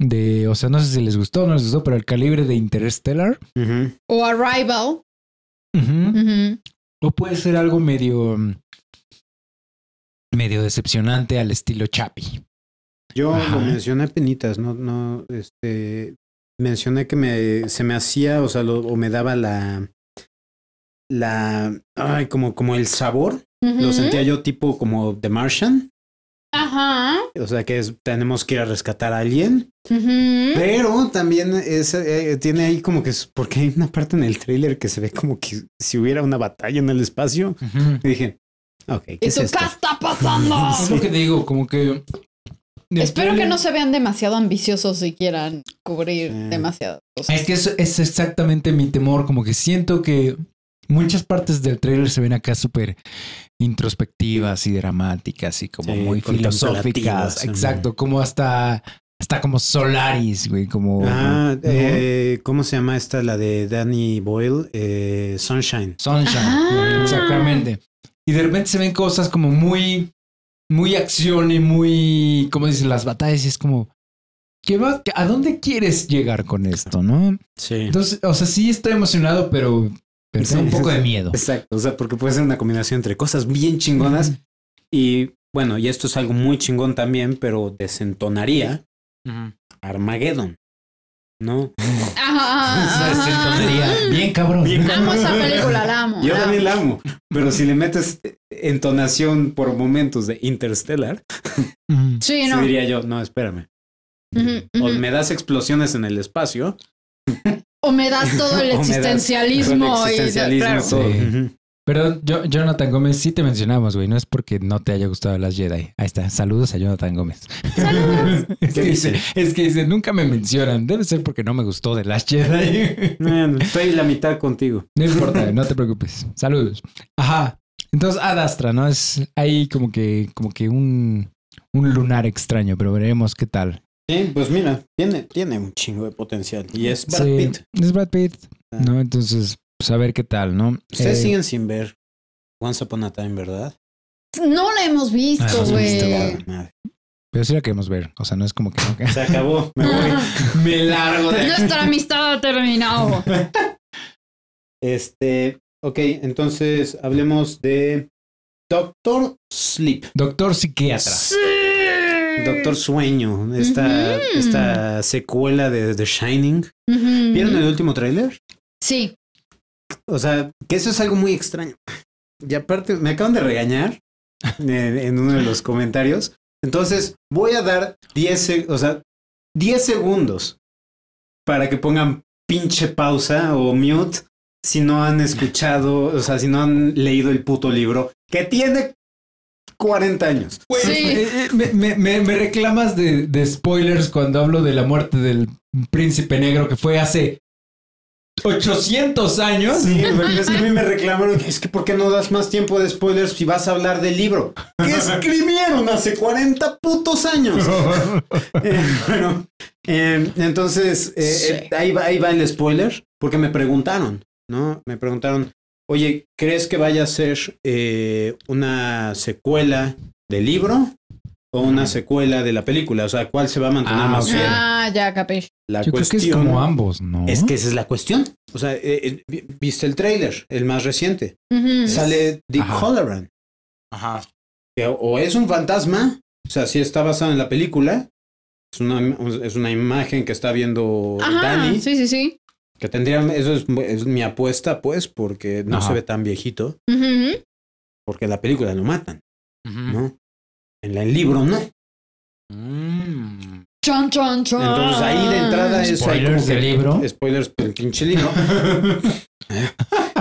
S2: de. O sea, no sé si les gustó o no les gustó, pero al calibre de Interstellar.
S3: O Arrival. Ujú.
S2: O puede ser algo medio. mm, medio decepcionante al estilo Chappie.
S4: Yo
S2: Ajá.
S4: lo mencioné penitas, no, no, este, mencioné que me, se me hacía, o sea, lo- o me daba la, la, ay, como, como el sabor, lo
S3: Ujú.
S4: sentía yo tipo como The Martian,
S3: Ajá.
S4: o sea, que es- tenemos que ir a rescatar a alguien,
S3: Ujú.
S4: pero también es, eh, tiene ahí como que, es- porque hay una parte en el tráiler que se ve como que si hubiera una batalla en el espacio, y dije, ok, ¿qué
S3: ¿Y
S4: es
S3: tú
S4: esto?
S3: qué está pasando?
S2: Es lo que te digo, como que.
S3: Espero que no se vean demasiado ambiciosos y quieran cubrir
S4: Sí.
S3: demasiado. cosas.
S2: Es que eso es exactamente mi temor, como que siento que muchas partes del trailer se ven acá súper introspectivas y dramáticas y como
S4: Sí,
S2: muy filosóficas.
S4: contemplativas, sí.
S2: Exacto, como hasta, hasta como Solaris, güey, como...
S4: Ah,
S2: ¿no?
S4: eh, ¿cómo se llama esta? La de Danny Boyle, eh, Sunshine.
S2: Sunshine,
S3: Ah.
S2: exactamente. Y de repente se ven cosas como muy, muy acción y muy, ¿cómo dicen? Las batallas y es como... ¿qué va- ¿A dónde quieres llegar con esto, no?
S4: Sí.
S2: Entonces, o sea, sí estoy emocionado, pero, pero tengo
S4: Sí.
S2: un poco de miedo.
S4: Exacto, o sea, porque puede ser una combinación entre cosas bien chingonas y bueno, y esto es algo muy chingón también, pero desentonaría
S1: Armageddon. ¿No?
S4: Ah.
S3: Ajá,
S2: O sea, se
S3: ajá.
S2: pondría bien cabrón.
S4: Bien
S3: Amo esa película, la amo.
S4: Yo
S3: la
S4: también la amo, pero si le metes entonación por momentos de Interstellar,
S2: Ujú.
S3: Sí,
S4: sí
S3: no.
S4: diría yo, no, espérame.
S3: Ujú, ujú.
S4: O me das explosiones en el espacio,
S3: O me das todo el
S4: O me das
S3: existencialismo.
S4: con
S3: y-
S4: existencialismo,
S3: claro.
S4: todo.
S2: Sí.
S4: Ujú.
S2: Pero yo, Jonathan Gómez, sí te mencionamos, güey. No es porque no te haya gustado las Jedi. Ahí está. Saludos a Jonathan Gómez. es, que dice, es que dice, nunca me mencionan. Debe ser porque no me gustó de las Jedi.
S4: Bueno, estoy la mitad contigo.
S2: no importa, no te preocupes. Saludos. Ajá. Entonces, Adastra, ¿no? Es ahí como que, como que un, un lunar extraño, pero veremos qué tal.
S4: Sí, pues mira, tiene, tiene un chingo de potencial. Y es Brad
S2: Sí,
S4: Pitt.
S2: Es Brad Pitt.
S4: Ah.
S2: ¿No? Entonces, pues a ver qué tal, ¿no?
S4: Ustedes
S2: Eh,
S4: siguen sin ver Once Upon a Time, ¿verdad?
S3: No la hemos
S2: Ah,
S3: visto,
S2: hemos visto,
S3: Pues, güey.
S4: Puta madre.
S2: Pero sí la queremos ver. O sea, no es como que.
S4: Se acabó, me voy.
S3: Ah.
S2: Me largo
S3: Nuestra amistad ha terminado.
S4: Este, ok, entonces hablemos de Doctor Sleep,
S2: Doctor psiquiatra.
S3: Sí.
S4: Doctor Sueño, esta,
S3: Ujú.
S4: esta secuela de The Shining.
S3: Ujú.
S4: ¿Vieron el último tráiler?
S3: Sí.
S4: O sea, que eso es algo muy extraño. Y aparte, me acaban de regañar en, en uno de los comentarios. Entonces, voy a dar 10, se- o sea, 10 segundos para que pongan pinche pausa o mute si no han escuchado, o sea, si no han leído el puto libro que tiene 40 años.
S3: Sí.
S2: Eh, eh, me, me- me- me reclamas de, de spoilers cuando hablo de la muerte del príncipe negro que fue hace 800 años.
S4: Sí, porque es que a mí me reclamaron que es que ¿por qué no das más tiempo de spoilers si vas a hablar del libro? Que escribieron hace 40 putos años. Eh, bueno, eh, entonces eh, eh, ahí, va, ahí va el spoiler, porque me preguntaron, ¿no? Me preguntaron, oye, ¿crees que vaya a ser eh, una secuela del libro o una secuela de la película? O sea, ¿cuál se va a mantener
S2: Ah,
S4: más
S2: ok.
S4: fiel?
S3: Ah, ya capé.
S4: La
S2: Yo creo que es como ambos, ¿no?
S4: es que esa es la cuestión. O sea, eh, eh, vi- viste el tráiler, el más reciente.
S3: Ujú.
S4: Sale Dick
S2: Ajá.
S4: Holloran.
S2: Ajá.
S4: que o es un fantasma, o sea, sí está basado en la película, es una, es una imagen que está viendo
S3: Ajá,
S4: Danny,
S3: sí, sí, sí.
S4: que tendría, eso es, es mi apuesta, pues, porque no
S2: Ajá.
S4: se ve tan viejito,
S3: Ujú.
S4: porque en la película lo matan, ¿no? En la- el libro, ¿no?
S3: Chon, chon, chon.
S4: Entonces ahí
S3: Ah.
S4: de entrada es... ahí como
S2: Spoilers
S4: que-
S2: del libro.
S4: Spoilers del pinche libro.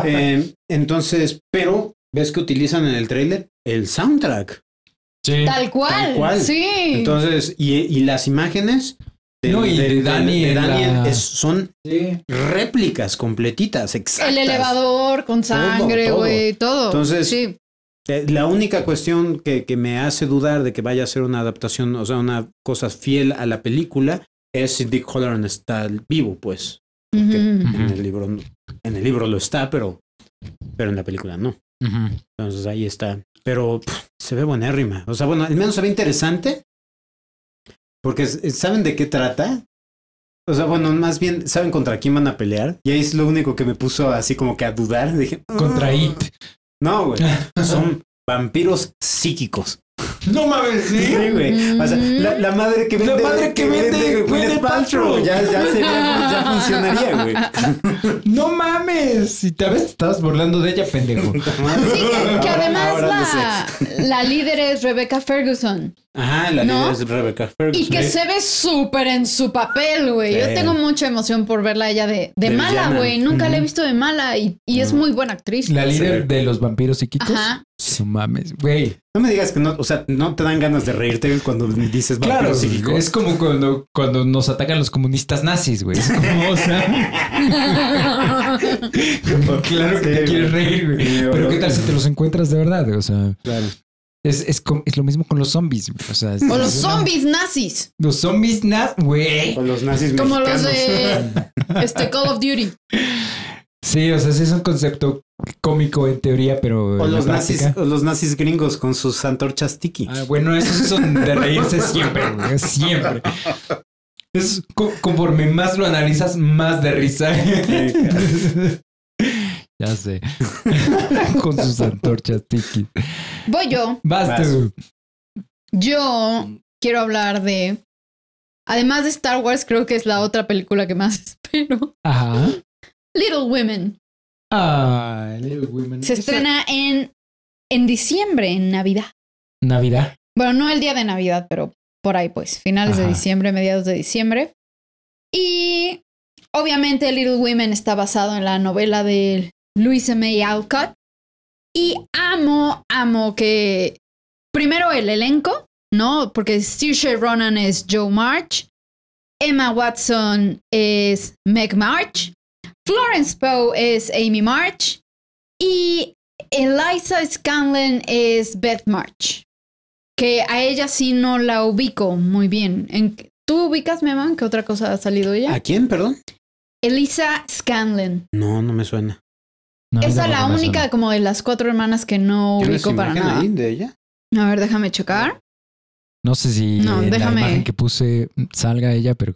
S4: Eh, entonces, pero, ¿ves que utilizan en el tráiler? El soundtrack.
S2: Sí.
S3: Tal cual.
S4: Tal cual.
S3: Sí.
S4: Entonces, y, y las imágenes del-
S2: No, y de Dani en
S4: Daniel
S2: la-
S4: es- son réplicas completitas, exactas.
S3: el elevador con sangre,
S4: todo.
S3: güey, todo.
S4: Entonces-
S3: Sí.
S4: Eh, La única cuestión que, que me hace dudar de que vaya a ser una adaptación, o sea, una cosa fiel a la película, es si Dick Holloran está vivo, pues.
S3: Ujú.
S4: En el libro, no- en el libro lo está, pero, pero en la película no. Entonces ahí está. Pero pff, se ve buenérrima. O sea, bueno, al menos se ve interesante. Porque s- eh, saben de qué trata. O sea, bueno, más bien saben contra quién van a pelear. Y ahí es lo único que me puso así como que a dudar. Dije, "Ah,
S2: Contra It.
S4: No, güey. Son vampiros psíquicos.
S2: No mames,
S4: Sí, güey. O sea, la, la madre que
S2: La
S4: vende.
S2: madre que vende
S4: Gwyneth
S2: Gwyneth
S4: Paltrow.
S2: Paltrow.
S4: Ya, ya, sería- ya funcionaría, güey.
S2: No mames. Si te ves, te estabas burlando de ella, pendejo.
S3: Sí, que, que
S4: Ahora-
S3: además
S4: ahora no sé.
S3: la, la líder es Rebecca Ferguson.
S4: Ajá, la
S3: ¿No?
S4: líder es Rebecca Ferguson.
S3: Y que se ve súper en su papel, güey. Yo
S4: Sí.
S3: tengo mucha emoción por verla a ella de, de
S4: De
S3: mala,
S4: villana.
S3: güey. Nunca la he visto de mala y, y es muy buena actriz.
S2: La líder de los vampiros psíquicos.
S3: Ajá.
S2: No mames, güey.
S4: No me digas que no, o sea, no te dan ganas de reírte cuando dices
S2: Claro,
S4: vampiros psíquicos.
S2: es como cuando, cuando nos atacan los comunistas nazis, güey. Es como, o sea, claro que te
S4: Sí,
S2: quieres
S4: güey.
S2: reír, güey.
S4: Sí,
S2: Pero
S4: güey.
S2: qué tal si te los encuentras de verdad, güey? o sea,
S4: Claro.
S2: es, es, com- es lo mismo con los zombies, güey. o sea, es-
S3: O los
S2: es una-
S3: zombies nazis.
S2: Los zombies naz, güey.
S4: Con los nazis
S3: Como los
S4: mexicanos.
S3: de este Call of Duty.
S2: Sí, o sea, sí es un concepto cómico en teoría, pero
S4: O
S2: en la
S4: los, nazis,
S2: práctica-
S4: o los nazis gringos con sus antorchas tiki.
S2: Ah, bueno, esos son de reírse siempre, güey, siempre. Es co- conforme más lo analizas, más de risa. ya sé. Con sus antorchas tiki.
S3: Voy yo.
S2: Basta.
S4: Vas.
S2: Mm.
S3: Yo quiero hablar de Además de Star Wars, creo que es la otra película que más espero.
S2: Ajá.
S3: Little Women.
S2: Ah, Little Women.
S3: Se
S2: Esa-
S3: estrena en, en diciembre, en Navidad.
S2: Navidad.
S3: Bueno, no el día de Navidad, pero por ahí pues, finales de
S2: Ajá.
S3: diciembre, mediados de diciembre. Y obviamente Little Women está basado en la novela de Louisa May Alcott. Y amo, amo que primero el elenco, ¿no? Porque Saoirse Ronan es Joe March, Emma Watson es Meg March, Florence Poe es Amy March y Eliza Scanlon es Beth March que a ella sí no la ubico muy bien. ¿En qué- ¿Tú ubicas, Meman, qué otra cosa ha salido ella?
S1: ¿A quién, perdón?
S3: Elisa Scanlon.
S2: Ah,
S1: No, no me suena.
S2: No,
S3: Esa es
S2: tampoco
S3: la
S2: me
S3: única
S2: suena.
S3: como de las cuatro hermanas que no
S1: ¿Tienes
S3: ubico para
S1: imagen
S3: nada.
S1: ahí de ella?
S3: A ver, déjame checar.
S2: No sé si
S3: No,
S2: en
S3: déjame-
S2: la imagen que puse salga ella, pero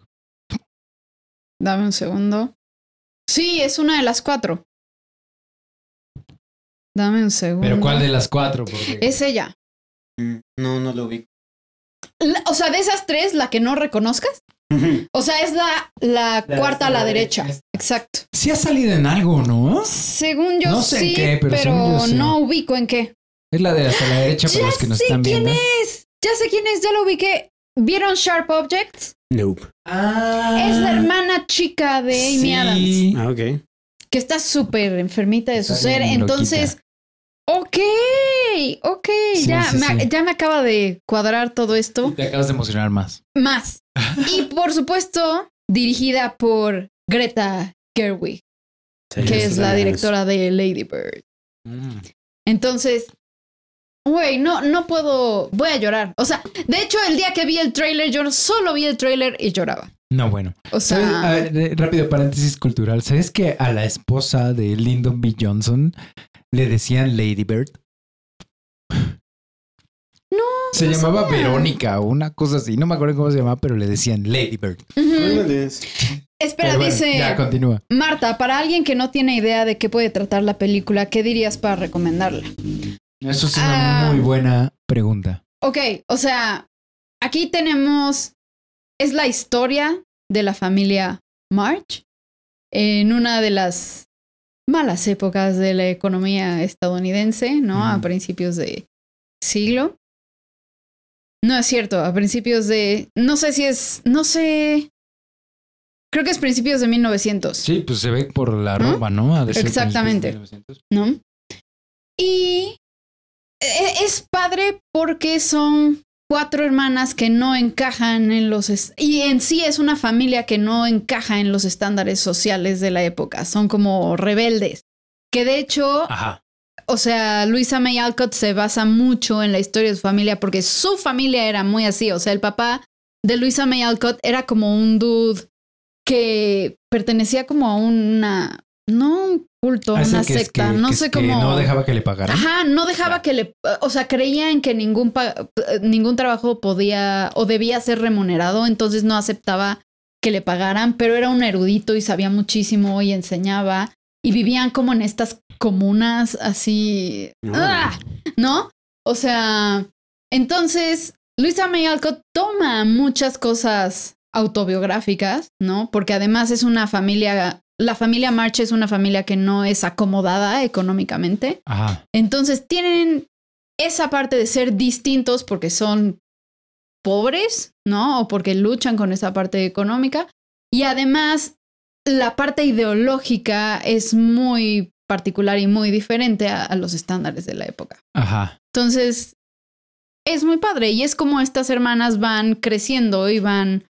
S3: Dame un segundo. Sí, es una de las cuatro. Dame un segundo.
S2: pero ¿cuál de las cuatro? Porque-
S3: Es ella.
S4: Mm,
S1: No, no lo ubico.
S3: La- o sea, de esas tres, la que no reconozcas. O sea, es la, la cuarta a la derecha. Exacto.
S2: Sí ha salido en algo, ¿no?
S3: Según yo
S2: No sé en
S3: sí,
S2: qué,
S3: pero,
S2: pero según yo sí.
S3: no ubico en qué.
S2: Es la de hasta la derecha para
S3: Ya
S2: los que nos
S3: sé
S2: están
S3: quién
S2: viendo.
S3: es. Ya sé quién es, ya lo ubiqué. ¿Vieron Sharp Objects?
S1: Nope.
S2: Ah,
S3: Es la hermana chica de Amy
S2: sí.
S3: Adams,
S1: Ah, ok.
S3: que está súper enfermita de su
S2: Está
S3: ser.
S2: bien
S3: Entonces, ok, ok,
S2: Sí,
S3: ya,
S2: sí,
S3: me,
S2: sí.
S3: ya me acaba de cuadrar todo esto.
S2: Te acabas de emocionar más.
S3: Más. Y por supuesto, dirigida por Greta Gerwig,
S1: Sí,
S3: que es la
S1: de-
S3: directora de Lady Bird.
S2: Mm.
S3: Entonces, güey, no, no puedo, voy a llorar. O sea, de hecho, el día que vi el tráiler, yo solo vi el tráiler y lloraba.
S2: No, bueno.
S3: O
S2: ¿Sabes? A
S3: sea,
S2: ver, eh, rápido paréntesis cultural. ¿Sabes que a la esposa de Lyndon B. Johnson le decían Lady Bird?
S3: No,
S2: Se
S3: no
S2: llamaba
S3: sabía.
S2: Verónica o una cosa así. No me acuerdo cómo se llamaba, pero le decían Lady Bird.
S3: ujú.
S1: Órale.
S3: espera,
S2: Pero bueno,
S3: dice
S2: Ya, continúa.
S3: Marta, para alguien que no tiene idea de qué puede tratar la película, ¿qué dirías para recomendarla?
S2: Eso es una
S3: Ah.
S2: muy buena pregunta.
S3: Ok, o sea, aquí tenemos, es la historia de la familia March en una de las malas épocas de la economía estadounidense, ¿no? A
S2: Ujú.
S3: principios de siglo. No es cierto, a principios de, no sé si es, no sé, creo que es principios de 1900.
S2: Sí, pues se ve por la
S3: ¿No?
S2: ropa, ¿no? Ha de ser como
S3: Exactamente.
S2: 1900.
S3: ¿no? Y e- es padre porque son cuatro hermanas que no encajan en los... es- Y en sí es una familia que no encaja en los estándares sociales de la época. Son como rebeldes. Que de hecho,
S2: Ajá.
S3: o sea, Luisa May Alcott se basa mucho en la historia de su familia porque su familia era muy así. O sea, el papá de Luisa May Alcott era como un dude que pertenecía como a una... No un culto,
S2: Ah, es
S3: una
S2: el que es
S3: secta,
S2: que-
S3: no
S2: que es
S3: sé
S2: que
S3: cómo...
S2: No dejaba que le pagaran.
S3: Ajá, no dejaba que le, o sea, creía en que ningún pa- ningún trabajo podía o debía ser remunerado, entonces no aceptaba que le pagaran, pero era un erudito y sabía muchísimo y enseñaba y vivían como en estas comunas así,
S1: No.
S3: ¡ah! ¿no? O sea, entonces Luisa May Alcott toma muchas cosas autobiográficas, ¿no? Porque además es una familia, la familia March es una familia que no es acomodada económicamente.
S2: Ajá.
S3: Entonces tienen esa parte de ser distintos porque son pobres, ¿no? O porque luchan con esa parte económica. Y además, la parte ideológica es muy particular y muy diferente a, a los estándares de la época.
S2: Ajá.
S3: Entonces, es muy padre y es como estas hermanas van creciendo y van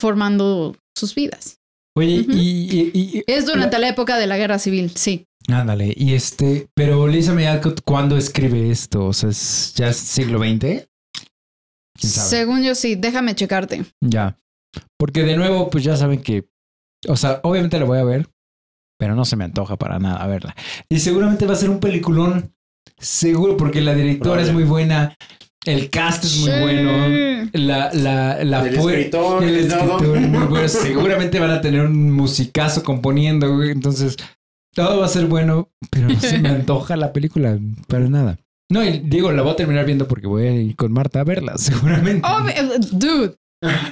S3: formando sus vidas.
S2: Oye,
S3: Ujú.
S2: y- y- y,
S3: Es durante la época de la guerra civil, sí.
S2: Ándale, y este, pero Lisa May Alcott, ¿cuándo escribe esto? O sea, es ya es siglo XX. ¿Quién sabe?
S3: Según yo, sí. Déjame checarte.
S2: ya. Porque de nuevo, pues ya saben que, o sea, obviamente la voy a ver, pero no se me antoja para nada verla. Y seguramente va a ser un peliculón, seguro, porque la directora
S1: Probable.
S2: es muy buena, el cast es muy
S3: Sí.
S2: bueno, la, la, la
S1: El
S2: fue-
S1: escritor,
S2: el
S1: el todo.
S2: escritor, muy bueno. pues, Seguramente van a tener un musicazo componiendo, güey. Entonces, todo va a ser bueno, pero no se me antoja la película para nada.
S3: Oh,
S2: No, y digo, la voy a terminar viendo porque voy a ir con Marta a verla, seguramente.
S3: Obvi- eh, dude,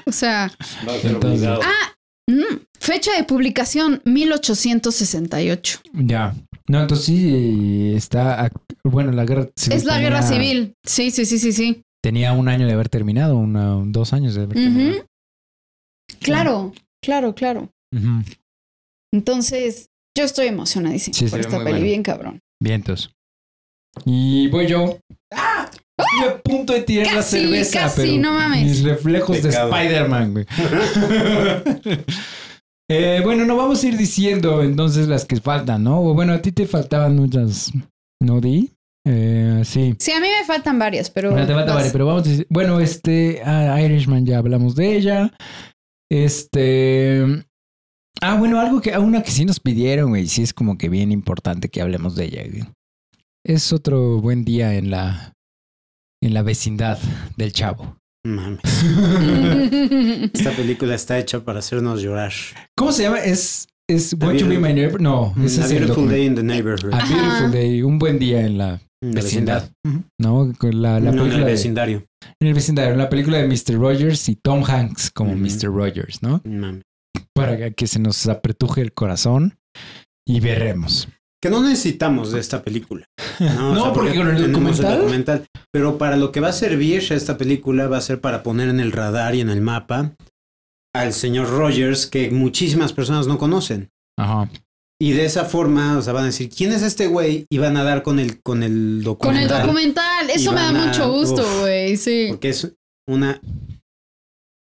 S3: O sea,
S4: Va a
S2: ser Entonces- obligado.
S3: ah, mm, fecha de publicación 1868.
S2: Ya. No, entonces sí está. ac- Bueno, la guerra civil.
S3: es la
S2: tenía-
S3: guerra civil. Sí, sí, sí, sí, sí.
S2: Tenía un año de haber terminado, una, dos años de haber terminado.
S3: Ujú. Claro, claro, claro.
S2: Ujú.
S3: Entonces, yo estoy emocionadísima
S2: Sí, se
S3: por
S2: ve
S3: esta
S2: muy
S3: peli,
S2: bueno.
S3: bien cabrón.
S2: Vientos. Y voy yo. ¡Ah! Estuve a punto de tirar la
S3: Casi,
S2: cerveza,
S3: casi,
S2: pero
S3: no mames.
S2: mis reflejos
S4: Pecado.
S2: de Spider-Man, güey. Eh, bueno, no vamos a ir diciendo entonces las que faltan, ¿no? O Bueno, a ti te faltaban muchas, ¿no, Di? Eh, sí.
S3: Sí, a mí me faltan varias, pero.
S2: Bueno, te falta
S3: vas.
S2: varias, pero vamos a decir- Bueno, este, ah, Irishman ya hablamos de ella. Este... Ah, bueno, algo que, una que sí nos pidieron, güey, sí es como que bien importante que hablemos de ella, güey. Es otro buen día en la, en la vecindad del chavo.
S4: Mames. Esta película está hecha para hacernos llorar.
S2: ¿Cómo se llama? Es, es What You Be
S4: Beautiful-
S2: My Neighbor. No, ese
S4: Mm, A
S2: es el
S4: Beautiful
S2: documental.
S4: Day in the Neighborhood.
S2: A
S3: Ajá.
S2: Beautiful Day, un buen día en la
S4: En Ah, la
S2: vecindad.
S4: vecindad. Ujú.
S2: ¿no? Con la, la
S4: No, en el
S2: película de-
S4: vecindario.
S2: en el vecindario, la película de Mr. Rogers y Tom Hanks como
S4: Ujú.
S2: Mr. Rogers, ¿no?
S4: Mames.
S2: Para que se nos apretuje el corazón y veremos.
S4: Que no necesitamos de esta película. No,
S2: No, porque con el
S4: tenemos
S2: documental-
S4: documental. Pero para lo que va a servir esta película va a ser para poner en el radar y en el mapa al señor Rogers que muchísimas personas no conocen.
S2: Ajá.
S4: Y de esa forma, o sea, van a decir, ¿quién es este güey? Y van a dar con el, con el
S3: Con el
S4: documental.
S3: documental, eso me da
S4: Ivana,
S3: mucho gusto,
S4: uf.
S3: güey, sí.
S4: Porque es una...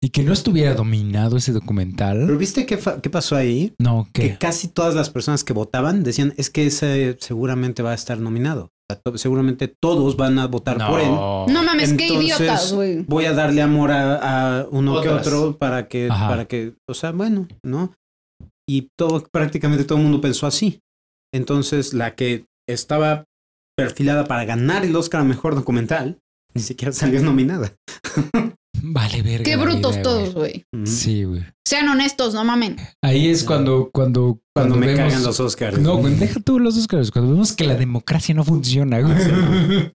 S2: Y que no estuviera dominado ese documental.
S4: ¿Pero viste qué, fa- qué pasó ahí?
S2: No,
S4: que
S2: que
S4: casi todas las personas que votaban decían es que ese seguramente va a estar nominado. O sea, to- seguramente todos van a votar por él.
S2: no.
S3: No mames, qué
S4: Entonces,
S3: idiotas, güey.
S4: Voy a darle amor a, a uno que
S2: Otras.
S4: otro para que,
S2: Ajá.
S4: para que, o sea, bueno, ¿no? Y todo, prácticamente todo el mundo pensó así. Entonces, la que estaba perfilada para ganar el Oscar a mejor documental, ni siquiera salió nominada.
S2: Vale, verga.
S3: Qué
S2: la vida,
S3: brutos
S2: güey.
S3: todos, güey.
S4: Mm.
S2: Sí, güey.
S3: Sean honestos, no mamen.
S2: Ahí es cuando, cuando,
S4: Cuando, me
S2: vemos-
S4: cagan los Oscars.
S2: No, güey, deja tú los Oscars. Cuando vemos que la democracia no funciona, güey.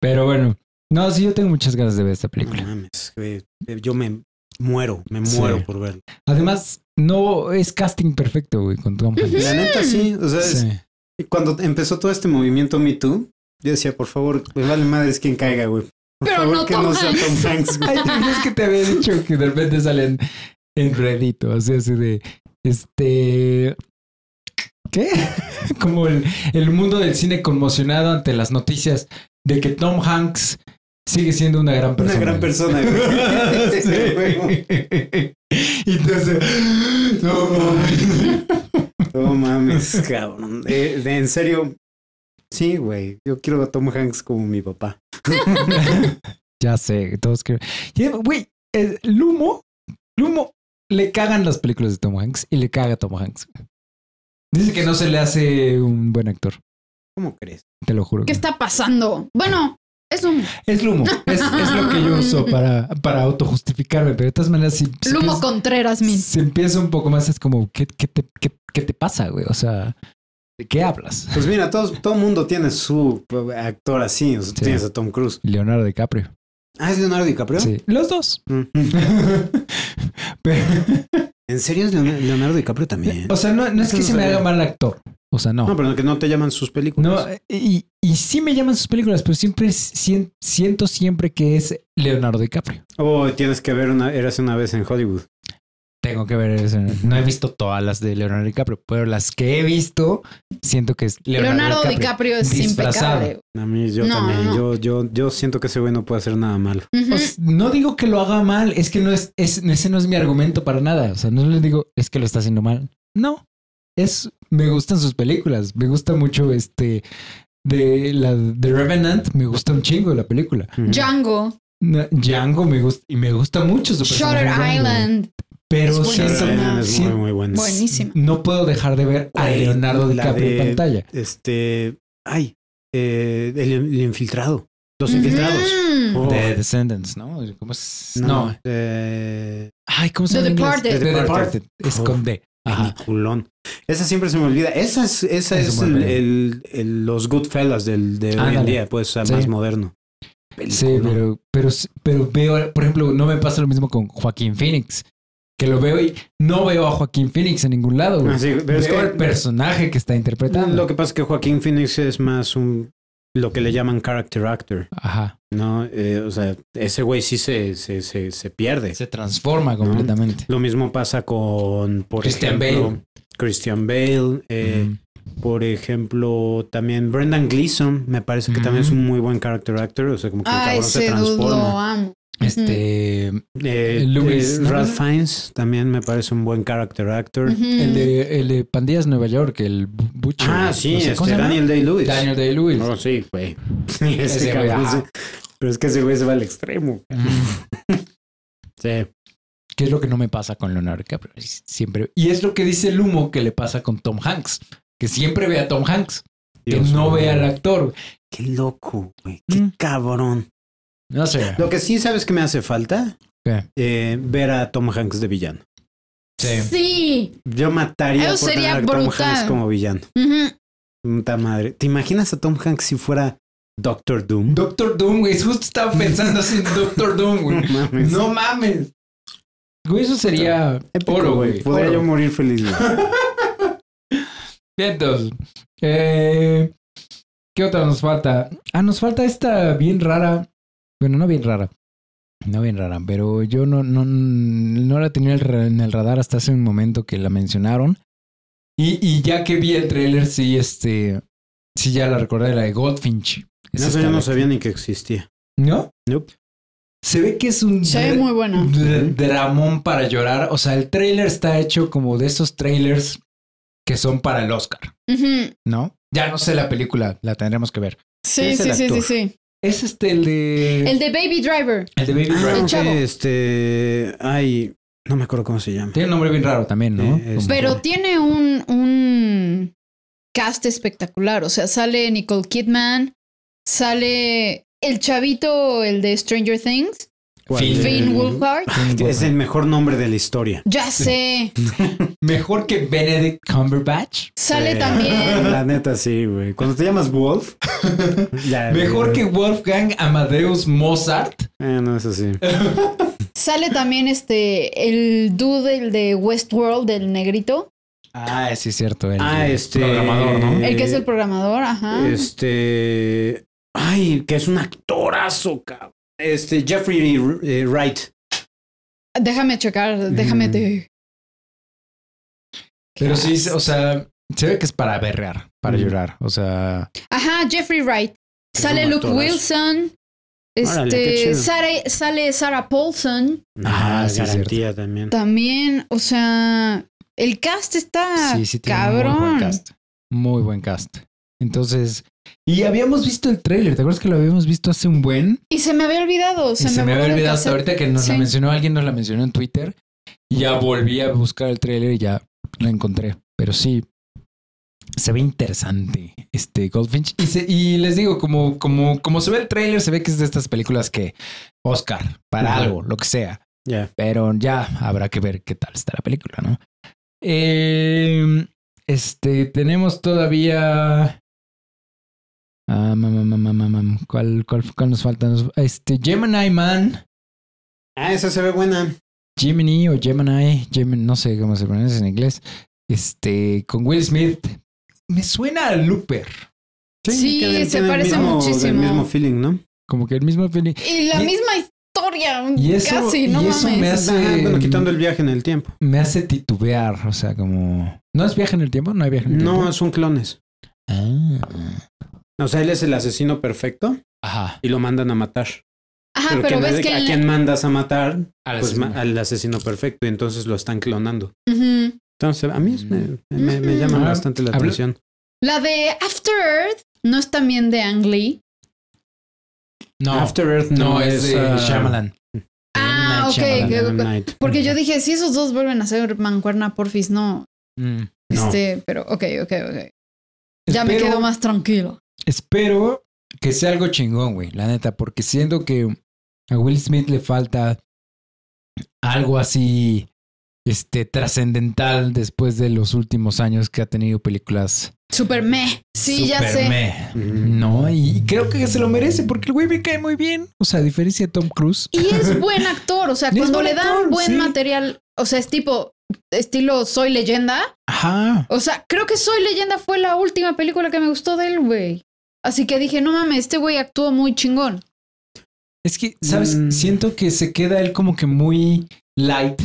S2: Pero bueno. No, sí, yo tengo muchas ganas de ver esta
S4: No
S2: película.
S4: mames, güey. Eh, Yo me muero, me
S2: Sí.
S4: muero por verlo.
S2: Además, no es casting perfecto, güey, con Tom Hanks.
S4: La neta sí, o sea, es-
S2: Sí.
S4: Y Cuando empezó todo este movimiento Me Too, yo decía, por favor, me vale madres quien caiga, güey. Por
S3: Pero
S4: favor,
S3: no
S4: que
S3: Tom
S4: no sea Tom
S3: Hanks.
S4: Hanks, güey.
S2: Ay, ¿te acuerdas que te había dicho que de repente salen en Reddit o sea, así de este ¿qué? Como el, el mundo del cine conmocionado ante las noticias de que Tom Hanks sigue siendo una gran
S4: Una
S2: persona.
S4: gran persona, güey. Güey,
S2: Sí. Y Entonces, no mames.
S4: No mames, cabrón. Eh, de- en serio, sí, güey. Yo quiero a Tom Hanks como mi papá.
S2: Ya sé, todos que Y, Güey, eh, Lumo, Lumo, le cagan las películas de Tom Hanks y le caga a Tom Hanks. Dice que no se le hace un buen actor,
S4: ¿Cómo crees?
S2: te lo juro.
S3: ¿Qué está pasando? Bueno, es un
S2: Es Lumo, es, es lo que yo uso para, para autojustificarme, pero de todas maneras, si, si
S3: Lumo
S2: empieza-
S3: Contreras, min.
S2: si empieza un poco más, es como, ¿qué, qué te, qué, qué te pasa, güey? O sea, ¿de qué hablas?
S4: Pues mira, todos, todo mundo tiene su actor así. O sea,
S2: Sí.
S4: Tienes a Tom Cruise.
S2: Leonardo DiCaprio.
S4: Ah, es Leonardo DiCaprio.
S2: Sí, los dos.
S4: Mm.
S2: Pero-
S4: ¿En serio es Leon- Leonardo DiCaprio también?
S2: o sea, no, no es
S4: Eso
S2: que
S4: no
S2: se me
S4: sabía.
S2: haga mal actor. O sea,
S4: No, pues. pero que no te llaman sus películas.
S2: No, eh, y, y sí me llaman sus películas, pero siempre sien- siento siempre que es Leonardo DiCaprio.
S4: O Oh, tienes que ver una, Eras una vez en Hollywood.
S2: Tengo que ver eso. No he visto todas las de Leonardo DiCaprio, pero las que he visto siento que es Leonardo,
S3: Leonardo
S2: DiCaprio.
S3: DiCaprio es
S2: disfrazado.
S3: impecable.
S4: A mí, yo
S3: No,
S4: también.
S3: no.
S4: Yo, yo, yo siento que ese güey no puede hacer nada malo.
S3: Ujú.
S2: O sea, Pues, no digo que lo haga mal, es que no es, es- ese no es mi argumento para nada. O sea, no le digo es que lo está haciendo mal. No, es me gustan sus películas, me gusta mucho este de la de Revenant, me gusta un chingo la película.
S4: Ujú.
S3: Django,
S2: Na- Django me gusta y me gusta mucho su personaje
S3: Shutter
S2: Django.
S3: Island,
S2: Pero
S3: Es
S4: Shutter
S2: siento-
S4: Island es
S2: siento-
S4: muy, muy bueno.
S3: buenísima.
S2: no puedo dejar de ver a
S4: Güey,
S2: Leonardo
S4: la
S2: DiCaprio
S4: de-
S2: en pantalla.
S4: Este, ay, eh, el, el infiltrado. Los
S3: Ujú. Mm.
S4: infiltrados. Oh,
S2: The Descendants, ¿no? ¿Cómo es? No.
S4: eh,
S2: Ay, ¿cómo se llama?
S3: The
S2: en inglés?
S3: Departed.
S2: The Departed. Es
S4: Oh.
S2: con D. Ajá.
S4: peliculón. Esa siempre se me olvida. Esa es, esa
S2: Es
S4: es,
S2: un buen
S4: el,
S2: video.
S4: el- el- los Goodfellas del, de hoy en
S2: Ándale.
S4: día, pues, o sea,
S2: Sí.
S4: más moderno.
S2: Sí,
S4: Peliculón. Ah,
S2: pero pero, s- pero veo, por ejemplo, no me pasa lo mismo con Joaquín Phoenix. Que lo veo y no veo a Joaquín Phoenix en ningún lado. güey.
S4: Ah, sí, pero es
S2: veo
S4: que-
S2: el personaje que está interpretando.
S4: Lo que pasa es que Joaquín Phoenix es más un lo que le llaman character actor,
S2: Ajá.
S4: ¿no? Eh, o sea, ese güey sí se, se, se, se pierde.
S2: Se transforma completamente.
S4: Lo mismo pasa con, por
S2: Christian
S4: ejemplo,
S2: Bale.
S4: Christian Bale. eh,
S2: Ujú.
S4: Por ejemplo, también Brendan Gleeson, me parece que también es un muy buen character actor, o sea, como que el
S3: Ay,
S4: cabrón se
S3: ese dude lo
S4: transforma.
S3: amo.
S2: Este.
S4: Eh,
S2: El Lewis,
S4: eh,
S2: ¿no?
S4: Ralph Fiennes también me parece un buen character actor.
S3: Ujú.
S2: El de, el de Pandillas Nueva York, el Bu- Butcher.
S4: Ah,
S2: no
S4: sí,
S2: sé,
S4: este,
S2: ¿cómo se llama?
S4: Daniel Day-Lewis.
S2: Daniel Day-Lewis.
S4: No, sí, güey. Sí, ese
S2: Ese güey,
S4: cabrón,
S2: ah.
S4: sí. Pero es que ese güey se va al extremo.
S2: Mm.
S4: Sí.
S2: ¿Qué es lo que no me pasa con Leonardo DiCaprio? Es Siempre. Y es lo que dice el humo que le pasa con Tom Hanks. Que siempre ve a Tom Hanks. que no ve al actor.
S4: Qué loco, güey. Qué
S2: Mm.
S4: cabrón.
S2: No sé.
S4: Lo que sí sabes que me hace falta,
S2: ¿Qué?
S4: eh, ver a Tom Hanks de villano.
S2: Sí.
S3: Sí.
S4: Yo mataría
S3: Eso
S4: por
S3: sería
S4: tener a Tom
S3: brutal.
S4: Hanks como villano.
S3: Ujú.
S4: Puta madre. ¿Te imaginas a Tom Hanks si fuera Doctor Doom?
S2: Doctor Doom, güey. Justo estaba pensando así en Doctor Doom,
S4: No
S2: güey.
S4: mames.
S2: No mames. Güey, eso sería
S4: Épico,
S2: oro, güey.
S4: Podría
S2: Oro.
S4: yo morir feliz. güey.
S2: Vientos. Eh, ¿Qué otra nos falta? Ah, nos falta esta bien rara. Bueno, no bien rara. No bien rara, pero yo no, no, no la tenía el ra- en el radar hasta hace un momento que la mencionaron. Y, y ya que vi el tráiler, sí, este. Sí, ya la recordé, la de Goldfinch. Es
S4: Eso
S2: esta
S4: yo no
S2: la-
S4: sabía ni que existía.
S2: ¿No?
S4: Nope.
S2: Se ve que es un.
S3: Se ve muy bueno.
S2: dra- Dramón para llorar. O sea, el tráiler está hecho como de esos trailers que son para el Oscar.
S3: Ujú.
S2: ¿no? Ya no sé la película, la tendremos que ver.
S3: Sí,
S4: es el
S3: sí, sí, sí,
S4: actor?
S3: sí.
S2: Es este el de.
S3: El de Baby Driver.
S2: el de Baby
S4: Ah,
S2: Driver.
S3: El chavo.
S4: ok, este. Ay, no me acuerdo cómo se llama.
S2: Tiene un nombre bien raro también, ¿no?
S4: Eh, es-
S3: Pero
S4: Ujú.
S3: tiene un, un cast espectacular. O sea, sale Nicole Kidman, sale el chavito, el de Stranger Things,
S4: ¿Cuál?
S2: Finn.
S3: Finn
S4: Eh,
S3: Wolfhard.
S2: Como-
S4: Es el mejor nombre de la historia.
S3: Ya sé.
S2: Mejor que Benedict Cumberbatch.
S3: Sale
S4: Sí.
S3: también.
S4: La neta, sí, güey. Cuando te llamas Wolf. ya,
S2: Mejor
S4: güey.
S2: que Wolfgang Amadeus Mozart.
S4: Eh, no, eso sí.
S3: Sale también este. El dude, el de Westworld, el negrito.
S2: Ah, sí, es cierto. El
S4: Ah, este.
S2: Programador, ¿no?
S3: El que es
S4: Eh,
S3: el programador, ajá.
S4: Este. Ay, que es un actorazo, cabrón. Este, Jeffrey eh, Wright.
S3: Déjame checar, déjame
S4: Mm.
S3: te.
S2: Pero sí, o sea, se ve que es para berrear, para
S4: Mm.
S2: llorar. O sea,
S3: Ajá, Jeffrey Wright.
S4: Es
S3: Sale
S4: un
S3: Luke
S4: actorazo.
S3: Wilson.
S4: Órale, qué
S3: Este,
S4: chido.
S3: sale, sale Sarah Paulson.
S2: Ah,
S4: Ah,
S2: sí, es
S4: garantía también.
S3: También, o sea, el cast está
S2: sí, sí, tiene
S3: Ah, cabrón.
S2: muy buen cast. Muy buen cast. Entonces, y habíamos visto el tráiler. ¿Te acuerdas que lo habíamos visto hace un buen?
S3: Y se me había olvidado.
S2: Y
S3: Se,
S2: se me
S3: borró
S2: había
S3: del
S2: olvidado hasta
S3: cassette.
S2: ahorita que nos la
S3: Sí.
S2: mencionó alguien, nos la mencionó en Twitter. Y ya volví a buscar el tráiler y ya la encontré. Pero sí, se ve interesante este Goldfinch. Y, se- y les digo, como, como, como se ve el tráiler, se ve que es de estas películas que Oscar, para
S4: Ajá.
S2: algo, lo que sea.
S4: Ya.
S2: Pero ya habrá que ver qué tal está la película, ¿no? Eh, este, tenemos todavía... Ah, mam, mam, mam, mam, mam. ¿Cuál, cuál, cuál nos falta? Nos- Este, Gemini Man.
S4: Ah, esa se ve buena.
S2: Gemini o Gemini. Gemini, no sé cómo se pronuncia en inglés. Este, con Will Smith. Me suena a Looper.
S3: Sí,
S4: que
S3: se
S4: tiene el
S3: parece
S4: mismo- El
S3: muchísimo.
S4: mismo feeling, ¿no?
S2: Como que el mismo feeling.
S3: Y la
S2: Y-
S3: misma historia,
S2: y eso-
S3: casi, no
S2: y eso me
S3: mames.
S2: hace- mm,
S4: Ajá, bueno, quitando el viaje en el tiempo.
S2: Me hace titubear. O sea, como. ¿No es viaje en el tiempo? No hay viaje en el tiempo.
S4: No, son clones.
S2: Ah.
S4: O sea, él es el asesino perfecto
S2: Ajá.
S4: y lo mandan a matar.
S3: Ajá, Ah, pero
S4: ¿quién-
S3: ves que.
S4: ¿a
S3: en la-
S4: quién mandas a matar?
S2: Al
S4: Pues ma-
S2: asesino.
S4: al asesino perfecto y entonces lo están clonando.
S3: Ujú.
S4: Entonces, a mí es- me, me- me
S3: Ujú.
S4: llama
S2: Ah,
S4: bastante la
S2: habla-
S4: atención.
S3: La de After Earth no es también de Ang Lee.
S2: No,
S4: After Earth
S2: no, es de
S4: ah,
S2: Shyamalan.
S3: Ah,
S2: Night
S3: ok,
S2: Shyamalan.
S3: que-
S4: M. Night.
S3: Porque yo dije, si esos dos vuelven a ser mancuerna porfis, no.
S2: Mm.
S4: No.
S3: Este, pero ok, ok, ok. Ya me
S2: Espero-
S3: quedo más tranquilo.
S2: Espero que sea algo chingón, güey, la neta, porque siento que a Will Smith le falta algo así este trascendental después de los últimos años que ha tenido películas
S3: Super me. Sí, ya
S2: Super
S3: sé.
S2: meh.
S5: Ujú.
S2: No, y creo que se lo merece porque el güey me cae muy bien. O sea, a diferencia de Tom Cruise.
S3: Y es buen actor, o sea,
S2: Y es
S3: cuando
S2: buen
S3: le dan
S2: actor,
S3: buen
S2: sí.
S3: material, o sea, es tipo estilo Soy Leyenda.
S2: Ajá.
S3: O sea, creo que Soy Leyenda fue la última película que me gustó de él, güey. Así que dije, no mames, este güey actuó muy chingón.
S2: Es que, ¿sabes?
S4: Mm.
S2: Siento que se queda él como que muy light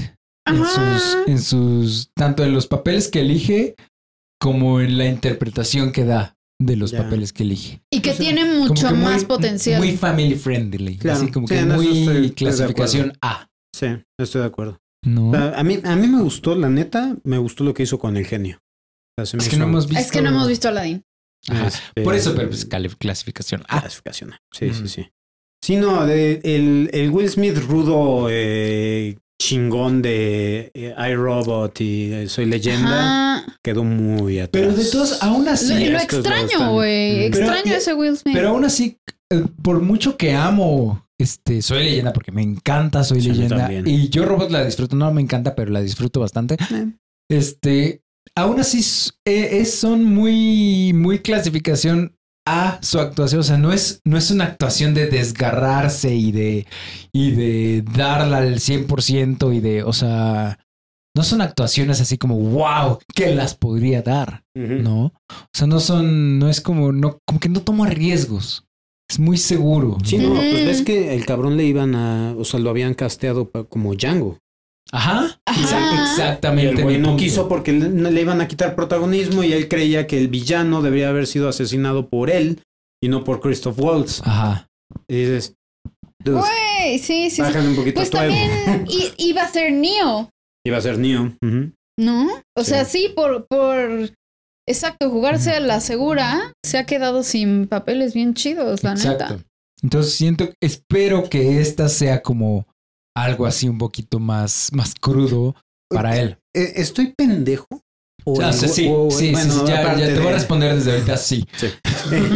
S2: en
S3: Ajá.
S2: sus, en sus, tanto en los papeles que elige como en la interpretación que da de los
S4: Ya.
S2: papeles que elige.
S3: Y que
S4: O sea,
S3: tiene
S2: Como
S3: mucho
S2: que muy-
S3: más potencial.
S2: Muy family friendly.
S4: Claro.
S2: Así como
S4: Sí,
S2: que
S4: en eso
S2: muy
S4: estoy- estoy de
S2: clasificación A.
S4: Sí, estoy de acuerdo.
S2: No.
S4: O sea, a, mí, a mí me gustó, la neta, me gustó lo que hizo con el genio. O sea, se me
S2: Es que
S4: hizo-
S2: no hemos visto.
S3: Es que no hemos visto a Aladdin.
S2: Ajá.
S4: este,
S2: Por eso, pero pues cali- clasificación A.
S4: clasificación. Sí,
S2: Ujú.
S4: sí, sí. Sí, no, de- el, el Will Smith rudo eh, chingón de eh, iRobot y eh, Soy Leyenda
S3: Ajá.
S4: quedó muy atrás.
S2: Pero de ah, todos, aún así.
S3: Lo, lo
S4: estos dos
S3: extraño,
S4: están-
S3: güey.
S4: Mm.
S2: Pero-
S3: Extraño a ese Will Smith.
S2: Pero aún así, eh, por mucho que amo, este, soy leyenda porque me encanta, soy
S4: Sí, a mí
S2: leyenda.
S4: también.
S2: Y yo robot la disfruto, no me encanta, pero la disfruto bastante.
S4: Eh.
S2: Este, aún así s- eh, es- son muy, muy clasificación a su actuación. O sea, no es, no es una actuación de desgarrarse y de, y de darla al 100% y de, o sea, no son actuaciones así como, wow, que las podría dar.
S4: Ujú.
S2: ¿no? O sea, no son, no es como, no, como que no toma riesgos. Es muy seguro.
S4: Sí, no, pues
S3: Ujú.
S4: ves que el cabrón le iban a, o sea, lo habían casteado pa- como Django.
S2: Ajá.
S3: Ajá.
S4: Y el
S2: Exactamente.
S4: güey
S2: mi
S4: no
S2: punto.
S4: quiso porque le, le iban a quitar protagonismo y él creía que el villano debería haber sido asesinado por él y no por Christoph Waltz.
S2: Ajá.
S4: Y dices, dude,
S3: Güey, sí, sí, sí.
S4: bájale un poquito
S3: Pues
S4: tu ego.
S3: también i- iba a ser Neo.
S4: Iba a ser Neo. Ujú.
S3: ¿No? O
S4: Sí.
S3: sea, sí, por, por. Exacto, jugarse a la segura se ha quedado sin papeles bien chidos, la neta.
S2: Exacto. Entonces siento, espero que esta sea como algo así un poquito más, más crudo para él.
S4: Eh, ¿Estoy pendejo? O
S2: O sea,
S4: el
S2: sí,
S4: güey-
S2: sí,
S4: o-
S2: sí,
S4: bueno,
S2: sí, ya,
S4: aparte
S2: ya te voy a
S4: de-
S2: responder desde ahorita, sí.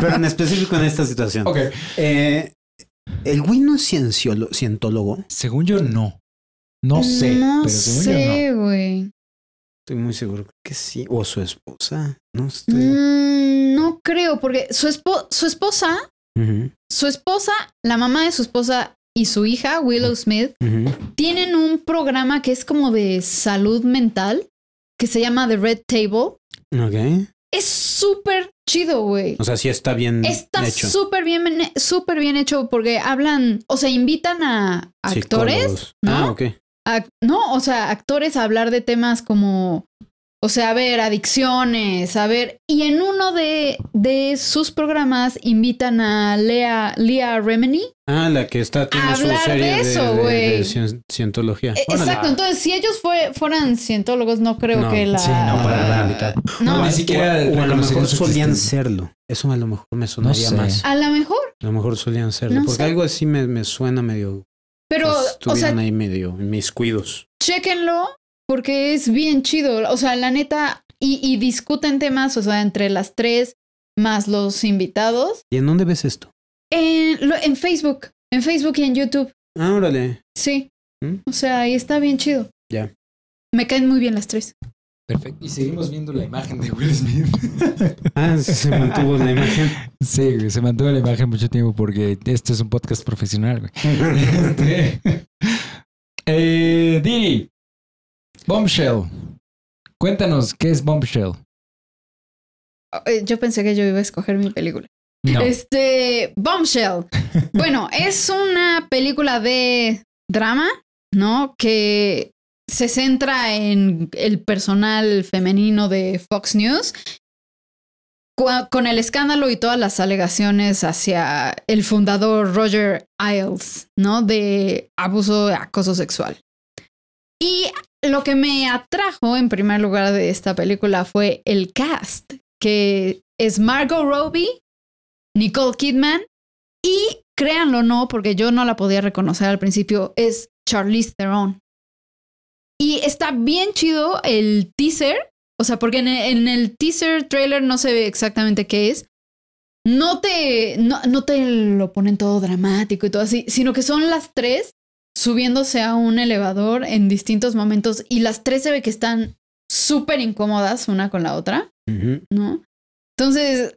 S4: Pero en específico en esta situación.
S2: Ok.
S4: Eh, el güey no es cienciólo- cientólogo.
S2: Según yo, no. No sé.
S3: No
S2: pero según yo, no.
S3: sé, güey.
S4: Estoy muy seguro que sí. O su esposa. No estoy.
S3: Mm, no creo, porque su, espo- su esposa,
S4: Ujú,
S3: su esposa, la mamá de su esposa y su hija, Willow Smith,
S4: ujú.
S3: tienen un programa que es como de salud mental, que se llama The Red Table.
S4: Ok.
S3: Es súper chido, güey.
S4: O sea, sí está bien
S3: Está
S4: hecho.
S3: súper bien, eh, súper bien hecho porque hablan, o sea, invitan a actores,
S4: Psicólogos.
S3: ¿no?
S4: Ah, ok.
S3: a- no, o sea, actores a hablar de temas como, o sea, a ver, adicciones, a ver, y en uno de, de sus programas invitan a Lea, Lea Remini.
S4: Ah, la que está tiene su
S3: Hablar de
S4: serie de,
S3: eso,
S4: de- de
S3: güey.
S4: cien- cientología.
S3: Eh,
S4: Órale.
S3: Exacto, entonces si ellos fue- fueran cientólogos, no creo
S4: No,
S3: que la...
S2: sí, no, para nada.
S3: no.
S2: Ni siquiera
S4: o, a lo
S2: reconocieron
S4: mejor
S2: su
S4: solían
S2: existencia.
S4: serlo. Eso a lo mejor me sonaría
S2: sé.
S4: más.
S3: A lo mejor,
S4: A lo mejor solían serlo.
S3: No
S4: porque
S3: sé.
S4: algo así me, me suena medio.
S3: pero,
S4: que
S3: o sea,
S4: estuvieran ahí medio mis cuidos.
S3: chéquenlo porque es bien chido. O sea, la neta, y, y discuten temas, o sea, entre las tres más los invitados.
S4: ¿Y en dónde ves esto?
S3: En, lo- en Facebook, en Facebook y en YouTube,
S4: Ah, órale.
S3: sí.
S4: ¿Mm?
S3: O sea, y está bien chido.
S4: Ya.
S3: Me caen muy bien las tres.
S2: Perfecto. Y seguimos viendo la imagen de Will Smith.
S4: Ah, sí, se mantuvo la imagen.
S2: Sí, güey, se mantuvo la imagen mucho tiempo porque este es un podcast profesional, güey. Este, eh, Didi, Bombshell. Cuéntanos, ¿qué es Bombshell?
S3: Eh, Yo pensé que yo iba a escoger mi película.
S2: No.
S3: Este, Bombshell. Bueno, es una película de drama, ¿no? Que se centra en el personal femenino de Fox News. Cua- Con el escándalo y todas las alegaciones hacia el fundador Roger Ailes, ¿no? De abuso, acoso sexual. Y lo que me atrajo en primer lugar de esta película fue el cast, que es Margot Robbie, Nicole Kidman y créanlo o no, porque yo no la podía reconocer al principio, es Charlize Theron. Y está bien chido el teaser, o sea, porque en el, en el teaser trailer no se ve exactamente qué es. No te, no, no te lo ponen todo dramático y todo así, sino que son las tres subiéndose a un elevador en distintos momentos y las tres se ve que están súper incómodas una con la otra.
S4: Ujú.
S3: ¿no? Entonces,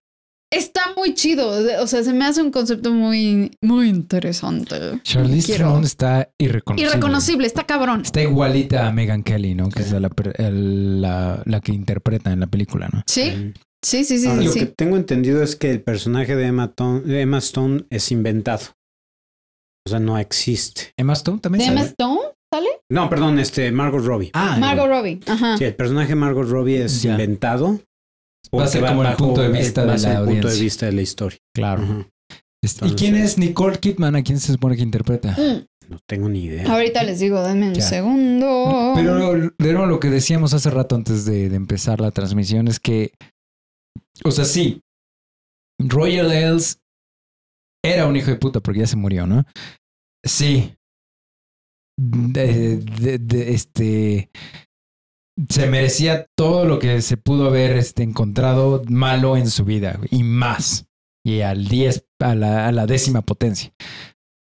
S3: está muy chido. O sea, se me hace un concepto muy, muy interesante.
S2: Charlize
S3: Quiero.
S2: Theron está irreconocible.
S3: Irreconocible, está cabrón.
S2: Está igualita a Megan Kelly, ¿no? Que es la, per- el- la, la que interpreta en la película, ¿no?
S3: Sí, sí, sí, sí,
S4: Ahora,
S3: sí.
S4: lo que
S3: sí.
S4: tengo entendido es que el personaje de Emma, Ton- de Emma Stone es inventado. O sea, no existe.
S2: Emma Stone también.
S3: ¿De Emma
S2: sale?
S3: Stone? ¿Sale?
S4: No, perdón, este Margot Robbie.
S2: Ah,
S3: Margot Robbie. Ajá.
S4: Sí, el personaje de Margot Robbie es
S2: Ya.
S4: inventado.
S2: Va a ser
S4: porque
S2: como el
S4: bajo
S2: punto de vista
S4: va
S2: de
S4: a ser
S2: la
S4: el punto de
S2: audiencia.
S4: vista de la historia.
S2: claro.
S4: Ajá.
S2: Este, ¿Y quién
S4: Entonces-
S2: es Nicole Kidman? ¿A quién se supone que interpreta?
S3: Mm,
S4: No tengo ni idea.
S3: Ahorita les digo, denme un
S2: Ya.
S3: segundo.
S2: Pero de nuevo, lo que decíamos hace rato antes de, de empezar la transmisión es que, o sea, sí, Roger Ailes era un hijo de puta porque ya se murió, ¿no? Sí. De- de- de- este se merecía todo lo que se pudo haber este, encontrado malo en su vida güey, y más y al 10 a la, a la décima potencia.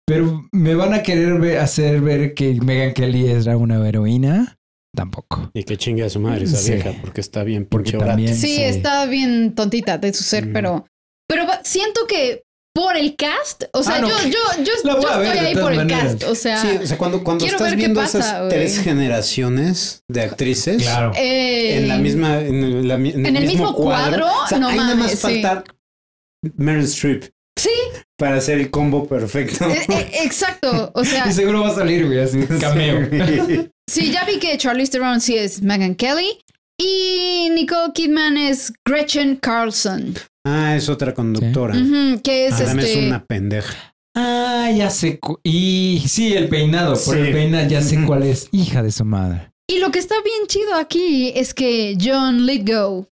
S2: Pero me van a querer ver- hacer ver que Megan Kelly era una heroína, tampoco.
S4: Y que chingue a su madre esa
S2: Sí.
S4: vieja, porque está bien
S2: Porque
S4: pinche orate.
S2: también
S3: Sí,
S2: se-
S3: está bien tontita de su ser,
S4: Mm.
S3: pero. Pero va- siento que por el cast, o sea,
S2: Ah, no.
S3: yo, yo, yo,
S2: La voy
S3: yo
S2: a ver
S3: estoy
S2: de
S3: ahí
S2: todas
S3: por el
S2: maneras.
S3: cast. O sea,
S4: Sí, o sea, cuando, cuando
S3: Quiero ver
S4: estás
S3: qué
S4: viendo
S3: pasa,
S4: esas
S3: güey.
S4: tres generaciones de actrices
S2: Claro.
S3: eh,
S4: en la misma, en, la mi- en
S3: en el mismo cuadro,
S4: o sea,
S3: no
S4: ahí nada
S3: mames,
S4: más
S3: sí.
S4: falta Meryl Streep
S3: Sí,
S4: para hacer el combo perfecto.
S3: eh, eh, exacto. O sea,
S2: Y seguro va a salir, güey, así. Cameo.
S3: Sí, ya vi que Charlize Theron sí es Megan Kelly y Nicole Kidman es Gretchen Carlson,
S4: ah, es otra conductora.
S3: Ujú, que es
S4: Ah, también es
S3: este.
S4: una pendeja.
S2: Ah, ya sé. cu- Y sí, el peinado. Por
S4: Sí.
S2: el peinado ya sé
S4: Ujú.
S2: cuál es. Hija de su madre.
S3: Y lo que está bien chido aquí es que John Lithgow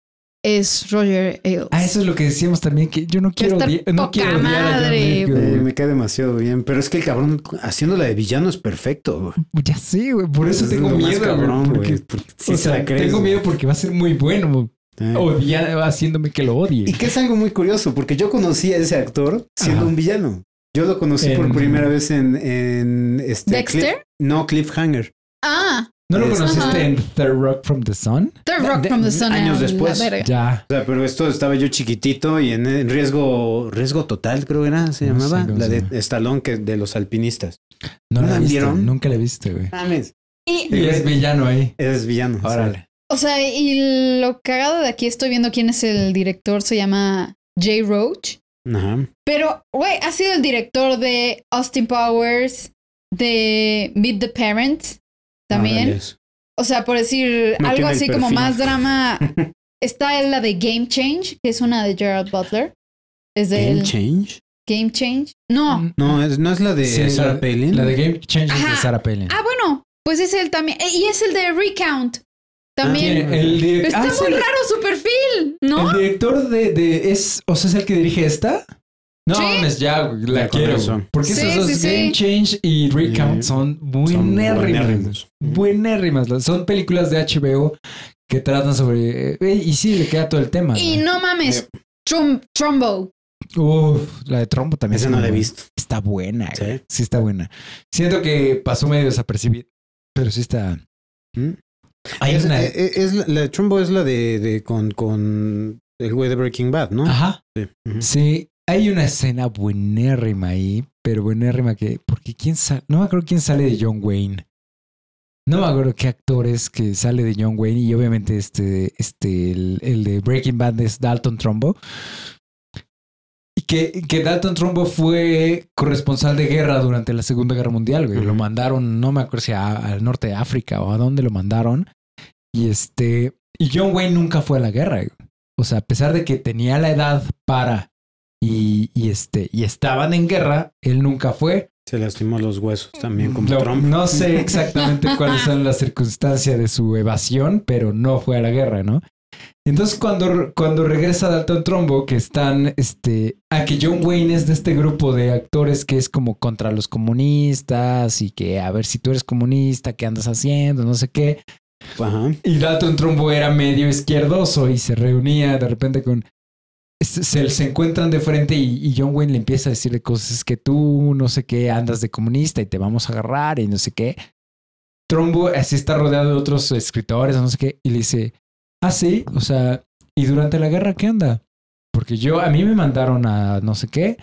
S3: es Roger Ailes.
S2: Ah, eso es lo que decíamos también, que yo no quiero,
S3: está
S2: odi- no
S3: poca
S2: quiero odiar a John
S3: madre,
S2: Lithgow,
S4: Eh,
S2: güey.
S4: me cae demasiado bien, pero es que el cabrón haciéndola de villano es perfecto. güey.
S2: Ya sé, güey. Por eso
S4: Es
S2: tengo
S4: lo más
S2: miedo,
S4: cabrón,
S2: güey. porque-
S4: güey, porque sí
S2: o
S4: se
S2: sea,
S4: la crees,
S2: tengo
S4: güey.
S2: miedo porque va a ser muy bueno, güey,
S4: Eh.
S2: odia- haciéndome que lo odie.
S4: Y que es algo muy curioso, porque yo conocí a ese actor siendo
S2: Ajá.
S4: un villano. Yo lo conocí
S2: En-
S4: por primera vez en, en este
S3: ¿Dexter?
S4: Cliff- no, Cliffhanger.
S3: Ah,
S2: ¿No lo
S4: Ajá.
S2: conociste en The Rock from the Sun?
S3: The Rock
S4: De-
S3: from the Sun.
S4: años
S3: a la
S4: después.
S3: verga.
S2: Ya.
S4: O sea, pero esto estaba yo chiquitito y en, en riesgo, riesgo total, creo que
S2: No
S4: era, se
S2: sé
S4: llamaba.
S2: cómo
S4: la
S2: se
S4: de
S2: llama.
S4: Estalón, que de los alpinistas.
S2: No
S4: ¿No
S2: la
S4: la
S2: viste,
S4: vieron?
S2: nunca la viste, güey.
S4: Mames.
S3: Y,
S2: Y es villano ahí.
S4: Eres villano. o sea,
S2: Órale.
S3: o sea, y lo cagado de aquí estoy viendo quién es el director, se llama Jay Roach.
S4: Ajá.
S3: Pero, güey, ha sido el director de Austin Powers, de Meet the Parents, también.
S4: Órale.
S3: O sea, por decir
S4: No
S3: algo
S4: tiene el
S3: así como
S4: perfil.
S3: más drama, está la de Game Change, que es una de Gerald Butler. Es de
S4: Game
S3: Game,
S4: Change. Mm.
S3: Change. No.
S4: No, es- no es la de
S2: Sí, la-
S4: Sarah Palin.
S2: Mm. La de Game Changes
S3: Ajá.
S2: de Sarah Palin.
S3: Ah, bueno, pues es él también. Eh, Y es el de Recount. También.
S4: Ah,
S2: Tiene el
S3: Pero
S2: director.
S3: está muy raro su perfil, ¿no?
S2: El director de, de- es, o sea, es el que dirige esta. No,
S3: Sí.
S2: mames, ya güey, la
S4: Ya con
S2: quiero.
S4: eso.
S2: güey. Porque
S3: Sí,
S2: esos dos
S3: sí, sí.
S2: Game Change y Recount
S4: Eh,
S2: son
S4: Son
S2: buenérrimas. Mm.
S4: buenérrimos.
S2: Buenérrimas. Las- Son películas de HBO que tratan sobre. eh, y sí, le queda todo el tema.
S3: Y no mames,
S4: Eh.
S3: Trum- Trumbo.
S2: ¿no? Uf, la de Trombo también.
S4: Esa
S2: está
S4: no la he
S2: buena.
S4: visto.
S2: Está buena,
S4: Sí.
S2: güey. Sí, está buena. Siento que pasó medio desapercibida, pero sí está.
S4: ¿Mm?
S2: Hay
S4: es,
S2: una.
S4: eh, eh, es la, la de Trumbo es la de, de con, con el güey de Breaking Bad, ¿no?
S2: Ajá.
S4: Sí. Ujú.
S2: Sí, hay una escena buenérrima ahí, pero buenérrima que. Porque quién sale. No me acuerdo quién sale de John Wayne. No me acuerdo qué actor es que sale de John Wayne. Y obviamente, este, este, el, el de Breaking Bad es Dalton Trumbo. Y que, que Dalton Trumbo fue corresponsal de guerra durante la Segunda Guerra Mundial, güey. Lo
S4: Ujú.
S2: mandaron, no me acuerdo si a- al norte de África o a dónde lo mandaron. Y este. Y John Wayne nunca fue a la guerra. güey. O sea, a pesar de que tenía la edad para y, y este y estaban en guerra, él nunca fue.
S4: Se lastimó los huesos también como
S2: Lo-
S4: Trump.
S2: No sé exactamente cuáles son las circunstancias de su evasión, pero no fue a la guerra, ¿no? Entonces cuando, cuando regresa Dalton Trumbo, que están, este, a que John Wayne es de este grupo de actores que es como contra los comunistas y que a ver si tú eres comunista, ¿qué andas haciendo? No sé qué.
S4: Ajá.
S2: Y Dalton Trumbo era medio izquierdoso y se reunía de repente con... Se, se- se encuentran de frente y, y John Wayne le empieza a decir de cosas "Es que tú no sé qué andas de comunista y te vamos a agarrar y no sé qué. Trumbo así está rodeado de otros escritores, no sé qué, y le dice, ah, sí, o sea, ¿Y durante la guerra qué onda? Porque yo, a mí me mandaron a no sé qué.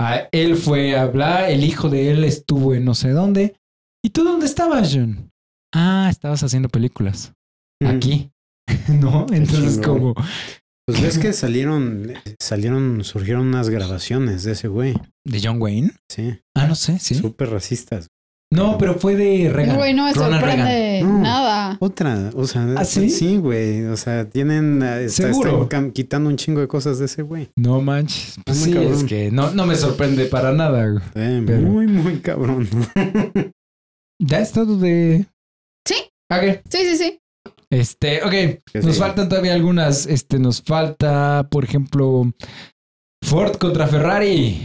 S2: A él fue a hablar, el hijo de él estuvo en no sé dónde. ¿Y tú dónde estabas, John? Ah, estabas haciendo películas. Aquí. ¿No? Entonces,
S6: chingón.
S2: como.
S4: Pues ves que salieron, salieron, surgieron unas grabaciones de ese güey.
S2: ¿De John Wayne?
S4: Sí,
S2: Ah, no sé, sí.
S4: súper racistas.
S2: No, pero fue de Reagan.
S3: Güey, no me
S2: Ronald Reagan.
S3: sorprende
S4: No.
S3: nada.
S4: Otra, o sea,
S2: ¿Ah, sí?
S4: sí, güey. O sea, tienen, eh, está-
S2: Seguro.
S4: están cam- quitando un chingo de cosas de ese güey.
S2: No manches. Pues
S4: muy
S2: sí,
S4: cabrón.
S2: es que no, no me sorprende para nada. güey.
S4: Eh,
S2: Pero-
S4: Muy, muy cabrón.
S2: ¿Ya has estado de...?
S3: Sí.
S2: Ok.
S3: Sí, sí, sí.
S2: Este, ok.
S4: Que
S2: Nos
S4: sí.
S2: faltan todavía algunas. Este, nos falta, por ejemplo, Ford contra Ferrari.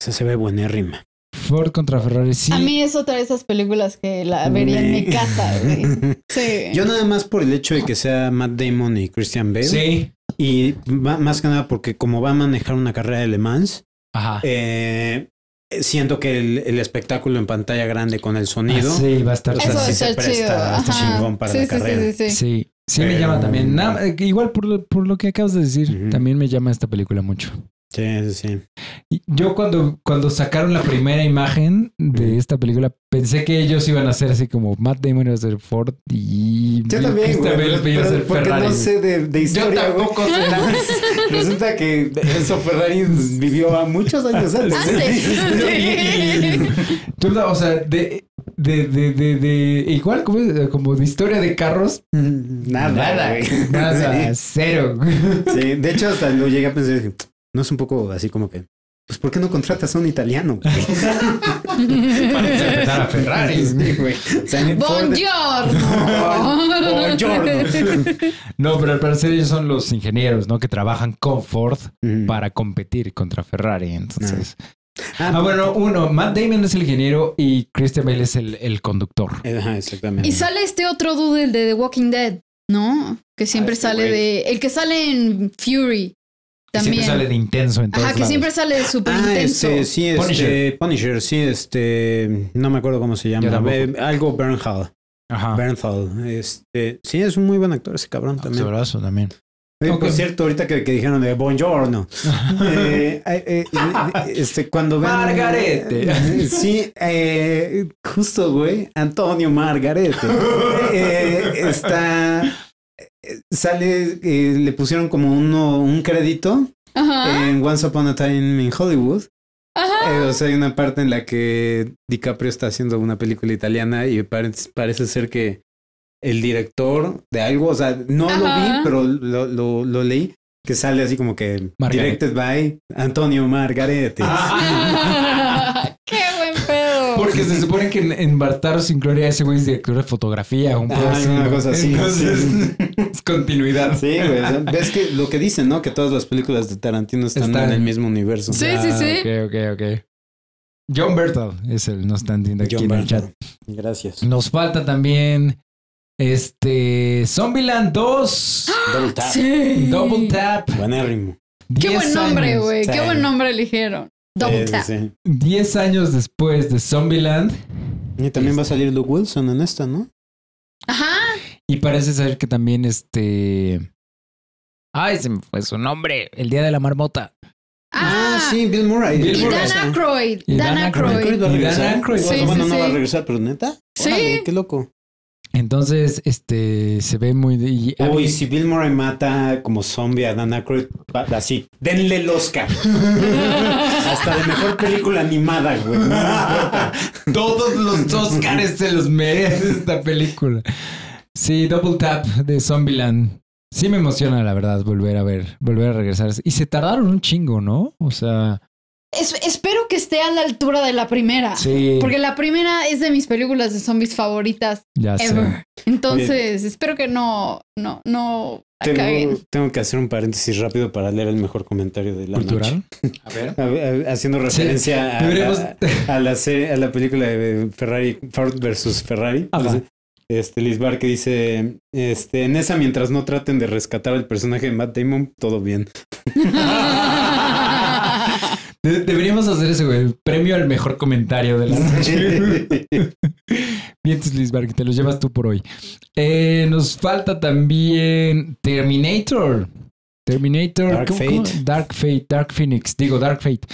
S4: Esa se ve buenérrima.
S2: Ford contra Ferrari, sí.
S3: A mí es otra de esas películas que la vería en mi casa, güey. Sí.
S4: Yo nada más por el hecho de que sea Matt Damon y Christian Bale.
S2: Sí.
S4: Y ma- más que nada porque como va a manejar una carrera de Le Mans,
S2: Ajá.
S4: eh, siento que el, el espectáculo en pantalla grande con el sonido.
S2: Ah, sí, va a estar...
S4: O sea,
S3: Eso
S4: sí
S3: es
S4: se
S3: el
S4: presta,
S3: chido.
S4: está
S3: Ajá.
S4: chingón para
S3: sí,
S4: la
S3: sí,
S4: carrera.
S3: Sí, sí, sí.
S2: Sí. Sí me
S4: Pero-
S2: llama también. Nada- eh, igual por lo, por lo que acabas de decir,
S4: Ujú.
S2: también me llama esta película mucho.
S4: Sí, sí, sí.
S2: Y Yo cuando, cuando sacaron la primera imagen de esta película, pensé que ellos iban a ser así como Matt Damon iba a ser Ford y
S6: Yo también,
S2: Christian
S6: güey.
S2: Bale
S6: pero-
S2: iba a
S6: pero
S2: ser
S6: porque
S2: Ferrari.
S6: no sé de, de historia, güey.
S2: tampoco sé
S6: Resulta que Enzo Ferrari vivió a muchos años antes. ¿eh?
S3: Antes. Sí.
S2: Yo, no, o sea, de, de, de, de, de- igual como, como de historia de carros,
S4: Nada, güey.
S2: nada, cero.
S4: Sí, de hecho, hasta lo llegué a pensar, dije, no es un poco así como que, pues, ¿por qué no contratas a un italiano? güey?"
S2: Para interpretar a Ferrari.
S4: Sí, güey. O sea, en Ford-
S3: Buongiorno.
S4: Buongiorno.
S2: No, pero al parecer ellos son los ingenieros, ¿no? Que trabajan con Ford
S4: Mm.
S2: para competir contra Ferrari, entonces.
S4: Ah,
S2: Ah, bueno, uno, Matt Damon es el ingeniero y Christian Bale es el, el conductor.
S4: eh, Ajá, exactamente.
S3: Y sale este otro dude, el de The Walking Dead, ¿no? Que
S2: Ah,
S3: siempre
S4: este
S3: sale
S4: güey.
S3: de. El que sale en Fury.
S2: Y
S3: También.
S2: Siempre sale de intenso en todos
S3: Ajá, que
S2: lados.
S3: siempre sale de súper
S4: Ah,
S3: intenso.
S4: este, sí, este,
S2: Punisher.
S4: Punisher. sí, este, no me acuerdo cómo se
S2: Yo
S4: llama,
S2: tampoco. Ah.
S4: Eh, algo Bernhard,
S2: Ajá.
S4: Bernthal, este, sí, es un muy buen actor ese cabrón también.
S2: Abrazo también.
S4: Oye,
S2: Ok.
S4: Por cierto, ahorita que, que dijeron de Buongiorno. eh, eh, eh, este, cuando ven.
S2: Margarete.
S4: Sí, eh, justo, güey. Antonio Margarete. Eh, está. eh, Sale, eh, le pusieron como uno, un crédito
S2: Eh,
S3: Ajá.
S4: en Once Upon a Time in Hollywood.
S3: Ajá.
S4: Eh, o sea, hay una parte en la que DiCaprio está haciendo una película italiana y pare- parece ser que el director de algo, o sea, no lo
S3: Ajá.
S4: vi, pero lo, lo- lo leí, que sale así como que
S2: Margarete.
S4: directed by Antonio Margarete.
S2: Ah.
S3: Qué buen pedo.
S2: Porque se supone que en, en Bartaro sin Gloria ese güey es director de fotografía. Un poco
S4: Ah,
S2: así,
S4: una
S2: ¿no?
S4: cosa así.
S2: Entonces, es continuidad.
S4: Sí, güey. o sea, ves que lo que dicen, ¿no? Que todas las películas de Tarantino están,
S2: Están-
S4: en el mismo universo.
S3: Sí, sí, sí.
S2: Ah, Ok, ok, ok. John Bertal es el no está entiendo aquí
S4: John
S2: en el chat.
S4: Barton. Gracias.
S2: Nos falta también este Zombieland 2.
S4: Double tap.
S3: Sí.
S2: Double Tap.
S4: Buenérrimo.
S3: Qué buen
S2: 10
S3: nombre,
S2: años.
S3: güey.
S4: Sí.
S3: Qué buen nombre eligieron. Double
S4: Sí, sí,
S3: Tap.
S4: sí.
S2: 10 años después de Zombieland.
S4: Y también va a salir Luke Wilson en esta, ¿no?
S3: Ajá.
S2: Y parece ser que también este. Ay, se me fue su nombre. El día de la marmota.
S3: Ah,
S4: sí, Bill Murray.
S2: Bill
S3: Y
S2: Murray.
S3: Dan Aykroyd.
S2: Y Dan
S3: Dan
S2: Aykroyd.
S3: Aykroyd.
S4: va a
S2: Y Dan
S4: regresar.
S2: Aykroyd.
S3: Sí,
S4: bueno,
S3: sí,
S4: no
S3: sí.
S4: va a regresar, pero neta.
S3: Sí.
S4: Órale, qué loco.
S2: Entonces, este se ve muy. y- a
S4: Uy,
S2: mí-
S4: si Bill Murray mata como zombie a Dan Aykroyd, va- así, denle el Oscar. Hasta de mejor película animada, güey. No importa.
S2: Todos los Oscars se los merece esta película. Sí, Double Tap de Zombieland. Sí me emociona, la verdad, volver a ver, volver a regresar. Y se tardaron un chingo, ¿no? O sea,
S3: Es- espero que esté a la altura de la primera.
S2: sí.
S3: Porque la primera es de mis películas de zombies favoritas
S2: ya sé.
S3: ever. Entonces, espero que no, no, no la
S4: Tengo,
S3: caguen.
S4: tengo que hacer un paréntesis rápido para leer el mejor comentario de la noche.
S2: Cultural. A ver.
S4: A ver, a- Haciendo referencia a,
S2: Ah, deberíamos-
S4: la, a la serie- a la película de Ferrari, Ford versus Ferrari.
S2: Ajá.
S4: Este Liz Bar que dice: este, En esa, mientras no traten de rescatar al personaje de Matt Damon, todo bien.
S2: De- deberíamos hacer ese, güey. el Premio al mejor comentario de la noche. Mientes, Lisberg, te lo llevas tú por hoy. Eh, nos falta también Terminator. Terminator,
S4: Dark
S2: ¿cómo-
S4: Fate.
S2: cómo? Dark Fate, Dark Phoenix, digo Dark Fate.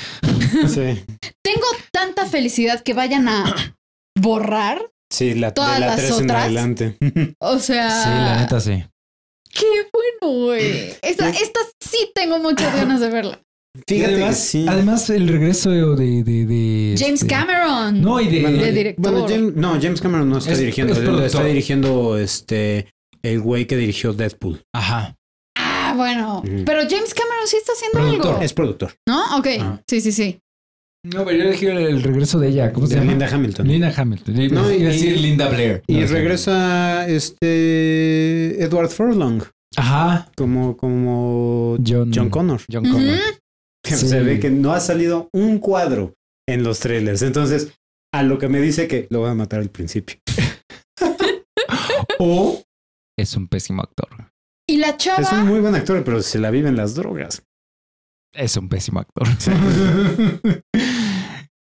S4: Sí,
S3: Tengo tanta felicidad que vayan a borrar.
S4: sí la, de
S3: Todas
S4: la
S3: las
S4: 3 en
S3: otras.
S4: adelante.
S3: O sea.
S2: Sí, la neta sí.
S3: Qué bueno, güey. Esta, esta sí tengo muchas ganas de verla.
S4: Fíjate
S2: Y además,
S4: que sí.
S2: además el regreso de, de- de-
S3: James
S2: este-
S3: Cameron.
S2: No, y de,
S4: Bueno,
S3: de director.
S4: Bueno, James, no, James Cameron no está
S2: Es-
S4: dirigiendo.
S2: es
S4: él está
S2: productor.
S4: dirigiendo este el güey que dirigió Deadpool.
S2: Ajá.
S3: Ah, bueno.
S4: Ujú.
S3: Pero James Cameron sí está haciendo
S2: Productor.
S3: algo.
S4: Es productor.
S3: ¿No? Ok.
S2: Ah.
S3: Sí, sí, sí.
S2: No, pero yo elegí el, el regreso de ella. ¿Cómo se
S4: de
S2: llama?
S4: Linda Hamilton.
S2: Linda Hamilton. Iba
S4: No, y-
S2: a decir Linda Blair.
S4: y
S2: No, sí.
S4: regresa este Edward Furlong
S2: Ajá.
S4: como, como
S2: John,
S4: John Connor.
S2: John
S3: Ujú.
S2: Connor. Sí.
S4: Mm. Se ve que no ha salido un cuadro en los trailers. Entonces, a lo que me dice que lo van a matar al principio.
S2: O es un pésimo actor.
S3: Y la chava.
S4: Es un muy buen actor, pero se la viven las drogas.
S2: Es un pésimo actor.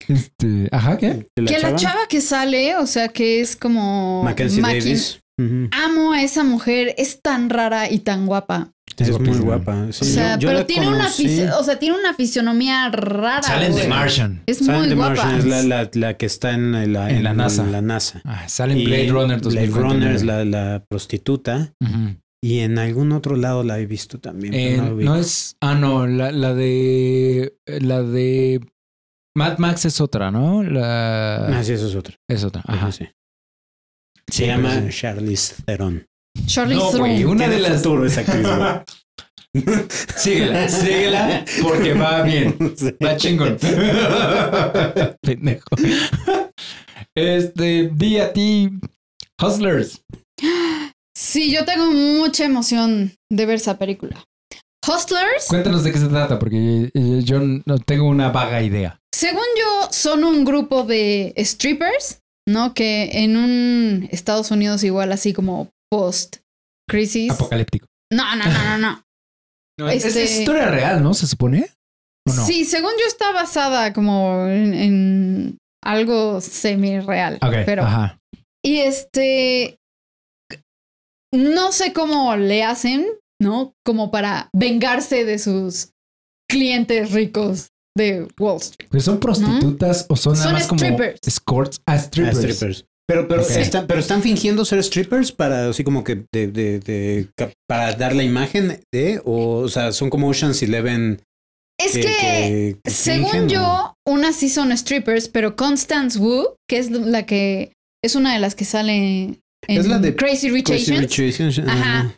S2: este, ajá, ¿qué?
S4: ¿De
S3: que la chava que sale, o sea, que es como.
S4: Mackenzie
S3: Mackin-
S4: Davis. Ujú.
S3: Amo a esa mujer. Es tan rara y tan guapa.
S4: Es, muy
S2: guapísima.
S4: guapa. sí.
S3: O sea,
S4: Yo- yo
S3: pero
S4: la
S3: tiene una,
S4: conocí.
S3: fisi- o sea, tiene una fisionomía rara.
S2: Salen de
S3: güey.
S2: Martian.
S3: Es
S4: Salen
S3: muy
S4: de
S3: guapa.
S4: Martian es la, la- la que está en la,
S2: En la NASA.
S4: la NASA.
S2: Ah, salen
S4: Y
S2: Blade Runner 2049.
S4: Blade Runner es la, la prostituta.
S2: Ujú.
S4: Y en algún otro lado la he visto también. pero
S2: Eh,
S4: no la ubico.
S2: no es. Ah, no, la, la de. La de. Mad Max es otra, ¿no? La,
S4: Ah, sí, eso es otra.
S2: es otra. Ajá.
S4: Sí, sí.
S2: Sí,
S4: Se llama
S2: pero sí.
S4: Charlize Theron.
S3: Charlize
S2: No,
S3: Theron.
S2: güey, una de
S4: Tiene
S2: las.
S4: futuro esa actriz. güey.
S2: Síguela, síguela, porque va bien.
S4: Sí.
S2: Va chingón. Pendejo. Este, di a ti, Hustlers.
S3: Sí, yo tengo mucha emoción de ver esa película. Hustlers,
S2: Cuéntanos de qué se trata, porque eh, yo no tengo una vaga idea.
S3: según yo, son un grupo de strippers, ¿no? Que en un Estados Unidos igual así como post-crisis.
S2: Apocalíptico.
S3: No, no, no, no, no.
S2: es,
S3: Este-
S2: es historia real, ¿no? ¿Se supone? ¿O no?
S3: Sí, según yo está basada como en, en algo semi-real.
S2: Ok,
S3: pero
S2: ajá.
S3: Y este. No sé cómo le hacen, ¿no? Como para vengarse de sus clientes ricos de Wall Street.
S2: ¿Pero Pues son prostitutas o son nada
S3: Son
S2: más como
S3: strippers.
S2: escorts? Ah,
S4: Ah,
S2: strippers.
S4: strippers. Pero, pero,
S2: Ok.
S4: están, pero están fingiendo ser strippers para así como que de, de- de- ca- para dar la imagen de o, o sea son como Ocean's Eleven
S3: Es que, según
S4: fingen, o-
S3: yo, unas sí son strippers, pero Constance Wu, que es la que es una de las que sale en
S4: Es la de
S3: Crazy Rich
S4: Crazy
S3: Asians,
S2: Pues
S4: Rich Asians,
S3: Ajá.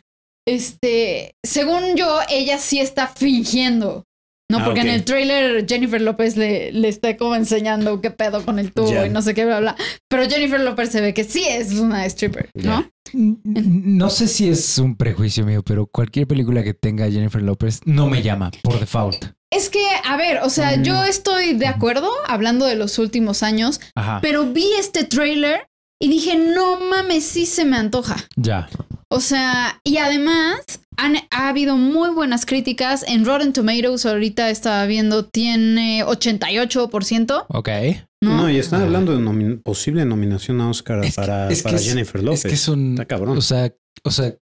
S3: Este, según yo, ella sí está fingiendo. No,
S4: Ah,
S3: porque
S4: ok.
S3: en el trailer Jennifer López le, le está como enseñando qué pedo con el tubo
S4: Ya.
S3: y no sé qué, bla, bla. Pero Jennifer López se ve que sí es una stripper,
S4: Ya.
S3: ¿no?
S2: No sé si es un prejuicio mío, pero cualquier película que tenga Jennifer López no me llama por default.
S3: Es que, a ver, o sea,
S4: Mm.
S3: yo estoy de acuerdo hablando de los últimos años,
S4: Ah.
S2: Ajá.
S3: pero vi este trailer y dije, no mames, sí se me antoja.
S2: Ya.
S3: O sea, y además han, ha habido muy buenas críticas. En Rotten Tomatoes ahorita estaba viendo, tiene 88%.
S2: Ok.
S3: ¿no?
S4: No, y están
S2: Ajá.
S4: hablando de nomi- posible nominación a Oscar
S2: Es que-
S4: para,
S2: es que
S4: para
S2: es-
S4: Jennifer López.
S2: Es que son.
S4: Está cabrón.
S2: O sea, o sea.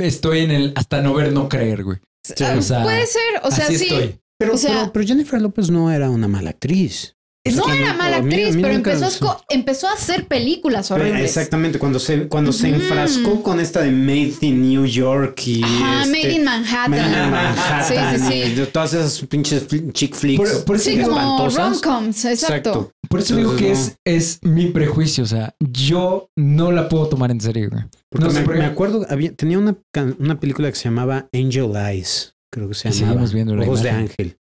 S2: Estoy en el hasta no ver, no creer, güey.
S3: Ah,
S2: O sea,
S3: puede ser, o sea,
S2: así
S3: sí.
S2: estoy.
S4: pero,
S3: o sea-
S4: pero- pero Jennifer López no era una mala actriz. Es
S3: No
S4: que
S3: era
S4: no,
S3: mala
S4: a mí- a
S3: actriz,
S4: mí
S3: pero
S4: nunca
S3: empezó, a
S4: me
S3: esco- empezó a hacer películas
S4: Pero
S3: horribles.
S4: Exactamente, cuando se, cuando se
S3: Ujú.
S4: enfrascó con esta de Made in New York y
S3: Ajá,
S4: este,
S3: Made in Manhattan.
S4: Made in Manhattan
S3: Sí, sí,
S4: y pues
S3: sí.
S4: de todas esas pinches fli- chick flicks.
S2: Por, por eso
S3: Sí,
S2: digo-
S3: como
S4: espantosas.
S3: rom-coms, exacto.
S2: Por eso digo que es, es mi prejuicio. O sea, yo no la puedo tomar en serio, güey.
S4: Porque
S2: No sé
S4: me,
S2: por qué.
S4: me acuerdo, había, tenía una, can- una película que se llamaba Angel Eyes, creo que se
S2: Y
S4: llamaba.
S2: seguimos viendo la
S4: Ojos de
S2: imagen.
S4: Ángel.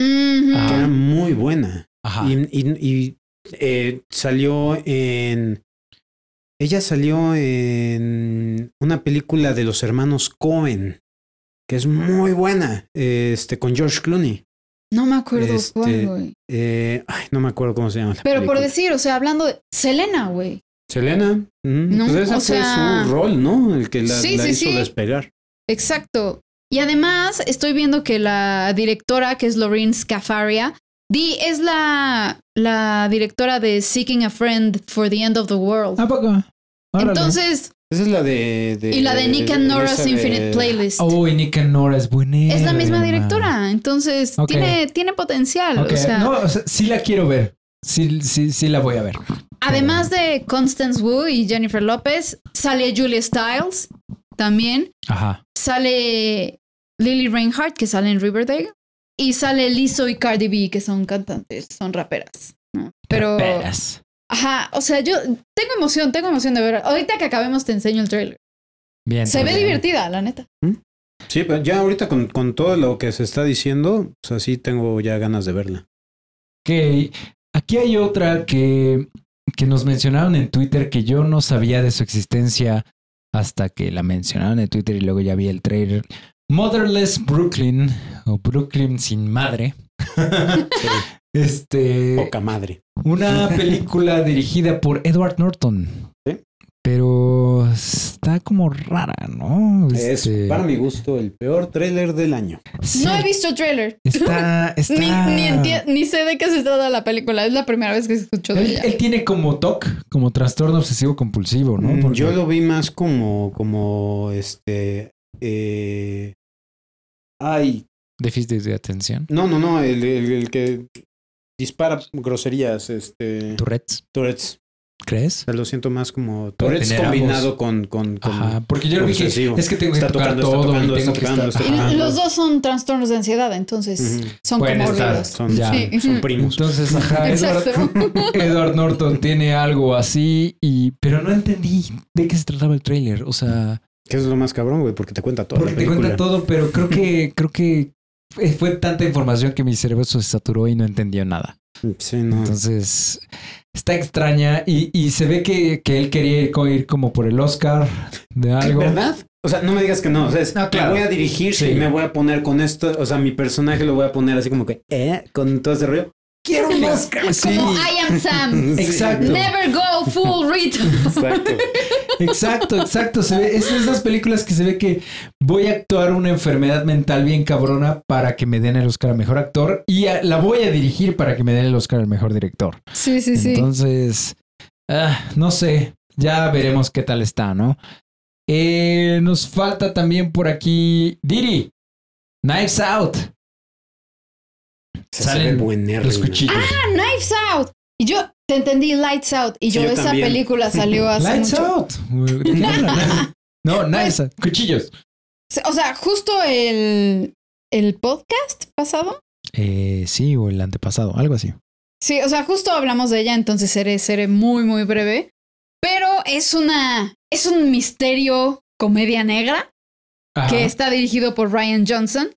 S3: Ujú.
S4: Que
S2: Ah.
S4: era muy buena.
S2: Ajá.
S4: Y, y- y, eh, salió en... Ella salió en una película de los hermanos Cohen, que es muy buena, este, con George Clooney.
S3: No me acuerdo
S4: Este,
S3: cuál, güey.
S4: Eh, ay, no me acuerdo cómo se llama. la
S3: Pero por
S4: película.
S3: decir, o sea, hablando de Selena, güey.
S4: Selena. mm,
S3: No,
S4: pues ese
S3: o
S4: fue
S3: sea-
S4: su rol, ¿no? El que la,
S3: Sí,
S4: la
S3: sí,
S4: hizo
S3: sí.
S4: despegar.
S3: Exacto. Y además estoy viendo que la directora, que es Lorraine Scafaria, di, es la,
S4: Ah,
S3: la directora de Seeking a Friend for the End of the World.
S2: ¿A poco? Órale.
S3: Entonces,
S4: Esa es la de... de-
S3: Y la de Nick and Nora's
S4: esa de-
S3: Infinite Playlist.
S2: Oh, y Nick and Nora es buena.
S3: Este es la misma directora, entonces
S2: Ok.
S3: tiene, tiene potencial.
S2: Ok,
S3: O sea,
S2: no, o sea, sí la quiero ver. Sí, sí, sí la voy a ver.
S3: además de Constance Wu y Jennifer López, sale Julia Stiles también,
S2: Ajá.
S3: sale Lily Reinhardt, que sale en Riverdale, y sale Lizzo y Cardi B, que son cantantes, son raperas. ¿no? Pero,
S2: Peras.
S3: ajá, o sea, yo tengo emoción, tengo emoción de ver. Ahorita que acabemos te enseño el trailer.
S2: Bien.
S3: Se ve
S2: bien.
S3: divertida, la neta.
S4: Sí, pero ya ahorita con, con todo lo que se está diciendo, pues así tengo ya ganas de verla.
S2: Ok. Aquí hay otra que, que nos mencionaron en Twitter que yo no sabía de su existencia hasta que la mencionaron en Twitter y luego ya vi el trailer. Motherless Brooklyn o Brooklyn sin madre. Este.
S4: Poca madre.
S2: Una película dirigida por Edward Norton.
S4: Sí.
S2: Pero está como rara, ¿no? Este,
S4: Es para mi gusto el peor tráiler del año.
S2: sí,
S3: No he visto el trailer.
S2: Está, está...
S3: Ni, ni,
S2: Ah.
S3: enti- ni sé de qué se trata la película. Es la primera vez que escucho de
S2: Él,
S3: ella.
S2: él tiene como TOC, como trastorno obsesivo compulsivo, ¿no?
S4: Mm,
S2: Porque-
S4: Yo lo vi más como, como este... eh, Ay,
S2: Déficit de atención.
S4: no, no, no, el, el- el que dispara groserías, este...
S2: Tourette's,
S4: Tourette's.
S2: ¿crees?
S4: O sea, lo siento más como Tourette's
S2: tener ambos.
S4: combinado con... con, con-
S2: Ajá, porque yo lo vi que
S4: obsesivo.
S2: es que tengo que
S4: Está
S2: tocar
S4: tocando, está
S2: todo
S4: tocando,
S2: y tengo
S4: está
S2: que
S4: tocando,
S2: estar...
S4: está
S3: Y
S4: Ah,
S3: los dos son trastornos de ansiedad, entonces
S4: Ujú.
S3: son
S2: Pueden
S3: como
S2: estar.
S3: olvidos.
S4: Son,
S2: Ya.
S3: Sí.
S4: son primos.
S2: Entonces, ajá, Edward,
S3: Exacto.
S2: Edward Norton tiene algo así y pero no entendí de qué se trataba el tráiler, o sea,
S4: Que es lo más cabrón, güey, porque te cuenta todo.
S2: porque te cuenta todo, pero creo que creo que fue- fue tanta información que mi cerebro se saturó y no entendió nada.
S4: Sí, no.
S2: Entonces, está extraña y, y se ve que, que él quería ir, co- ir como por el Oscar de algo.
S4: ¿Verdad? O sea, no me digas que no. O sea, es,
S2: No, claro.
S4: me voy a dirigir
S2: Sí.
S4: y me voy a poner con esto. O sea, mi personaje lo voy a poner así como que, ¿eh? Con todo ese rollo. Quiero un Oscar.
S2: Sí,
S3: Como I am Sam.
S4: Sí.
S2: Exacto.
S3: Never go full Rita.
S4: Exacto.
S2: exacto, exacto. Se ve, es de esas películas que se ve que voy a actuar una enfermedad mental bien cabrona para que me den el Oscar al mejor actor y a- la voy a dirigir para que me den el Oscar al mejor director.
S3: Sí, sí, sí.
S2: Entonces, ah, no sé, ya veremos qué tal está, ¿no? Eh, nos falta también por aquí Diri, Knives Out,
S4: Se
S2: Salen
S4: ve buen nervio.
S2: los cuchillos.
S3: Ah, Knives Out. Y yo te entendí Lights Out. Y yo,
S4: yo
S3: esa
S4: también.
S3: película salió hace
S2: Lights
S3: mucho. Pues,
S2: Out. No, Knives Out, cuchillos.
S3: O sea, justo el, el podcast pasado.
S2: Eh, sí, o el antepasado, algo así.
S3: Sí, o sea, justo hablamos de ella, entonces seré, seré muy, muy breve. Pero es una. Es un misterio comedia negra. que está dirigido por Ryan Johnson.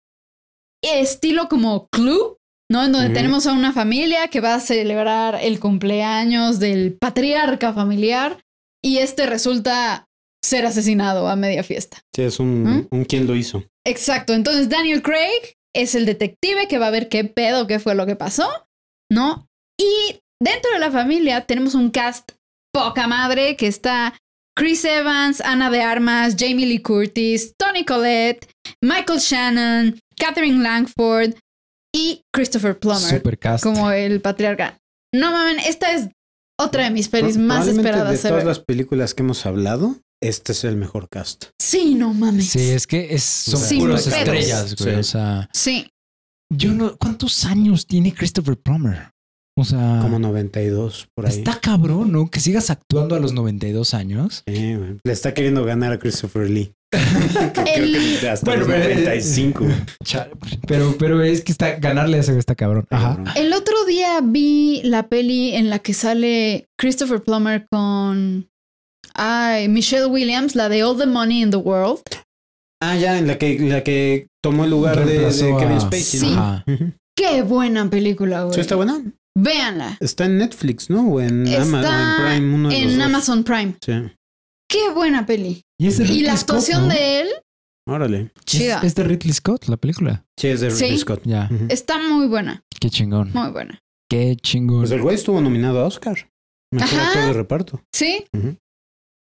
S3: Estilo como Clue, ¿no? En donde
S4: Ujú.
S3: tenemos a una familia que va a celebrar el cumpleaños del patriarca familiar y este resulta ser asesinado a media fiesta.
S4: Sí, es un,
S3: ¿Mm?
S4: un quién lo hizo.
S3: Exacto, entonces Daniel Craig es el detective que va a ver qué pedo, qué fue lo que pasó, ¿no? Y dentro de la familia tenemos un cast poca madre que está Chris Evans, Ana de Armas, Jamie Lee Curtis, Tony Collette, Michael Shannon, Catherine Langford y Christopher Plummer
S2: Supercast.
S3: como el patriarca. No mames, esta es otra de mis pelis
S4: Pro-
S3: más
S4: probablemente
S3: esperadas.
S4: De
S3: ever.
S4: todas las películas que hemos hablado, este es el mejor cast.
S3: Sí, no mames.
S2: Sí, es que es, son
S4: Sin
S2: puros
S3: pedos.
S2: estrellas, güey.
S4: Sí.
S2: O sea,
S3: sí.
S2: yo no. ¿Cuántos años tiene Christopher Plummer? O sea,
S4: Como 92 por ahí.
S2: Ah. está cabrón, ¿no? Que sigas actuando a los 92 años.
S4: Sí, güey. le está queriendo ganar a Christopher Lee. Creo
S3: El-
S4: que hasta
S2: Bueno,
S4: los
S2: pero- eh,
S4: 95. güey.
S2: Chale, Pero, pero es que está ganarle a ese güey está cabrón. Ajá.
S3: El otro día vi la peli en la que sale Christopher Plummer con ay, Michelle Williams, la de All the Money in the World.
S4: Ah, ya, en la que, la que tomó el lugar de, de
S2: Reemplazó a-
S4: Kevin Spacey. ¿no?
S3: Sí.
S2: Ajá.
S4: Ujú.
S3: Qué buena película, güey.
S4: ¿Sí está buena?
S3: Véanla.
S4: Está en Netflix, ¿no? O en,
S3: Está
S4: Ama- o en Prime. Uno de los
S3: En
S4: dos.
S3: Amazon Prime.
S4: Sí.
S3: Qué buena peli.
S2: Y, es de
S3: Y
S2: Ridley
S3: la
S2: Scott,
S3: actuación
S2: ¿no?
S3: de él,
S4: Órale.
S3: chida.
S2: Es, es de Ridley Scott, la película.
S4: Sí, es de Ridley
S3: Sí.
S4: Scott.
S2: Ya.
S4: Ujú.
S3: Está muy buena,
S2: Qué chingón.
S3: muy buena.
S2: Qué chingón.
S4: Pues el güey estuvo nominado a Oscar. Mejor
S3: Ajá.
S4: actor de reparto.
S3: ¿Sí?
S4: Ujú.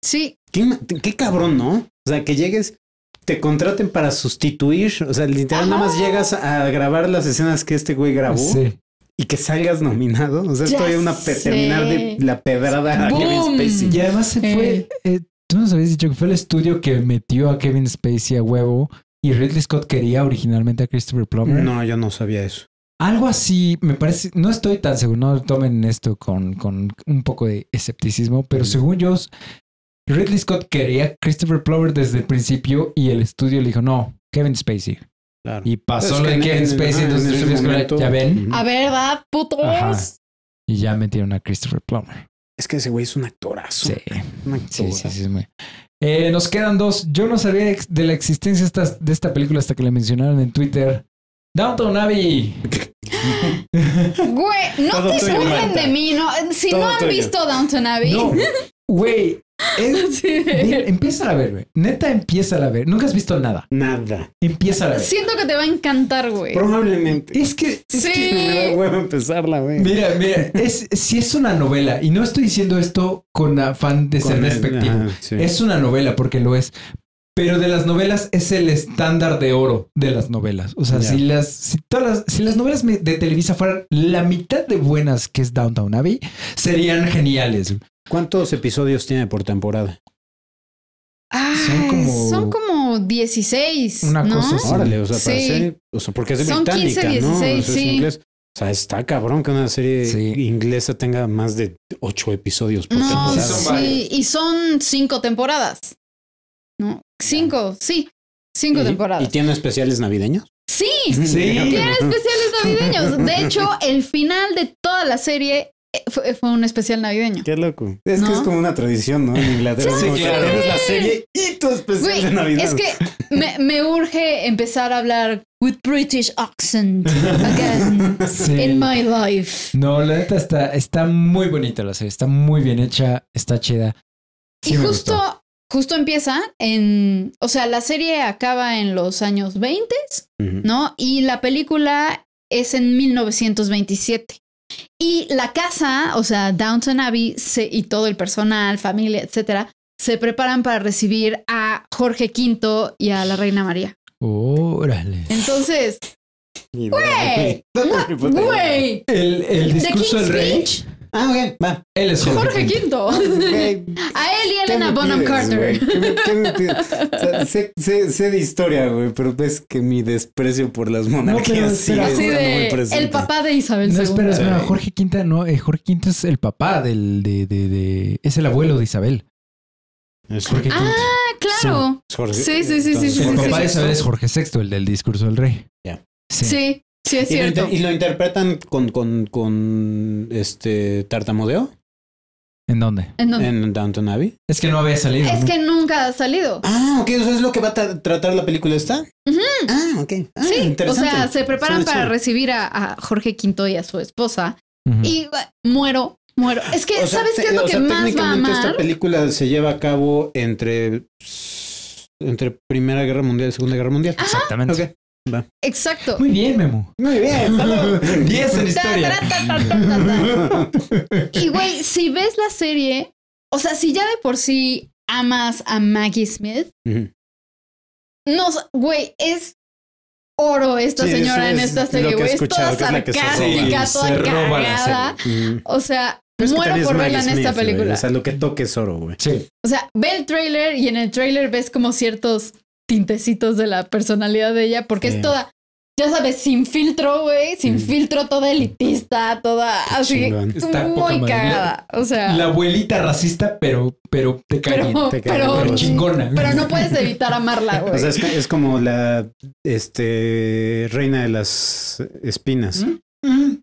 S3: Sí.
S4: ¿Qué, ma- qué cabrón, ¿no? O sea, que llegues, te contraten para sustituir. O sea, literal, nada más llegas a grabar las escenas que este güey grabó
S2: Sí.
S4: y que salgas nominado. O sea,
S3: Ya
S4: estoy una
S3: sé.
S4: pe- terminar de la pedrada a Kevin
S3: ¡Boom!
S4: Spacey.
S2: Y además se fue. eh, Tú nos habías dicho que fue el estudio que metió a Kevin Spacey a huevo y Ridley Scott quería originalmente a Christopher Plummer.
S4: No, yo no sabía eso.
S2: Algo así, me parece, no estoy tan seguro, no tomen esto con, con un poco de escepticismo, pero según yo, Ridley Scott quería a Christopher Plummer desde el principio y el estudio le dijo, no, Kevin Spacey.
S4: Claro.
S2: Y pasó
S4: Es
S2: lo
S4: Ah, que
S2: de
S4: en-
S2: Kevin
S4: en-
S2: Spacey,
S4: ajá,
S2: entonces
S4: en ese
S2: Ridley Scott,
S4: momento-
S2: ya ven,
S4: Ujú.
S3: A ver, ¿verdad, putos?
S2: Ajá. y ya metieron a Christopher Plummer.
S4: Es que ese güey es un actorazo.
S2: Sí.
S4: Un
S2: Sí, sí,
S4: actorazo.
S2: sí. es muy- Eh, nos quedan dos. Yo no sabía ex- de la existencia esta- de esta película hasta que la mencionaron en Twitter. Downton Abbey.
S3: Güey, no
S4: Todo
S3: te
S4: tuyo,
S3: burlen
S4: Marta.
S3: de mí, ¿no? Si
S4: Todo
S3: no han
S4: tuyo.
S3: visto Downton Abbey.
S2: No, güey. es-
S3: Sí.
S2: ve- Empieza a ver, güey. Neta, empieza a ver. Nunca has visto nada.
S4: Nada.
S2: Empieza a ver.
S3: Siento que te va a encantar, güey.
S4: Probablemente.
S2: Es que,
S3: Sí.
S4: Me da huevo empezarla, güey.
S2: mira, mira, es, si es una novela, y no estoy diciendo esto con afán de ser
S4: Con el-
S2: despectivo,
S4: ajá, sí.
S2: es una novela porque lo es, pero de las novelas es el estándar de oro de las novelas. O sea,
S4: Ya.
S2: si las, si todas las, si las novelas me- de Televisa fueran la mitad de buenas que es Downtown Abbey, serían geniales.
S4: ¿Cuántos episodios tiene por temporada?
S3: Ay,
S2: son como-
S3: son, como... 16.
S2: Una
S3: ¿no?
S2: cosa así.
S4: Órale, o sea,
S3: Sí.
S4: parece. O sea, porque es
S3: Son
S4: británica,
S3: 15,
S4: ¿no? O sea,
S3: 16,
S4: es
S3: sí.
S4: inglés. O sea, está cabrón que una serie
S2: Sí.
S4: inglesa tenga más de ocho episodios pues,
S3: No,
S4: por temporada.
S2: Sí,
S3: sí,
S2: son varias.
S3: y son cinco temporadas. ¿No? Cinco, sí. Cinco
S4: ¿Y-
S3: temporadas.
S4: ¿Y tiene especiales navideños?
S3: Sí,
S2: Sí.
S3: tiene especiales navideños. De hecho, el final de toda la serie eh, fue, fue un especial navideño.
S4: Qué loco. Es
S3: ¿No?
S4: que es como una tradición, ¿no? En Inglaterra.
S2: Sí,
S4: como que
S2: claro.
S4: Tienes la serie y tu especial
S3: Güey,
S4: de Navidad.
S3: es que me, me urge empezar a hablar with British accent again
S2: Sí.
S3: in my life.
S2: No, la neta está, está muy bonita la serie, está muy bien hecha, está chida. Sí
S3: y
S2: me
S3: justo,
S2: gustó.
S3: justo empieza en. O sea, la serie acaba en los años 20.
S4: Ujú.
S3: ¿no? Y la película es en 1927. Y la casa, o sea, Downton Abbey se- y todo el personal, familia, etcétera, se preparan para recibir a Jorge V y a la Reina María.
S2: Órale.
S3: Entonces,
S4: Ni
S3: ¡güey!
S4: idea,
S3: ¡No,
S4: Ni puta idea.
S3: ¡Güey!
S2: El, el
S3: ¿The
S2: discurso del
S3: King's
S2: rey,
S3: Speech?
S4: Ah, ok, va.
S2: él es Jorge, V.
S3: Jorge V.
S4: Güey,
S3: A él y
S4: ¿Qué
S3: Elena
S4: me
S3: Bonham
S4: pides, güey?
S3: Carter.
S4: ¿Qué me- qué me pides? O sea, sé, sé- sé de historia, güey, pero ves que mi desprecio por las monarquías
S2: pero espera.
S4: sigue
S3: Así
S4: estando muy
S3: de
S4: presente.
S3: el papá de Isabel
S2: No,
S3: II.
S2: espera, espera.
S4: Sí.
S2: Jorge V, no, eh, Jorge V es el papá del, de, de, de- es el abuelo de Isabel.
S4: Es
S2: Jorge V.
S3: Ah, claro.
S4: Jorge-
S3: Sí, sí, sí, sí,
S4: entonces,
S3: sí,
S2: el
S4: Jorge
S2: papá de
S4: VI.
S2: Isabel es Jorge VI, el del discurso del rey.
S4: Ya.
S2: Sí.
S3: Sí, sí, es
S4: Y lo,
S3: cierto.
S4: inter- y lo interpretan con, con, con este tartamudeo
S2: ¿En dónde?
S3: ¿En dónde?
S4: en Downton Abbey.
S2: Es que no había salido.
S3: Es
S2: ¿no?
S3: que nunca ha salido.
S4: Ah, ok, eso es lo que va a tra- tratar la película esta. Ah, ok. Ah,
S3: Sí, o
S4: interesante.
S3: sea, se preparan
S4: Suena
S3: para
S4: chido.
S3: recibir a, a Jorge V y a su esposa.
S2: Ujú.
S3: Y ah, bah, muero, muero. Es que,
S4: Mm. O sea,
S3: ¿sabes qué
S4: te-
S3: es lo
S4: o
S3: que
S4: sea,
S3: más va a
S4: técnicamente Esta
S3: amar?
S4: película se lleva a cabo entre, entre Primera Guerra Mundial y Segunda Guerra Mundial.
S2: Exactamente.
S4: Ok.
S3: Exacto.
S2: Muy bien, Memo.
S4: Muy bien.
S2: Diez en
S3: Ta,
S2: historia.
S3: ta, ta, ta, ta, ta, ta. Y güey, si ves la serie, o sea, si ya de por sí amas a Maggie Smith, no, s- güey, es oro esta
S4: Sí, eso
S3: señora en
S4: es
S3: esta
S4: lo
S3: serie,
S4: que he
S3: güey. Es toda
S4: escuchado, que es la que se roba.
S3: sarcástica,
S2: Sí, se
S3: toda
S2: roba la
S3: cagada. O sea, muero por verla en esta película.
S4: O sea, lo que toque es oro, güey.
S2: Sí.
S3: O sea, ve el trailer y en el trailer ves como ciertos tintecitos de la personalidad de ella, porque
S4: Sí.
S3: es toda, ya sabes, sin filtro, güey, sin
S4: Mm.
S3: filtro, toda elitista, toda así,
S4: chingón.
S2: Está poca
S3: muy
S2: madre.
S3: cagada. O sea,
S2: La abuelita racista, pero, pero te cae bien.
S3: pero,
S4: te cae
S3: pero,
S2: Pero
S4: bien.
S2: chingona.
S3: pero no puedes evitar amarla, güey.
S4: O sea, es, que- es como la este, reina de las espinas.
S2: Mm, mm.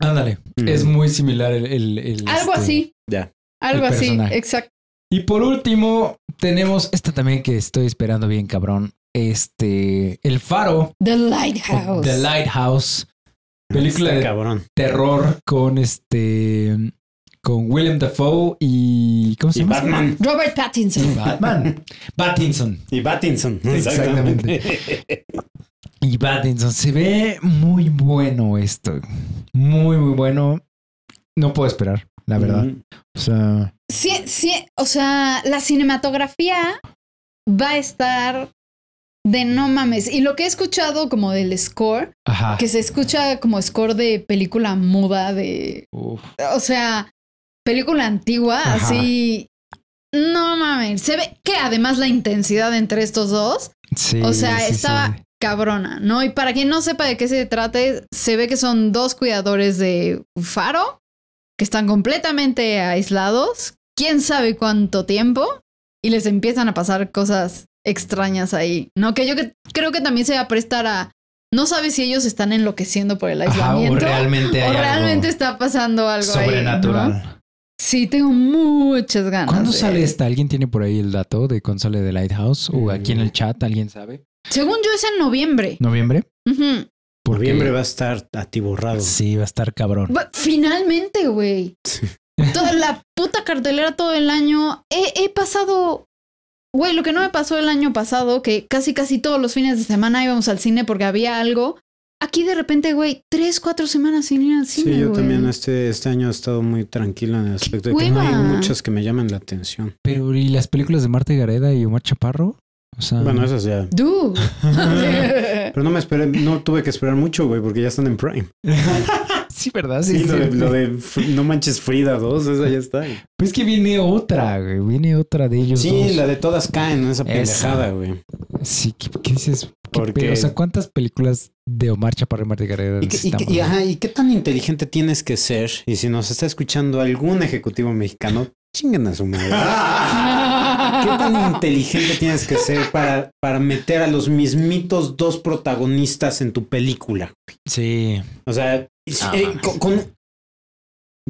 S2: Ándale. Es muy similar el. el- el,
S3: algo
S2: este,
S3: así.
S4: ya.
S3: Algo
S2: El
S3: así,
S2: personaje.
S3: exacto.
S2: Y por último, tenemos esta también que estoy esperando bien, cabrón. Este, El Faro,
S3: The
S2: o
S3: Lighthouse.
S2: The Lighthouse, película
S4: Está
S2: de
S4: cabrón.
S2: terror con este, con William Dafoe y ¿cómo se
S4: Y
S2: llama?
S4: Batman.
S3: Robert
S2: Y
S3: Pattinson.
S2: Batman, Pattinson
S4: Y Battinson.
S2: Exactamente. y Pattinson. Se ve muy bueno esto, muy muy bueno. No puedo esperar, la verdad.
S4: Mm.
S2: O sea,
S3: Sí, sí, o sea, la cinematografía va a estar de no mames. Y lo que he escuchado como del score,
S2: ajá.
S3: que se escucha como score de película muda, de,
S2: Uf.
S3: o sea, película antigua,
S2: Ajá.
S3: así No mames, se ve que además la intensidad entre estos dos,
S2: Sí,
S3: o sea,
S2: sí,
S3: estaba
S2: sí.
S3: cabrona, ¿no? Y para quien no sepa de qué se trate, se ve que son dos cuidadores de un faro que están completamente aislados, quién sabe cuánto tiempo, y les empiezan a pasar cosas extrañas ahí, ¿no? Que yo que- creo que también se va a prestar a... No sabes si ellos están enloqueciendo por el
S2: Ajá, o
S3: aislamiento.
S2: realmente hay
S3: o realmente
S2: algo
S3: está pasando algo ahí, ¿no? Ah,
S2: sobrenatural.
S3: Sí, tengo muchas ganas.
S2: ¿Cuándo
S3: de-
S2: sale esta? ¿Alguien tiene por ahí el dato de cuándo sale The Lighthouse? ¿O aquí
S4: Eh.
S2: en el chat alguien sabe?
S3: Según yo es en noviembre.
S2: ¿Noviembre?
S3: Ujú.
S2: Porque-
S1: Noviembre va a estar atiborrado.
S2: Sí, va a estar cabrón.
S3: Bu- Finalmente, güey. Toda la puta cartelera todo el año. He, he pasado... Güey, lo que no me pasó el año pasado, que casi casi todos los fines de semana íbamos al cine porque había algo. Aquí de repente, güey, tres, cuatro semanas sin ir al
S4: Sí,
S3: cine.
S4: yo
S3: güey.
S4: también este, este año he estado muy tranquilo en el aspecto de que no hay
S3: hueva!
S4: muchas que me llaman la atención.
S2: Pero, ¿y las películas de Marta Gareda y Omar Chaparro? O
S3: Ah.
S2: sea,
S4: Bueno, esas ya.
S3: Dude.
S4: Pero no me esperé, no tuve que esperar mucho, güey, porque ya están en Prime.
S2: sí, ¿verdad?
S4: Sí,
S2: Sí,
S4: lo, de,
S2: sí.
S4: lo de F- No Manches Frida 2, esa ya está.
S2: Pues que viene otra, güey. Viene otra de ellos.
S4: Sí,
S2: dos.
S4: la de todas caen, esa
S2: pendejada,
S4: pendejada, güey.
S2: Sí, ¿qué, qué dices? ¿Qué
S4: Porque-
S2: pedo? O sea, ¿cuántas películas de Omar Chaparro y Marta Gareda
S4: ¿Y, qué- y qué-
S2: necesitamos?
S4: y, ajá, ¿y qué tan inteligente tienes que ser? Y si nos está escuchando algún ejecutivo mexicano, chinguen a su madre. ¿Qué tan inteligente tienes que ser para, para meter a los mismitos dos protagonistas en tu película?
S2: Sí.
S4: O sea, es-
S2: Ah,
S4: eh,
S2: mames.
S4: con, con-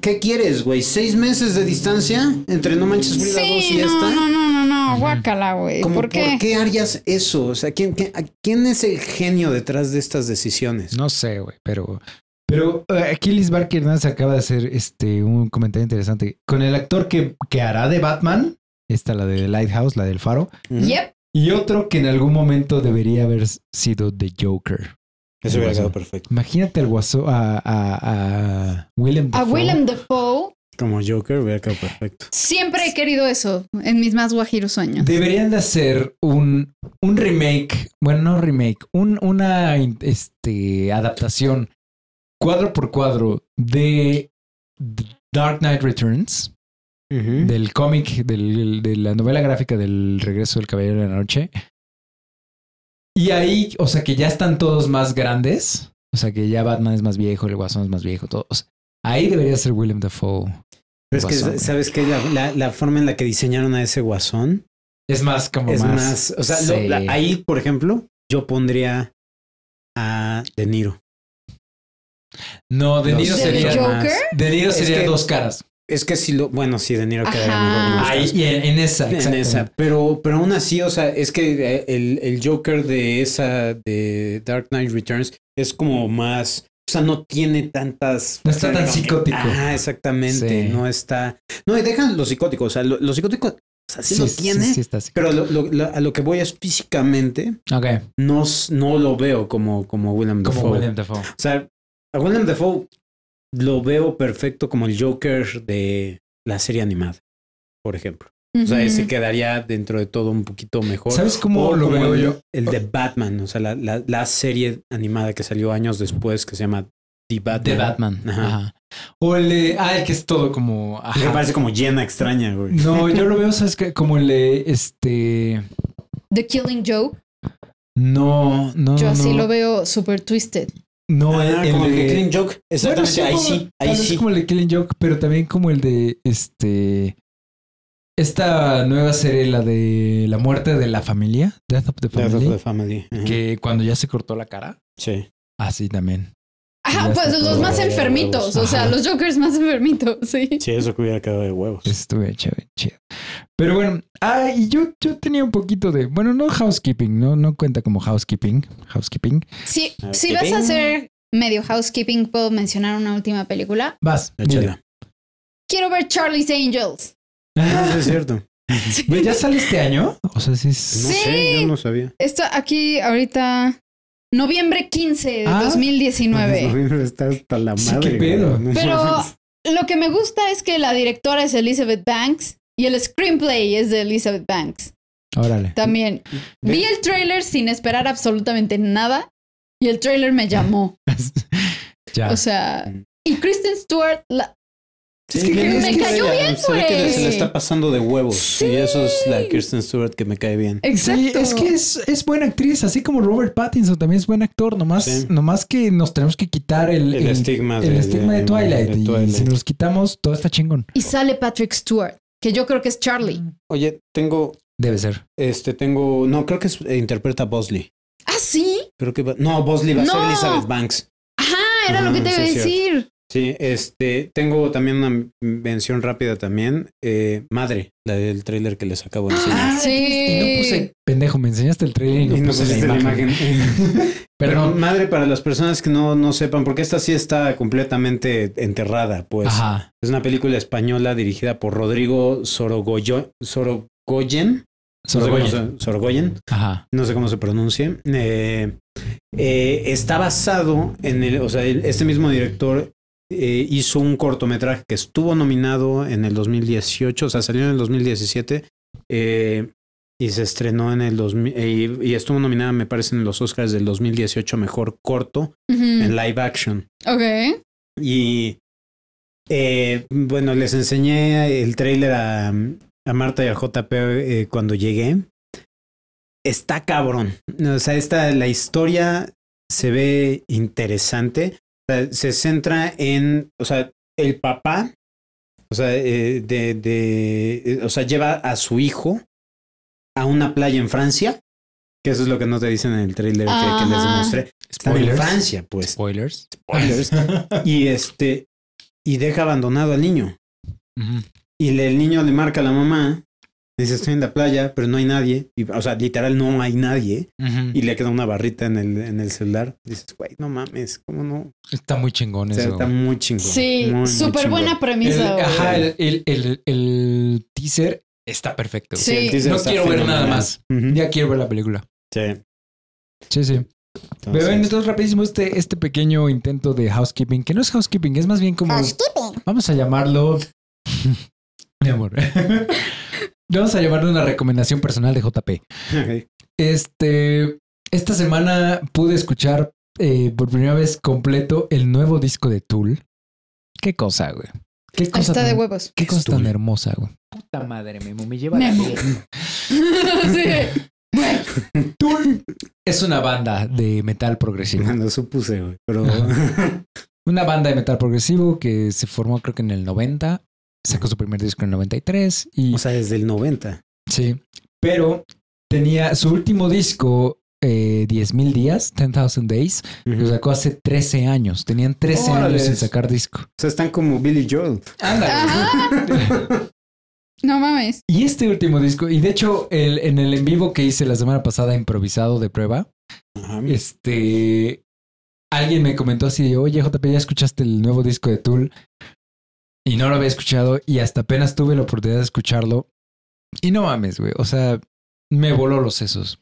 S4: ¿qué quieres, güey? ¿Seis meses de distancia entre No Manches Frida 2 y
S3: Sí,
S4: esta?
S3: no, no, no, no, no,
S2: Ujú.
S3: guácala, güey.
S4: Como,
S3: ¿Por qué?
S4: harías eso? O sea, ¿quién, quién, a- quién es el genio detrás de estas decisiones?
S2: No sé, güey, pero. Pero eh, aquí Liz Barker Hernández acaba de hacer este un comentario interesante. Con el actor que, que hará de Batman, esta la de Lighthouse, la del faro,
S4: Ujú.
S3: Yep.
S2: y otro que en algún momento debería haber sido The Joker.
S4: Eso hubiera quedado perfecto.
S2: Imagínate al guaso a, a, a Willem
S3: A
S2: Dafoe.
S3: Willem Dafoe
S4: Como Joker hubiera quedado perfecto.
S3: Siempre he querido eso en mis más guajiros sueños.
S2: Deberían de hacer un, un remake, bueno, no remake, un, una este, adaptación cuadro por cuadro de Dark Knight Returns, del cómic, del- de la novela gráfica del Regreso del Caballero de la Noche. Y ahí, o sea, que ya están todos más grandes, o sea, que ya Batman es más viejo, el Guasón es más viejo, todos. Ahí debería ser William Dafoe.
S4: Pero es que,
S2: Guasón.
S4: ¿sabes qué? La, la- la forma en la que diseñaron a ese guasón
S2: Es más como
S4: es
S2: más,
S4: más. O sea, lo-
S2: sí.
S4: la- ahí, por ejemplo, yo pondría a De Niro.
S2: No, De
S4: Los-
S2: Niro
S3: ¿De
S2: sería.
S3: Joker?
S2: De Niro
S4: Es
S2: sería
S4: que-
S2: dos caras.
S4: Es que si lo. Bueno, sí, De Niro
S3: Ajá.
S4: quedaría mejor en los
S2: Ahí,
S4: casos.
S2: y en, en esa,
S4: En
S2: exactamente.
S4: esa. Pero, pero aún así, o sea, es que eh, el, el Joker de esa de Dark Knight Returns es como más. O sea, no tiene tantas.
S2: No está tan psicótico.
S4: Ah, exactamente.
S2: Sí.
S4: No está. No, y dejan lo psicótico. O sea, lo, lo psicótico. O sea, sí, lo tiene.
S2: Sí, está así.
S4: Pero lo- lo- lo- a lo que voy es físicamente.
S2: Ok,
S4: No, s- no lo veo como, como William
S2: como
S4: Dafoe.
S2: William Dafoe.
S4: O sea, a William Dafoe lo veo perfecto como el Joker de la serie animada, por ejemplo. O sea, ese
S3: Ujú.
S4: quedaría dentro de todo un poquito mejor.
S2: ¿Sabes cómo
S4: O
S2: lo
S4: como
S2: veo
S4: el,
S2: yo?
S4: El de Batman, o sea, la, la- la serie animada que salió años después que se llama The Batman.
S2: De Batman.
S4: Ajá.
S2: Ajá. O el de. Ah, el que es todo como.
S4: Que
S2: Ajá.
S4: parece como llena extraña, güey.
S2: No, yo lo veo, ¿sabes qué? Como el de. Este.
S3: The Killing Joke,
S2: No, no.
S3: yo así
S2: no.
S3: lo veo super twisted.
S2: No, el,
S4: Ah,
S2: el
S4: como el
S2: de.
S4: de Clean Joke.
S2: Bueno,
S4: Exactamente, ahí
S2: como-
S4: sí,
S2: tal
S4: ahí
S2: vez
S4: sí.
S2: como el de Killing Joke, pero también como el de este. Esta nueva serie, la de la muerte de la familia, Death of the
S4: Death of
S2: Family,
S4: the Family. ajá,
S2: que cuando ya se cortó la cara,
S4: Sí.
S2: así también.
S3: Ajá,
S2: Ya está
S3: pues los
S2: todo
S3: más
S4: de
S3: enfermitos,
S4: huevos.
S3: o sea,
S2: Ajá.
S3: los Jokers más enfermitos, sí.
S4: Sí, eso que hubiera quedado de huevos.
S2: Estuve pues, chévere, chido. Pero bueno, ah, y yo, yo tenía un poquito de, bueno, no housekeeping, no, no cuenta como housekeeping, housekeeping.
S3: Sí,
S4: Ah,
S3: si
S4: qué
S3: vas a
S4: bien.
S3: hacer medio housekeeping, puedo mencionar una última película.
S2: Vas,
S4: Échala.
S3: Quiero ver Charlie's Angels.
S4: No, sí Ah, es cierto.
S2: dile. ¿Ya sale este año? O sea, sí.
S4: No
S2: es-
S3: Sí.
S4: sé, yo no sabía.
S3: Esto aquí ahorita noviembre 15 de
S2: Ah.
S3: 2019.
S4: Está hasta la madre.
S2: Sí, qué pedo.
S4: güey, no
S3: Pero
S4: mames.
S3: lo que me gusta es que la directora es Elizabeth Banks y el screenplay es de Elizabeth Banks.
S2: Órale.
S3: También vi el trailer sin esperar absolutamente nada y el trailer me llamó.
S2: ya.
S3: O sea, y Kristen Stewart la Es que
S4: bien,
S3: me
S4: es que
S3: cayó
S4: se la-
S3: bien,
S4: se ve que
S3: güey.
S4: se le está pasando de huevos.
S3: Sí.
S4: Y eso es la Kirsten Stewart que me cae bien.
S3: Exacto.
S2: Sí, es que es, es buena actriz, así como Robert Pattinson también es buen actor, nomás,
S4: Sí.
S2: nomás que nos tenemos que quitar el,
S4: El
S2: el-
S4: estigma
S2: el
S4: de-
S2: estigma de,
S4: de-
S2: Twilight.
S4: de
S2: y
S4: Twilight.
S2: si nos los quitamos, todo está chingón.
S3: Y sale Patrick Stewart, que yo creo que es Charlie.
S2: Mm.
S4: Oye, tengo,
S2: Debe ser.
S4: este, tengo, no, creo que es- eh, interpreta a Bosley.
S3: Ah, sí.
S4: Creo que, va- no, Bosley va a ser
S3: No.
S4: Elizabeth Banks.
S3: Ajá, era
S4: Ajá,
S3: lo que te iba a
S4: sí, es
S3: decir.
S4: Sí, este, tengo también una mención rápida también. eh, madre, la del tráiler que les acabo de
S2: Ah.
S4: enseñar.
S3: Sí.
S2: Y no puse. Pendejo, me enseñaste el trailer y no,
S4: Y no
S2: puse Pues la
S4: pusiste la
S2: imagen.
S4: imagen. Pero
S2: Perdón.
S4: madre para las personas que no, no sepan, porque esta sí está completamente enterrada, pues.
S2: Ajá.
S4: Es una película española dirigida por Rodrigo Sorogoyo- Sorogoyen. pues, No sé cómo
S2: Sorogoyen.
S4: se- Sorogoyen.
S2: Ajá.
S4: no sé cómo se pronuncie, eh, eh, está basado en el, o sea, el- este mismo director eh, hizo un cortometraje que estuvo nominado en el 2018, o sea, salió en el 2017 eh, y se estrenó en el 2000, eh, y, y estuvo nominada, me parece, en los Oscars del 2018 mejor corto en
S3: Ujú.
S4: live action.
S3: Ok.
S4: Y eh, bueno, les enseñé el tráiler a, a Marta y a JP eh, cuando llegué. Está cabrón. O sea, esta, la historia se ve interesante. O sea, se centra en, o sea, el papá, o sea, eh, de, de- eh, o sea, lleva a su hijo a una playa en Francia, que eso es lo que no te dicen en el tráiler que- que, les
S3: Ajá.
S4: demostré. Están en Francia, pues
S2: Spoilers.
S4: spoilers, y este y deja abandonado al niño
S2: Ujú.
S4: y le- el niño le marca a la mamá dice estoy en la playa pero no hay nadie Y, o sea literal no hay nadie
S2: Ujú.
S4: y le queda una barrita en el en el celular dices güey no mames cómo no
S2: Está muy chingón
S4: o sea,
S2: eso.
S4: está muy chingón
S3: Sí,
S4: Muy, muy
S3: súper
S4: chingón. ah,
S3: buena
S2: El,
S3: premisa. güey.
S2: ajá, el, el- el- el teaser está perfecto.
S3: Sí.
S4: Sí, el teaser
S2: No
S4: está
S2: quiero ver nada
S4: fenomenal.
S2: más.
S4: Ujú.
S2: Ya quiero ver la película.
S4: Sí,
S2: Sí, sí. Pero
S4: entonces-
S2: bueno, entonces rapidísimo este, este pequeño intento de housekeeping, que no es housekeeping, es más bien como... Vamos a llamarlo... Mi amor. vamos a llamarlo una recomendación personal de JP.
S4: Ok.
S2: Este, esta semana pude escuchar eh, por primera vez completo el nuevo disco de Tool. Qué cosa, güey. Qué cosa
S3: Está de
S2: tan-
S3: huevos.
S2: Qué
S4: Es
S2: cosa tan
S4: Tool.
S2: hermosa, güey. Puta madre, Memo, me lleva
S3: Memo. Sí.
S2: Tool es una banda de metal progresivo.
S4: Bueno, supuse, güey, pero
S2: Una banda de metal progresivo que se formó creo que en el 90, sacó su primer disco en el 93 y
S4: o sea, desde el 90.
S2: sí, pero tenía su último disco eh, 10.000 días, 10,000 days, lo
S4: Ujú.
S2: sacó hace 13 años, tenían 13 años
S4: Órales.
S2: sin sacar disco.
S4: O sea, están como Billy Joel.
S3: Ajá. No mames.
S2: Y este último disco, y de hecho el- en el en vivo que hice la semana pasada improvisado de prueba,
S4: Ajá.
S2: Este. Alguien me comentó así de, oye, JP, ya escuchaste el nuevo disco de Tool. Y no lo había escuchado y hasta apenas tuve la oportunidad de escucharlo. Y no mames, güey. O sea, me voló los sesos.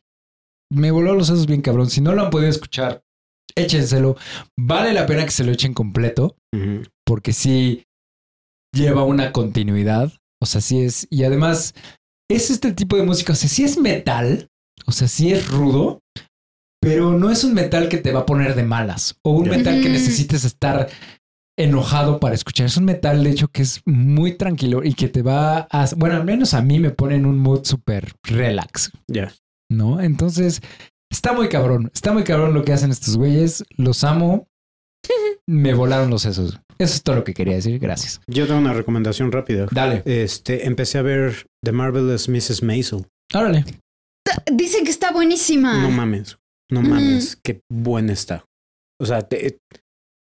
S2: Me voló los sesos bien cabrón. Si no lo han podido escuchar, échenselo. Vale la pena que se lo echen completo
S4: Ujú.
S2: porque sí lleva una continuidad. O sea, sí es. Y además, es este tipo de música. O sea, sí es metal. O sea, sí es rudo. Pero no es un metal que te va a poner de malas. O un
S4: Ya.
S2: metal que
S3: Ujú.
S2: necesites estar enojado para escuchar. Es un metal, de hecho, que es muy tranquilo y que te va a. Bueno, al menos a mí me pone en un mood súper relax.
S4: Ya.
S2: ¿no? Entonces, está muy cabrón, está muy cabrón lo que hacen estos güeyes, los amo, me volaron los sesos. Eso es todo lo que quería decir, gracias.
S4: Yo tengo una recomendación rápida.
S2: Dale.
S4: Este, empecé a ver The Marvelous Mrs. Maisel.
S2: Órale.
S3: Dicen que está buenísima.
S4: No mames, no
S3: Mm.
S4: mames, qué buena está. O sea, te-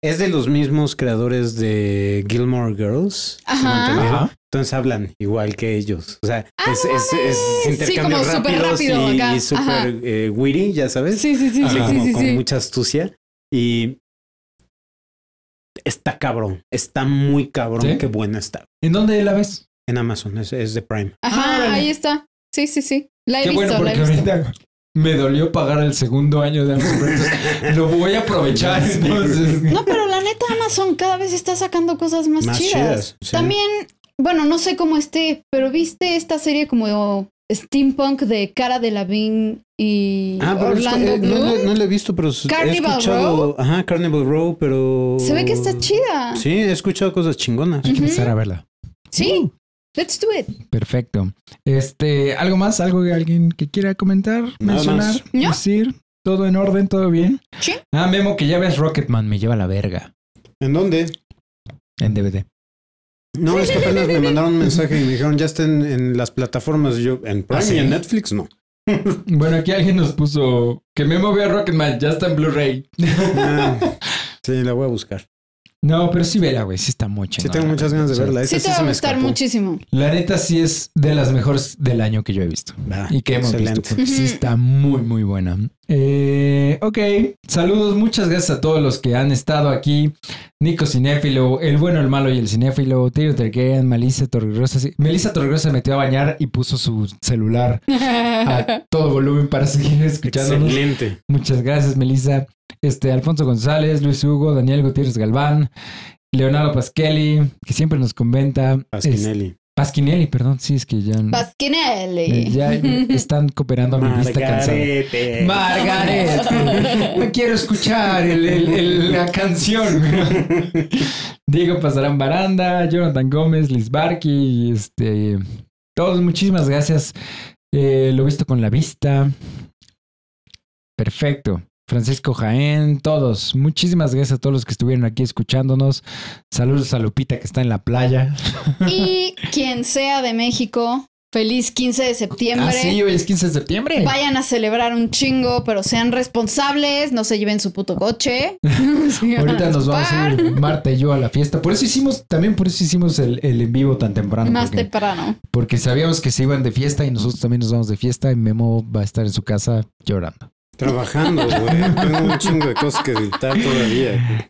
S4: es de los mismos creadores de Gilmore Girls. tengo
S3: Ajá.
S4: entendido.
S2: Ajá.
S4: Entonces hablan igual que ellos. O sea,
S3: Ah,
S4: es,
S3: no
S4: es, es
S3: Sí,
S4: intercambios
S3: como súper
S4: rápidos
S3: rápido
S4: y,
S3: acá.
S4: y
S3: Ajá.
S4: súper eh, witty, ya sabes.
S3: Sí, sí, sí,
S4: Así
S3: sí,
S2: Ajá.
S4: como
S3: sí, sí,
S4: con
S3: sí.
S4: mucha astucia. Y está cabrón, está muy cabrón,
S2: ¿Sí?
S4: qué buena está.
S2: ¿En dónde la ves?
S4: En Amazon, es, es de Prime.
S2: Ah,
S3: Ajá,
S2: órale.
S3: ahí está. Sí, sí, sí. La he visto, la he visto.
S2: me dolió pagar el segundo año de Amazon Prime, entonces lo voy a aprovechar. entonces.
S3: No, pero la neta, Amazon cada vez está sacando cosas más,
S4: Más
S3: chidas.
S4: chidas, sí.
S3: También, bueno, no sé cómo esté, pero viste esta serie como steampunk de Cara de Lavín y
S1: Ah, pero es-
S3: Orlando
S1: eh,
S3: Bloom.
S1: no, le- no la he visto, pero s- he
S3: Carnival
S1: escuchado. Ajá, Carnival Row, pero.
S3: Se ve que
S4: Uh,
S3: está chida.
S1: Sí, he escuchado cosas chingonas.
S2: Hay que
S3: Ujú.
S2: empezar a verla.
S3: Sí. Let's do it.
S2: Perfecto. Este, ¿algo más? ¿Algo que alguien que quiera comentar, mencionar,
S1: más.
S3: ¿No?
S2: decir? ¿Todo en orden? ¿Todo bien?
S3: Sí.
S2: Ah, Memo, que ya ves Rocketman, me lleva la verga
S1: ¿En dónde?
S2: en DVD.
S1: No, es que apenas me mandaron un mensaje y me dijeron ya está en, en las plataformas. Yo, en Prime
S2: ¿Ah, sí?
S1: y en Netflix, no.
S2: Bueno, aquí alguien nos puso que Memo vea Rocketman, ya está en Blu-ray.
S1: Ah, sí, la voy a buscar.
S2: No, pero sí vela, güey, sí está muy
S1: Sí,
S2: chingona.
S1: tengo muchas ganas de
S2: Sí.
S1: verla. Esa
S3: Sí te va
S1: se
S3: a
S1: me
S3: gustar
S1: escapó.
S3: muchísimo.
S2: La neta sí es de las mejores del año que yo he visto.
S1: Va,
S2: Y que hemos
S1: excelente.
S2: visto, porque sí
S3: Ujú.
S2: está muy, muy buena. Eh, ok, saludos, muchas gracias a todos los que han estado aquí. Nico Cinéfilo, El Bueno, El Malo y El Cinéfilo, Tiro Terguén, Melissa Torregrosa. sí, Melissa Torregrosa se metió a bañar y puso su celular a todo volumen para seguir escuchándonos.
S1: Excelente.
S2: Muchas gracias, Melissa. Este, Alfonso González, Luis Hugo, Daniel Gutiérrez Galván, Leonardo Pasquelli, que siempre nos comenta. Pasquinelli.
S1: Pasquinelli.
S2: Pasquinelli, perdón, sí, es que ya... eh,
S3: Pasquinelli.
S2: Ya están cooperando a mi vista cansada.
S1: Margarete.
S2: Margaret, no quiero escuchar el- el- el- la canción. Diego Pasarán Baranda, Jonathan Gómez, Liz Barki, este, todos, muchísimas gracias. Eh, lo visto con la vista. Perfecto. Francisco Jaén, todos. Muchísimas gracias a todos los que estuvieron aquí escuchándonos. Saludos a Lupita que está en la playa.
S3: Y quien sea de México, feliz 15 de septiembre.
S2: Ah, sí, hoy es 15 de septiembre.
S3: Vayan a celebrar un chingo, pero sean responsables, no se lleven su puto coche.
S2: Ahorita nos vamos a
S3: Par.
S2: ir Marta y yo a la fiesta. Por eso hicimos, también por eso hicimos el, el en vivo tan temprano.
S3: Más
S2: porque,
S3: temprano.
S2: porque sabíamos que se iban de fiesta y nosotros también nos vamos de fiesta y Memo va a estar en su casa llorando.
S1: Trabajando, güey. Tengo un chingo de cosas que editar todavía.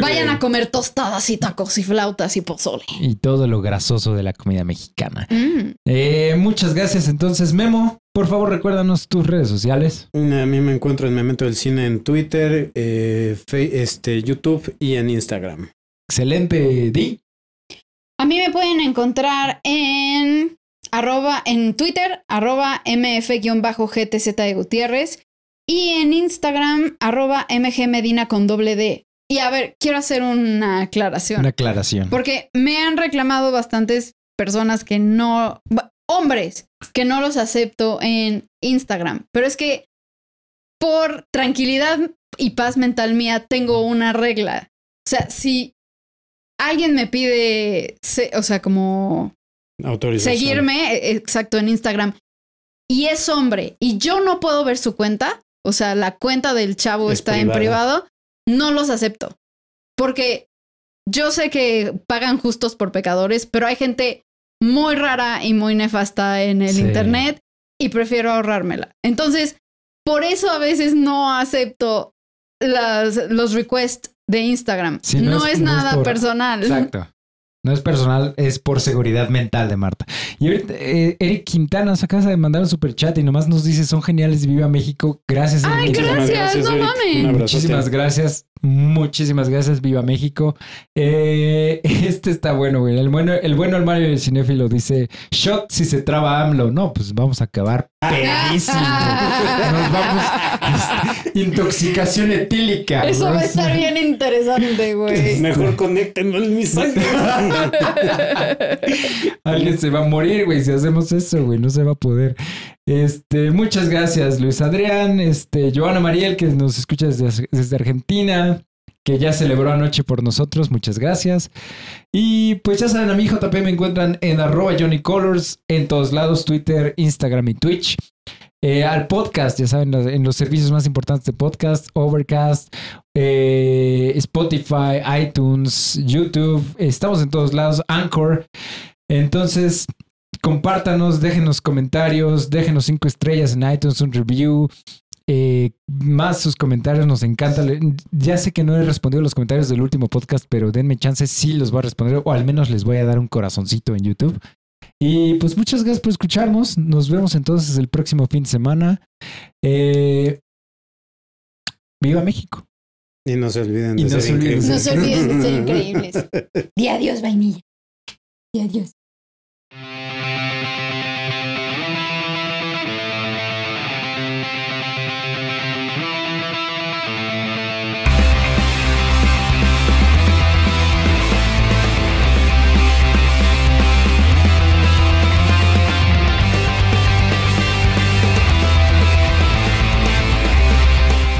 S3: Vayan a comer tostadas y tacos y flautas y pozole.
S2: Y todo lo grasoso de la comida mexicana.
S3: Mm.
S2: Eh, muchas gracias entonces, Memo. Por favor, recuérdanos tus redes sociales.
S1: A mí me encuentro en Memento del Cine en Twitter, eh, Fe- este, YouTube y en Instagram.
S2: Excelente, Di.
S3: A mí me pueden encontrar en arroba en Twitter, arroba mf-gtz de Gutiérrez y en Instagram, arroba mgmedina con doble D. Y a ver, quiero hacer una aclaración.
S2: Una aclaración.
S3: Porque me han reclamado bastantes personas que no. ba- Hombres que no los acepto en Instagram. Pero es que por tranquilidad y paz mental mía tengo una regla. O sea, si alguien me pide, se- o sea, como
S1: Autorización.
S3: seguirme, eh, exacto, en Instagram, y es hombre, y yo no puedo ver su cuenta, o sea, la cuenta del chavo
S1: Es
S3: está en
S1: privada.
S3: privado, no los acepto. Porque yo sé que pagan justos por pecadores, pero hay gente muy rara y muy nefasta en el
S2: Sí.
S3: Internet y prefiero ahorrármela. Entonces, por eso a veces no acepto las, los requests de Instagram.
S2: Sí,
S3: no,
S2: no
S3: es,
S2: es- no es
S3: nada
S2: por-
S3: personal.
S2: Exacto. No es personal, es por seguridad mental de Marta. Y ahorita, eh, Eric Quintana nos acaba de mandar un super chat y nomás nos dice, son geniales, viva México. Gracias, Eric.
S3: Ay,
S1: Muchísimas
S3: gracias, no
S1: Eric.
S3: mames.
S1: Un abrazote.
S2: Muchísimas gracias, muchísimas gracias, viva México. Eh, este está bueno, güey. El bueno, el bueno, el malo y el cinéfilo dice, shot si se traba AMLO. No, pues vamos a acabar pedísimo. Nos vamos, este, intoxicación etílica.
S3: Eso
S2: ¿no?
S3: va a estar bien interesante, güey.
S1: Mejor conéctenlo en mi sangre.
S2: Alguien se va a morir, güey, si hacemos eso, güey, no se va a poder. Este, muchas gracias, Luis Adrián, este, Joana Mariel, que nos escucha desde, desde Argentina, que ya celebró anoche por nosotros, muchas gracias. Y pues ya saben, a mí JP me encuentran en arroba Johnny Colors, en todos lados, Twitter, Instagram y Twitch. Eh, al podcast, ya saben, los- en los servicios más importantes de podcast, Overcast, eh, Spotify, iTunes, YouTube, estamos en todos lados, Anchor. Entonces, compártanos, déjenos comentarios, déjenos cinco estrellas en iTunes, un review. eh, más sus comentarios nos encanta. Le- Ya sé que no he respondido los comentarios del último podcast, pero denme chance, sí los voy a responder o al menos les voy a dar un corazoncito en YouTube. Y pues muchas gracias por escucharnos. Nos vemos entonces el próximo fin de semana. Eh, viva México.
S1: Y no se olviden de
S2: Y no
S1: ser
S2: se olviden de
S1: increíbles.
S3: No se olviden
S2: Mm,
S3: de ser increíbles. Di adiós, vainilla. Di adiós.
S7: Thank you.